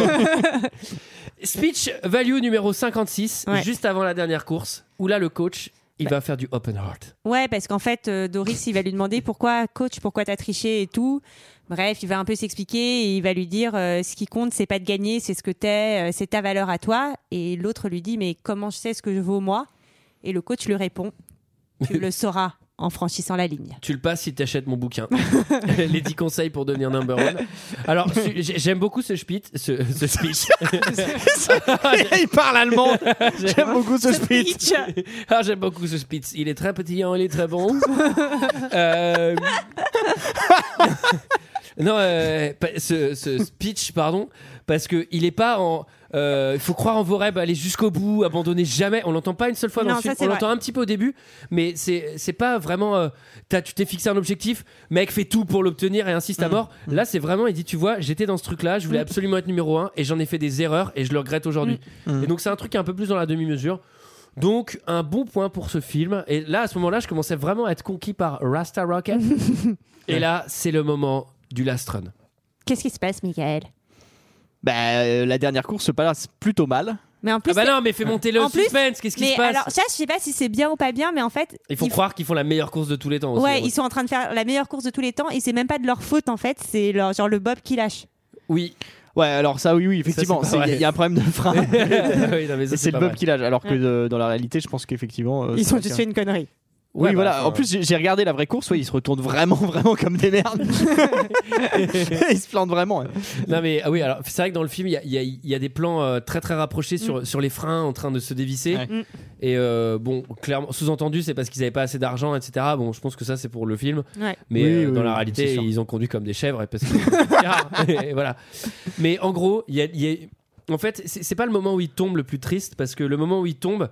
[SPEAKER 1] Speech value numéro 56,
[SPEAKER 7] Ouais. Bah.
[SPEAKER 1] juste avant la dernière course, où là, le coach, il va faire du open heart.
[SPEAKER 7] Ouais, parce qu'en fait, euh, Doris, il va lui demander pourquoi, coach, pourquoi t'as triché et tout. Bref, il va un peu s'expliquer et il va lui dire euh, ce qui compte, c'est pas de gagner, c'est ce que t'es, euh, c'est ta valeur à toi. Et l'autre lui dit mais comment je sais ce que je vaux moi Et le coach
[SPEAKER 1] [laughs]
[SPEAKER 7] lui répond tu le sauras en franchissant la ligne.
[SPEAKER 1] Tu le passes si t'achètes mon bouquin. Les 10 conseils pour devenir number one. Alors, su- j'ai- j'aime beaucoup ce speech. Ce, ce speech.
[SPEAKER 6] [laughs] il parle allemand. [laughs] J'aime beaucoup ce speech.
[SPEAKER 1] Ah, j'aime beaucoup ce speech. Il est très pétillant, il est très bon. Euh, [laughs] Non, euh, pa- ce, ce speech, pardon, parce que il est pas en. Il faut croire en vos rêves, aller jusqu'au bout, abandonner jamais. On l'entend pas une seule fois dans
[SPEAKER 7] Non,
[SPEAKER 1] le
[SPEAKER 7] ça,
[SPEAKER 1] film.
[SPEAKER 7] c'est
[SPEAKER 1] On
[SPEAKER 7] vrai.
[SPEAKER 1] l'entend un petit peu au début, mais c'est c'est pas vraiment. euh, t'as- tu t'es fixé un objectif, mec, fais tout pour l'obtenir et insiste
[SPEAKER 7] Mm.
[SPEAKER 1] à mort. Là, c'est vraiment. Il dit, tu vois, j'étais dans ce truc-là, je voulais absolument être numéro un et j'en ai fait des erreurs et je le regrette aujourd'hui.
[SPEAKER 7] Mm.
[SPEAKER 1] Et donc, c'est un truc qui est un peu plus dans la demi-mesure. Donc, un bon point pour ce film. Et là, à ce moment-là, je commençais vraiment à être conquis par Rasta
[SPEAKER 7] [laughs]
[SPEAKER 1] Rocket. et là, c'est le moment du last run.
[SPEAKER 7] Qu'est-ce qui se passe, Michael
[SPEAKER 6] Bah, euh, la dernière course se passe plutôt mal.
[SPEAKER 7] Mais en plus.
[SPEAKER 1] Ah bah
[SPEAKER 7] c'est-
[SPEAKER 1] non, mais fais monter le
[SPEAKER 7] En plus-
[SPEAKER 1] suspense, qu'est-ce qui
[SPEAKER 7] mais
[SPEAKER 1] se passe
[SPEAKER 7] alors, ça, je sais pas si c'est bien ou pas bien, mais en fait.
[SPEAKER 1] Il faut
[SPEAKER 7] ils-
[SPEAKER 1] croire qu'ils font la meilleure course de tous les temps. aussi, hein.
[SPEAKER 7] Ouais,
[SPEAKER 1] les
[SPEAKER 7] ils sont en train de faire la meilleure course de tous les temps et c'est même pas de leur faute en fait, c'est leur, genre le bob qui lâche. [laughs]
[SPEAKER 1] Oui.
[SPEAKER 6] Ouais, alors ça, oui, oui, effectivement,
[SPEAKER 1] Ça, c'est pas
[SPEAKER 6] c'est- il y, a un problème de frein.
[SPEAKER 1] Oui, non, mais [laughs] ça,
[SPEAKER 6] et
[SPEAKER 1] c'est
[SPEAKER 6] c'est le
[SPEAKER 1] pas
[SPEAKER 6] bob
[SPEAKER 1] vrai.
[SPEAKER 6] qui lâche. Alors que
[SPEAKER 7] Ouais.
[SPEAKER 6] euh, dans la réalité, je pense qu'effectivement. euh,
[SPEAKER 7] Ils
[SPEAKER 6] c'est
[SPEAKER 7] ont
[SPEAKER 6] vrai
[SPEAKER 7] juste
[SPEAKER 6] que-
[SPEAKER 7] fait une connerie.
[SPEAKER 6] Oui,
[SPEAKER 1] Ouais, bah,
[SPEAKER 6] voilà.
[SPEAKER 1] enfin,
[SPEAKER 6] en plus, j'ai j'ai regardé la vraie course. Ouais, ils se retournent vraiment, [laughs] vraiment comme des [laughs] merdes. ils se plantent vraiment. hein.
[SPEAKER 1] Non mais ah oui, alors c'est vrai que dans le film, il y a, il y a- il y a des plans euh, très très rapprochés sur, sur les freins en train de se dévisser.
[SPEAKER 6] Ouais.
[SPEAKER 7] Mm.
[SPEAKER 1] Et euh, bon, clairement, sous-entendu, c'est parce qu'ils n'avaient pas assez d'argent, etc. Bon, je pense que ça c'est pour le film,
[SPEAKER 7] Ouais.
[SPEAKER 1] mais
[SPEAKER 6] Oui,
[SPEAKER 1] euh,
[SPEAKER 6] oui,
[SPEAKER 1] dans la
[SPEAKER 6] oui,
[SPEAKER 1] réalité,
[SPEAKER 6] c'est sûr.
[SPEAKER 1] ils ont conduit comme des chèvres et parce
[SPEAKER 6] [laughs]
[SPEAKER 1] que Et voilà. Mais en gros, il y a, il y a- en fait, c'est c'est pas le moment où ils tombent le plus triste parce que le moment où ils tombent.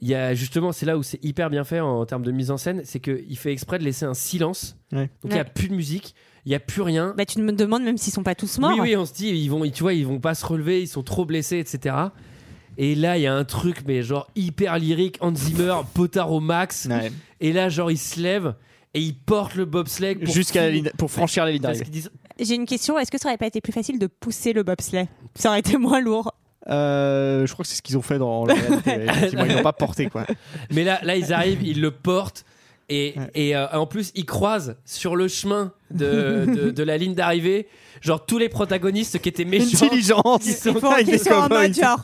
[SPEAKER 1] Il y a justement, c'est là où c'est hyper bien fait en, termes de mise en scène, c'est qu'il fait exprès de laisser un silence.
[SPEAKER 6] Ouais.
[SPEAKER 1] Donc il n'y a
[SPEAKER 7] Ouais.
[SPEAKER 1] plus de musique, il n'y a plus rien.
[SPEAKER 7] Bah tu me demandes même s'ils sont pas tous morts. hein.
[SPEAKER 1] Oui, oui, on se dit, ils vont, tu vois, ils vont pas se relever, ils sont trop blessés, etc. Et là, il y a un truc, mais genre hyper lyrique, Hans Zimmer, potard au max.
[SPEAKER 6] Ouais.
[SPEAKER 1] Et là, genre, ils se lèvent et ils portent le bobsleigh pour
[SPEAKER 6] Jusqu'à la
[SPEAKER 1] finir.
[SPEAKER 6] ligne- pour franchir la ligne
[SPEAKER 1] Parce
[SPEAKER 6] d'arrivée.
[SPEAKER 1] qu'ils disent,
[SPEAKER 7] J'ai une question, est-ce que ça aurait pas été plus facile de pousser le bobsleigh Ça aurait été
[SPEAKER 1] [laughs]
[SPEAKER 7] moins lourd.
[SPEAKER 6] Euh, je crois que c'est ce qu'ils ont fait dans la [laughs] réalité. effectivement. Ils l'ont pas porté, [laughs] quoi.
[SPEAKER 1] Mais là, là, ils arrivent, ils le portent. Et,
[SPEAKER 6] Ouais.
[SPEAKER 1] et, euh, en plus, ils croisent sur le chemin de, de, de la ligne d'arrivée, genre tous les protagonistes qui étaient méchants.
[SPEAKER 6] Intelligence.
[SPEAKER 1] Ils sont
[SPEAKER 7] Ils font- ils sont en mode genre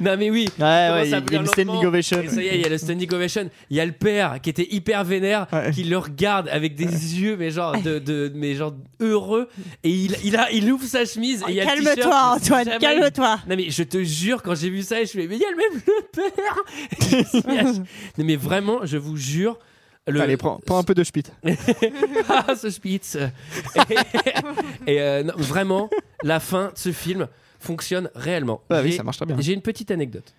[SPEAKER 1] Non mais oui.
[SPEAKER 6] Ouais, Ah ouais,
[SPEAKER 1] Commence à
[SPEAKER 6] il y a
[SPEAKER 1] venir
[SPEAKER 6] une standing
[SPEAKER 1] lentement.
[SPEAKER 6] ovation.
[SPEAKER 1] Et ça y est, il y a le standing ovation. Il y a le père qui était hyper vénère,
[SPEAKER 6] Ouais.
[SPEAKER 1] qui le regarde avec des yeux, mais genre, de, de- mais genre heureux. Et il, il, a, il ouvre sa chemise. et [laughs] il y a le t-shirt.
[SPEAKER 7] Calme-toi Antoine,
[SPEAKER 1] Jamais- [laughs]
[SPEAKER 7] calme-toi.
[SPEAKER 1] Non mais je te jure, quand j'ai vu ça, je suis mais il y a le même le père. [laughs] non mais vraiment, je vous jure. Le...
[SPEAKER 6] Allez, prends, prends un peu de spit.
[SPEAKER 1] [laughs] Ah, ce Spitz Et, et, euh, non, vraiment, la fin de ce film fonctionne réellement.
[SPEAKER 6] Ouais, Bah Ah oui,
[SPEAKER 1] J'ai-
[SPEAKER 6] ça marche très bien.
[SPEAKER 1] J'ai une petite anecdote.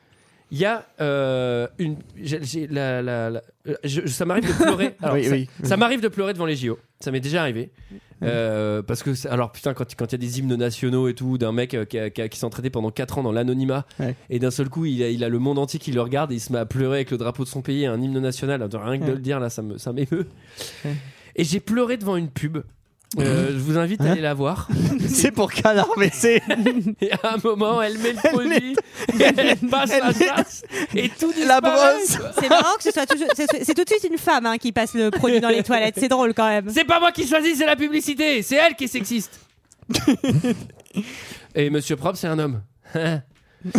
[SPEAKER 1] Il y a euh, une. j'ai- j'ai la- la- la- euh, je- ça m'arrive de
[SPEAKER 6] [laughs]
[SPEAKER 1] pleurer. Alors,
[SPEAKER 6] Oui,
[SPEAKER 1] ça
[SPEAKER 6] oui, oui.
[SPEAKER 1] ça m'arrive de pleurer devant les JO. Ça m'est déjà arrivé. Euh, parce que, c'est- alors putain, quand quand il y a des hymnes nationaux et tout, d'un mec euh, qui, a- qui a- qui s'est entraîné pendant 4 ans dans l'anonymat,
[SPEAKER 6] Ouais.
[SPEAKER 1] et d'un seul coup, il a, il a le monde entier qui le regarde et il se met à pleurer avec le drapeau de son pays et un hymne national. Rien que de
[SPEAKER 6] Ouais.
[SPEAKER 1] le dire, là, ça me- ça m'émeut. Et j'ai pleuré devant une pub. Euh, je vous
[SPEAKER 6] Hein
[SPEAKER 1] invite à aller la voir.
[SPEAKER 6] C'est pour canard, mais [laughs] c'est.
[SPEAKER 1] Et à un moment, elle met le produit, elle passe
[SPEAKER 6] elle
[SPEAKER 1] la
[SPEAKER 6] met-
[SPEAKER 1] chasse et tout
[SPEAKER 6] La
[SPEAKER 1] disparaît.
[SPEAKER 6] brosse.
[SPEAKER 7] C'est marrant que ce soit toujours. C'est c'est tout de suite une femme hein, qui passe le produit dans les toilettes. C'est drôle quand
[SPEAKER 1] [laughs]
[SPEAKER 7] même.
[SPEAKER 1] C'est pas moi qui choisis, c'est la publicité. C'est elle qui est sexiste. [laughs] et Monsieur Propre, c'est un homme. [laughs] Et-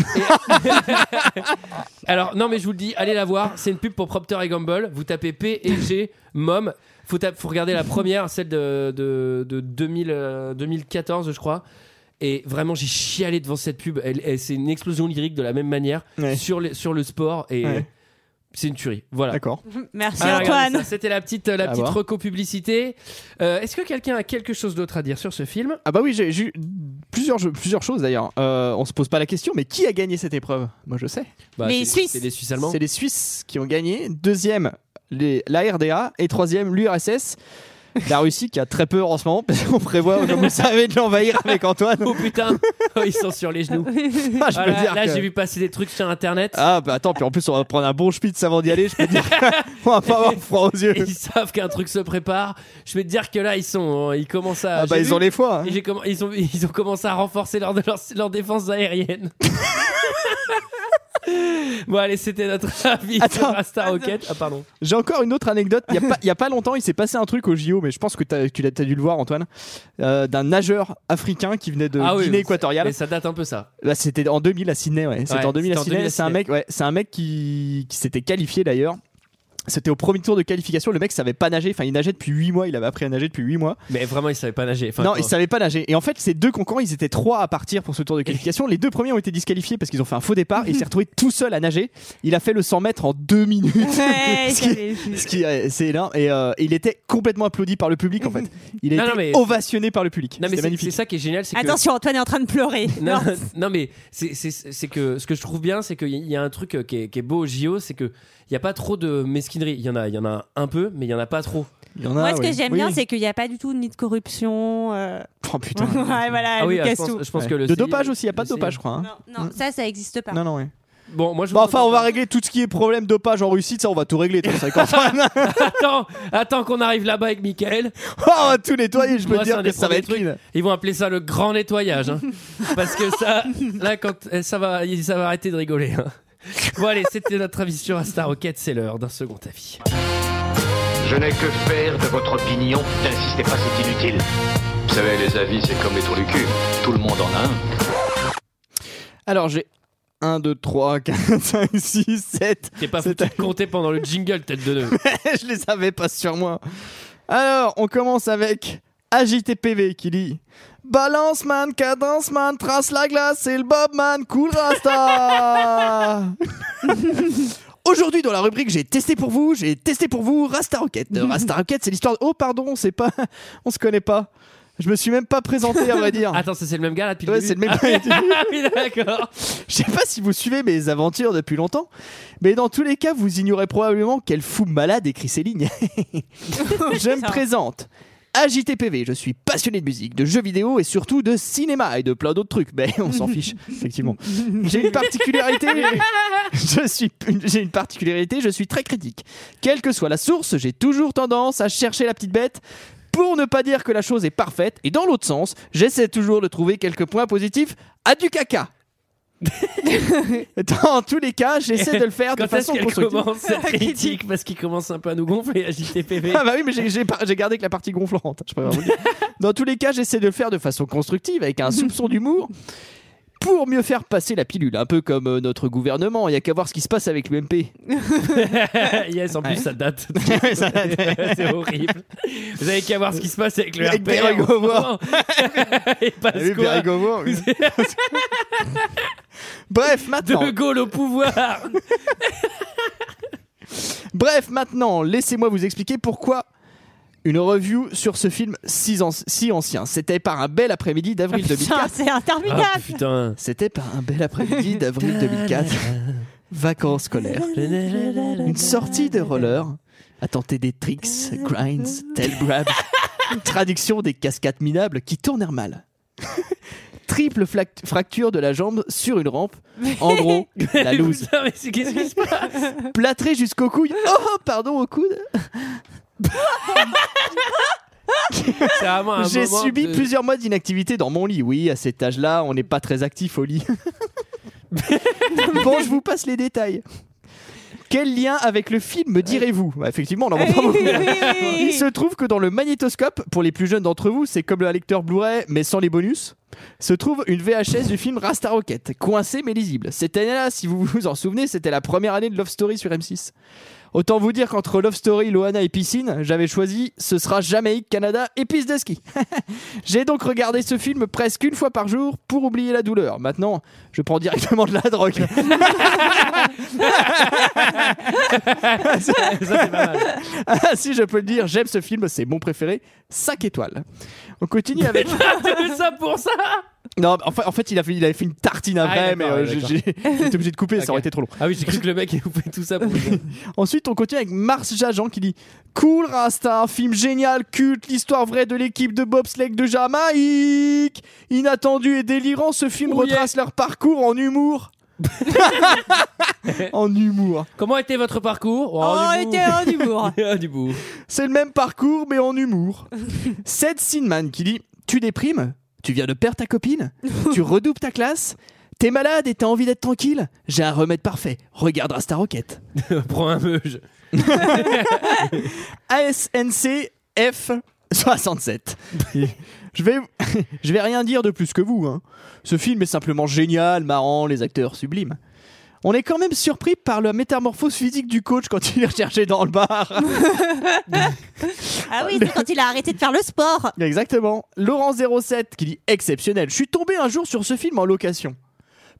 [SPEAKER 1] Alors non mais je vous le dis, allez la voir. C'est une pub pour Procter et Gamble. Vous tapez P et G Mom. Faut, tape- faut regarder la première, celle de, de, de 2000, euh, 2014 je crois. Et vraiment j'ai chialé devant cette pub. Elle, elle- c'est une explosion lyrique de la même manière
[SPEAKER 6] Ouais.
[SPEAKER 1] sur, les- sur le sport et
[SPEAKER 6] Ouais.
[SPEAKER 1] c'est une tuerie. Voilà.
[SPEAKER 6] D'accord.
[SPEAKER 7] Merci
[SPEAKER 1] Ah, regardez
[SPEAKER 7] Antoine.
[SPEAKER 1] ça, C'était la petite, la
[SPEAKER 6] À
[SPEAKER 1] petite
[SPEAKER 6] voir.
[SPEAKER 1] reco publicité. Euh, Est-ce que quelqu'un a quelque chose d'autre à dire sur ce film
[SPEAKER 6] Ah bah oui, j'ai j'ai eu plusieurs, jeux- plusieurs choses d'ailleurs. Euh, on se pose pas la question, mais qui a gagné cette épreuve Moi je sais.
[SPEAKER 1] Bah,
[SPEAKER 7] Les
[SPEAKER 1] c'est-
[SPEAKER 7] Suisses.
[SPEAKER 1] C'est les Suisses allemands.
[SPEAKER 6] C'est les Suisses qui ont gagné. Deuxième, les, la RDA. Et troisième, l'URSS. La Russie qui a très peur en ce moment, parce qu'on prévoit, comme vous le savez, de l'envahir avec Antoine.
[SPEAKER 1] Oh
[SPEAKER 7] [laughs]
[SPEAKER 1] putain, Oh, ils sont sur les [laughs] genoux.
[SPEAKER 6] Ah, [laughs] je
[SPEAKER 1] Ah,
[SPEAKER 6] peux
[SPEAKER 1] là,
[SPEAKER 6] dire
[SPEAKER 1] là,
[SPEAKER 6] que-
[SPEAKER 1] j'ai vu passer des trucs sur internet.
[SPEAKER 6] Ah bah attends, puis en plus on va prendre un bon spitz avant d'y aller, je peux te dire [laughs] qu'on va pas avoir froid aux yeux.
[SPEAKER 1] Et [laughs] ils savent qu'un truc se prépare. Je vais te dire que là, ils sont, hein, ils commencent à.
[SPEAKER 6] Ah bah
[SPEAKER 1] j'ai
[SPEAKER 6] ils
[SPEAKER 1] vu-
[SPEAKER 6] ont les foies. hein.
[SPEAKER 1] et j'ai comm- ils, ont, [laughs] ils ont commencé à renforcer leur, leur, leur défense
[SPEAKER 6] [laughs]
[SPEAKER 1] aérienne. bon, allez, c'était notre [laughs] avis
[SPEAKER 6] Attends.
[SPEAKER 1] sur Star Rocket. Ah, pardon.
[SPEAKER 6] J'ai encore une autre anecdote. Il y a pas- il y a pas longtemps, il s'est passé un truc au JO, mais je pense que t'as- tu l'as as dû le voir, Antoine, euh, d'un nageur africain qui venait de
[SPEAKER 1] Ah oui,
[SPEAKER 6] Guinée
[SPEAKER 1] mais-
[SPEAKER 6] équatoriale.
[SPEAKER 1] Mais ça date un peu ça.
[SPEAKER 6] Bah, c'était en 2000 à Sydney, ouais. C'était
[SPEAKER 1] Ouais,
[SPEAKER 6] en 2000 à
[SPEAKER 1] c'était en 2000 à
[SPEAKER 6] Sydney. C'est un
[SPEAKER 1] Sydney.
[SPEAKER 6] mec, ouais, c'est un mec qui, qui s'était qualifié d'ailleurs C'était au premier tour de qualification, le mec savait pas nager, enfin il nageait depuis 8 mois, il avait appris à nager depuis 8 mois.
[SPEAKER 1] Mais vraiment, il savait pas nager. Enfin,
[SPEAKER 6] non,
[SPEAKER 1] quoi.
[SPEAKER 6] il savait pas nager. Et en fait, ces deux concurrents, ils étaient trois à partir pour ce tour de qualification. Les deux premiers ont été disqualifiés parce qu'ils ont fait un
[SPEAKER 1] [laughs]
[SPEAKER 6] faux départ. et il s'est retrouvé tout seul à nager. Il a fait le 100 mètres en deux
[SPEAKER 1] [laughs]
[SPEAKER 6] minutes.
[SPEAKER 7] Ouais,
[SPEAKER 6] Ce qui-
[SPEAKER 7] j'avais vu.
[SPEAKER 6] ce qui, euh, c'est énorme. Et euh, il était complètement applaudi par le public en fait. Il a
[SPEAKER 1] Non,
[SPEAKER 6] été
[SPEAKER 1] non, mais-
[SPEAKER 6] ovationné par le public.
[SPEAKER 1] Non, mais
[SPEAKER 6] C'était
[SPEAKER 1] c'est
[SPEAKER 6] magnifique.
[SPEAKER 1] c'est ça qui est génial. c'est que-
[SPEAKER 7] Attention, Antoine est en train de pleurer.
[SPEAKER 1] [laughs] Non, [laughs] non, mais c'est- c'est c'est que ce que je trouve bien, c'est qu'il y y a un truc euh, qui est, qui est beau au JO, c'est qu'il n'y a pas trop de mesquinerie. Il y, en a- il y en a un peu, mais il n'y en a pas trop.
[SPEAKER 6] Ah,
[SPEAKER 7] Moi, ce que j'aime bien, c'est qu'il n'y a pas du tout ni de corruption. euh,
[SPEAKER 6] Oh
[SPEAKER 1] [laughs]
[SPEAKER 6] putain.
[SPEAKER 7] [laughs] ouais, voilà,
[SPEAKER 1] Ah oui,
[SPEAKER 7] Lucas
[SPEAKER 1] je pense-
[SPEAKER 7] tout.
[SPEAKER 1] je pense que le
[SPEAKER 6] de
[SPEAKER 1] CI
[SPEAKER 6] dopage aussi, il n'y a pas de
[SPEAKER 1] le
[SPEAKER 6] dopage,
[SPEAKER 1] CI
[SPEAKER 6] je crois. hein.
[SPEAKER 7] Non, ça, ça n'existe pas.
[SPEAKER 6] Non, non, ouais.
[SPEAKER 1] Bon, moi je
[SPEAKER 6] Bon,
[SPEAKER 1] vous
[SPEAKER 6] Bah, enfin, on va régler tout ce qui est problème dopage en Russie, de ça on va tout régler. de toute façon, avec Antoine.
[SPEAKER 1] [laughs] attends, attends qu'on arrive là-bas avec Michael.
[SPEAKER 6] Oh, on va tout nettoyer, je peux
[SPEAKER 1] Moi,
[SPEAKER 6] te
[SPEAKER 1] c'est un
[SPEAKER 6] dire
[SPEAKER 1] des
[SPEAKER 6] que ça va
[SPEAKER 1] premiers
[SPEAKER 6] être clean.
[SPEAKER 1] Ils vont appeler ça le grand nettoyage. [laughs] hein. Parce que ça, là, quand eh, ça va, il- ça va arrêter de rigoler. hein. Bon, allez, c'était notre avis sur Star Rocket. C'est l'heure d'un second avis.
[SPEAKER 13] Je n'ai que faire de votre opinion. N'insistez pas, c'est inutile. Vous savez, les avis, c'est comme les trous du cul. Tout le monde en a un.
[SPEAKER 6] Alors j'ai 1, 2, 3, 4, 5, 6, 7.
[SPEAKER 1] T'es pas foutu de compter pendant le jingle, tête de nœud.
[SPEAKER 6] [laughs] Je les avais pas sur moi. Alors, on commence avec AJTPV qui dit Balance man, cadence man, trace la glace, c'est le Bob man, cool Rasta [laughs] Aujourd'hui, dans la rubrique J'ai testé pour vous, j'ai testé pour vous Rasta Rocket. Euh, Rasta Rocket, c'est l'histoire. de- Oh, pardon, c'est pas. [laughs] On se connaît pas. Je me suis même pas présenté, à vrai dire.
[SPEAKER 1] Attends, ça, c'est le même gars là depuis le
[SPEAKER 6] Ouais,
[SPEAKER 1] début
[SPEAKER 6] c'est le même
[SPEAKER 1] Ah
[SPEAKER 6] gars [laughs] depuis le
[SPEAKER 1] oui, d'accord.
[SPEAKER 6] Je sais pas si vous suivez mes aventures depuis longtemps, mais dans tous les cas, vous ignorez probablement quel fou malade écrit ces lignes. je me présente. AJTPV, je suis passionné de musique, de jeux vidéo et surtout de cinéma et de plein d'autres trucs. Mais on s'en fiche, effectivement. J'ai une particularité. Je suis, j'ai une particularité, je suis très critique. Quelle que soit la source, j'ai toujours tendance à chercher la petite bête pour ne pas dire que la chose est parfaite. Et dans l'autre sens, j'essaie toujours de trouver quelques points positifs à du caca. dans tous les cas, j'essaie de le faire de
[SPEAKER 1] Quand est-ce
[SPEAKER 6] façon
[SPEAKER 1] qu'elle
[SPEAKER 6] constructive. [laughs]
[SPEAKER 1] commence cette critique parce qu'il commence un peu à nous gonfler à JTPV.
[SPEAKER 6] Ah bah oui, mais j'ai- j'ai pas- j'ai gardé que la partie gonflante. Je préfère vous le dire. Dans tous les cas, j'essaie de le faire de façon constructive, avec un soupçon d'humour, pour mieux faire passer la pilule. Un peu comme euh, notre gouvernement, il y a qu'à voir ce qui se passe avec l'UMP.
[SPEAKER 1] [laughs] yes, en plus
[SPEAKER 6] bah, Ouais.
[SPEAKER 1] ça date.
[SPEAKER 6] Ouais, ça date.
[SPEAKER 1] c'est horrible. Vous avez qu'à voir ce qui se passe avec le
[SPEAKER 6] Avec
[SPEAKER 1] RPR.
[SPEAKER 6] Bérégovoy.
[SPEAKER 1] Oh, [laughs] Et parce
[SPEAKER 6] Ah oui,
[SPEAKER 1] quoi
[SPEAKER 6] Bérégovoy, oui. [laughs] Bref, maintenant.
[SPEAKER 1] De Gaulle au
[SPEAKER 6] Ah,
[SPEAKER 1] pouvoir.
[SPEAKER 6] Bref, maintenant, laissez-moi vous expliquer pourquoi une review sur ce film si, an- si ancien. C'était par un bel après-midi d'avril
[SPEAKER 7] Putain,
[SPEAKER 6] 2004.
[SPEAKER 7] c'est interminable.
[SPEAKER 1] [laughs] Ah, putain.
[SPEAKER 6] C'était par un bel [laughs] après-midi d'avril 2004. Vacances scolaires. Une sortie de roller à tenter des tricks, grinds, tail grabs. Traduction des cascades minables qui tournèrent [laughs] mal. Triple flac- fracture de la jambe sur une rampe. En [laughs] gros, la loose.
[SPEAKER 1] Putain, mais c'est- qu'est-ce qui se passe
[SPEAKER 6] Plâtré jusqu'aux couilles. Oh, pardon, au coude.
[SPEAKER 1] C'est vraiment un
[SPEAKER 6] J'ai
[SPEAKER 1] moment
[SPEAKER 6] subi
[SPEAKER 1] de-
[SPEAKER 6] plusieurs mois d'inactivité dans mon lit. Oui, à cet âge-là, on n'est pas très
[SPEAKER 1] [laughs]
[SPEAKER 6] actif au lit. bon, je vous passe les détails. Quel lien avec le film me direz-vous Bah, Effectivement, on en voit pas beaucoup.
[SPEAKER 1] [laughs]
[SPEAKER 6] Il se trouve que dans le magnétoscope, pour les plus jeunes d'entre vous, c'est comme le lecteur Blu-ray, mais sans les bonus, se trouve une VHS du film Rasta Rocket, coincée mais lisible. Cette année-là, si vous vous en souvenez, c'était la première année de Love Story sur M6. Autant vous dire qu'entre Love Story, Loana et Piscine, j'avais choisi Ce sera Jamaïque, Canada et piste de ski. [laughs] J'ai donc regardé ce film presque une fois par jour pour oublier la douleur. Maintenant, je prends directement de la drogue. [laughs] Ah, si je peux le dire, j'aime ce film, c'est mon préféré. 5 étoiles. On continue avec.
[SPEAKER 1] [laughs] Tout ça pour ça
[SPEAKER 6] Non, en fait, en fait, il, avait, il avait fait une tartine après,
[SPEAKER 1] Ah, d'accord,
[SPEAKER 6] mais euh,
[SPEAKER 1] ouais,
[SPEAKER 6] j'ai-
[SPEAKER 1] d'accord.
[SPEAKER 6] j'ai j'étais obligé de couper, ça aurait été trop long.
[SPEAKER 1] Ah oui, j'ai cru que le mec il nous fait tout ça pour
[SPEAKER 6] Ensuite, on continue avec Mars Jajan qui dit Cool Rasta, film génial, culte, l'histoire vraie de l'équipe de bobsleigh de Jamaïque. Inattendu et délirant, ce film
[SPEAKER 1] Oh yeah.
[SPEAKER 6] retrace leur parcours en
[SPEAKER 1] [laughs]
[SPEAKER 6] humour. en humour.
[SPEAKER 1] Comment était votre parcours
[SPEAKER 7] Oh,
[SPEAKER 1] du bout.
[SPEAKER 7] était
[SPEAKER 1] [laughs]
[SPEAKER 7] un humour.
[SPEAKER 1] Ah, du bout. [laughs]
[SPEAKER 6] C'est le même parcours, mais en humour. Seth Sinman qui dit Tu déprimes Tu viens de perdre ta copine Tu redoubles ta classe T'es malade et t'as envie d'être tranquille J'ai un remède parfait. Regarde Rasta Rocket.
[SPEAKER 1] Prends un meuge.
[SPEAKER 6] ASNCF67. je, vais, [laughs] je vais rien dire de plus que vous. hein. Ce film est simplement génial, marrant, les acteurs sublimes. On est quand même surpris par la métamorphose physique du coach quand il est recherché dans le bar.
[SPEAKER 7] [laughs] Ah oui, c'est quand il a arrêté de faire le sport.
[SPEAKER 6] Exactement. Laurent07 qui dit exceptionnel. Je suis tombé un jour sur ce film en location.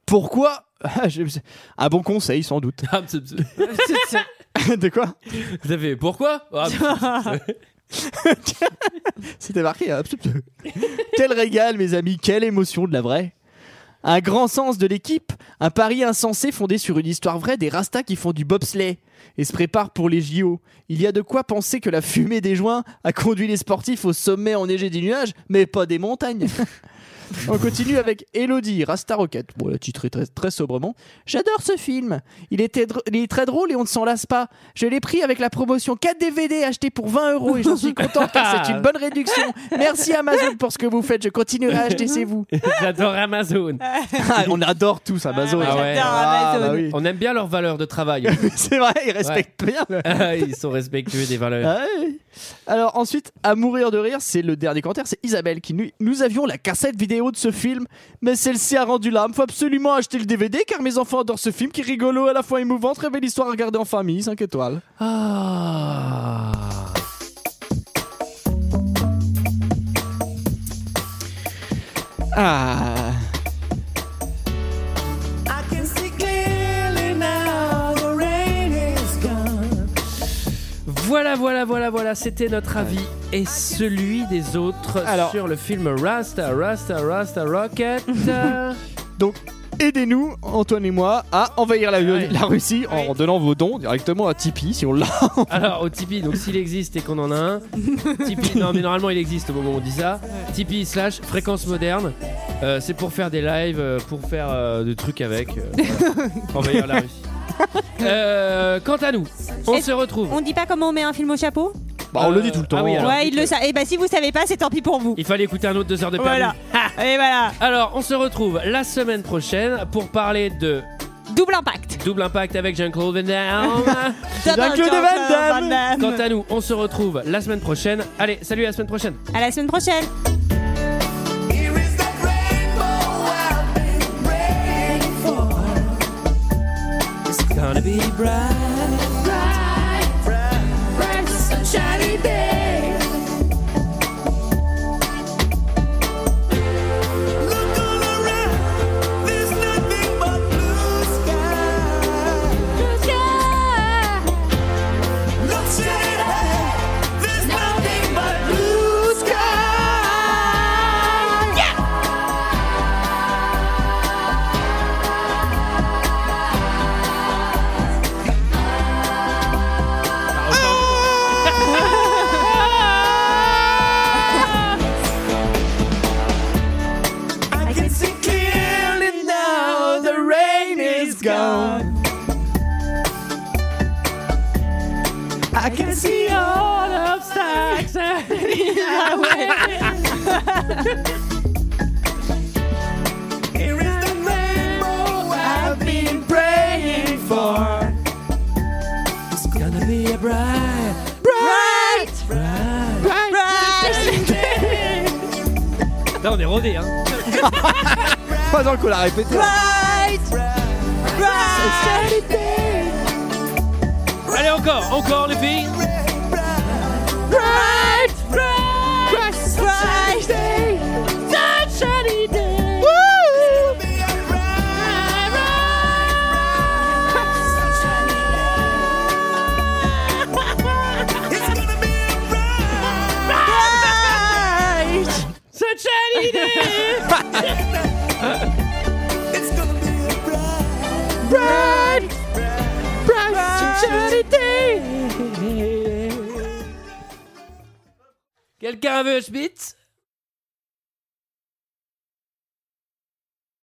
[SPEAKER 6] Pourquoi Ah, je- Un bon conseil, sans doute.
[SPEAKER 1] Ah,
[SPEAKER 6] De quoi
[SPEAKER 1] Vous avez pourquoi
[SPEAKER 6] [laughs]
[SPEAKER 1] Ah,
[SPEAKER 6] C'était marqué. hein, pseup, pseup. Quel régal, mes amis, quelle émotion de la vraie. Un grand sens de l'équipe, un pari insensé fondé sur une histoire vraie des Rastas qui font du bobsleigh et se préparent pour les JO. Il y a de quoi penser que la fumée des joints a conduit les sportifs au sommet enneigé des nuages, mais pas des montagnes. On continue avec Elodie, Rasta Rocket. Bon, là, titré très, très sobrement. J'adore ce film. Il, était dr- il est très drôle et on ne s'en lasse pas. Je l'ai pris avec la promotion 4 DVD achetés pour 20 euros et j'en suis content car c'est une bonne réduction. Merci Amazon pour ce que vous faites. Je continuerai à acheter, c'est vous.
[SPEAKER 1] J'adore Amazon.
[SPEAKER 6] Ah, on adore tous Amazon.
[SPEAKER 1] Ah ouais.
[SPEAKER 6] Ah, bah oui.
[SPEAKER 1] On aime bien leurs valeurs de
[SPEAKER 6] [laughs]
[SPEAKER 1] travail.
[SPEAKER 6] C'est vrai, ils respectent
[SPEAKER 1] Ouais.
[SPEAKER 6] bien.
[SPEAKER 1] Ah, Ils sont respectueux des valeurs.
[SPEAKER 6] Ah ouais. Alors ensuite, à mourir de rire, c'est le dernier commentaire, c'est Isabelle qui nous, nous avions la cassette vidéo de ce film, mais celle-ci a rendu l'âme. Faut absolument acheter le DVD car mes enfants adorent ce film qui est rigolo à la fois émouvant, très belle histoire à regarder en famille, 5 étoiles.
[SPEAKER 1] Ah.
[SPEAKER 6] Ah.
[SPEAKER 11] I can see clearly now the rain is gone.
[SPEAKER 1] Voilà, voilà, voilà, voilà. C'était notre avis et celui des autres
[SPEAKER 6] Alors.
[SPEAKER 1] sur le film Rasta, Rasta, Rasta Rocket.
[SPEAKER 6] [laughs] Donc aidez-nous, Antoine et moi, à envahir la, la Russie en donnant vos dons directement à Tipeee si on l'a.
[SPEAKER 1] Alors au Tipeee, donc s'il existe et qu'on en a un, Tipeee, non mais normalement il existe au moment où on dit ça, Tipeee slash fréquence moderne, Euh, c'est pour faire des lives, euh, pour faire euh, des trucs avec, euh,
[SPEAKER 6] [laughs]
[SPEAKER 1] voilà. envahir la Russie. Euh, quant à nous, on se retrouve.
[SPEAKER 7] On dit pas comment on met un film au chapeau
[SPEAKER 6] Bah, on le dit tout le temps.
[SPEAKER 1] Ah oui, alors,
[SPEAKER 7] Ouais, il le savent. Et bah si vous savez pas, c'est tant pis pour vous.
[SPEAKER 1] Il fallait écouter un autre deux heures de perdu.
[SPEAKER 7] Voilà. Et voilà.
[SPEAKER 1] Alors on se retrouve la semaine prochaine pour parler de
[SPEAKER 7] Double impact.
[SPEAKER 1] Double Impact avec Jean-Claude Van Damme.
[SPEAKER 7] Jean-Claude Van Damme.
[SPEAKER 1] Quant à nous, on se retrouve la semaine prochaine. Allez, salut à la semaine prochaine.
[SPEAKER 7] À la semaine prochaine.
[SPEAKER 11] It's gonna be bright, bright, bright, bright sunshiny day. Look all around, there's nothing but blue sky. Blue sky. Look straight ahead, there's nothing but blue sky. Yeah. I can see clearly now the rain is gone. I can see all obstacles in my way. Here is the rainbow I've been praying for. It's gonna be a bright, bright, bright, bright, bright day.
[SPEAKER 1] Là, on est rodé, hein.
[SPEAKER 6] Pas dans qu'on l'a répété.
[SPEAKER 11] Right, right,
[SPEAKER 1] Allez, encore, encore les filles.
[SPEAKER 11] right, right, sunshiny day, sunshiny day. Woo!
[SPEAKER 7] [laughs]
[SPEAKER 11] Sunshiny day. [laughs] It's gonna be a bright, bright, bright, sunshiny day.
[SPEAKER 1] Quelqu'un veut un Schmitz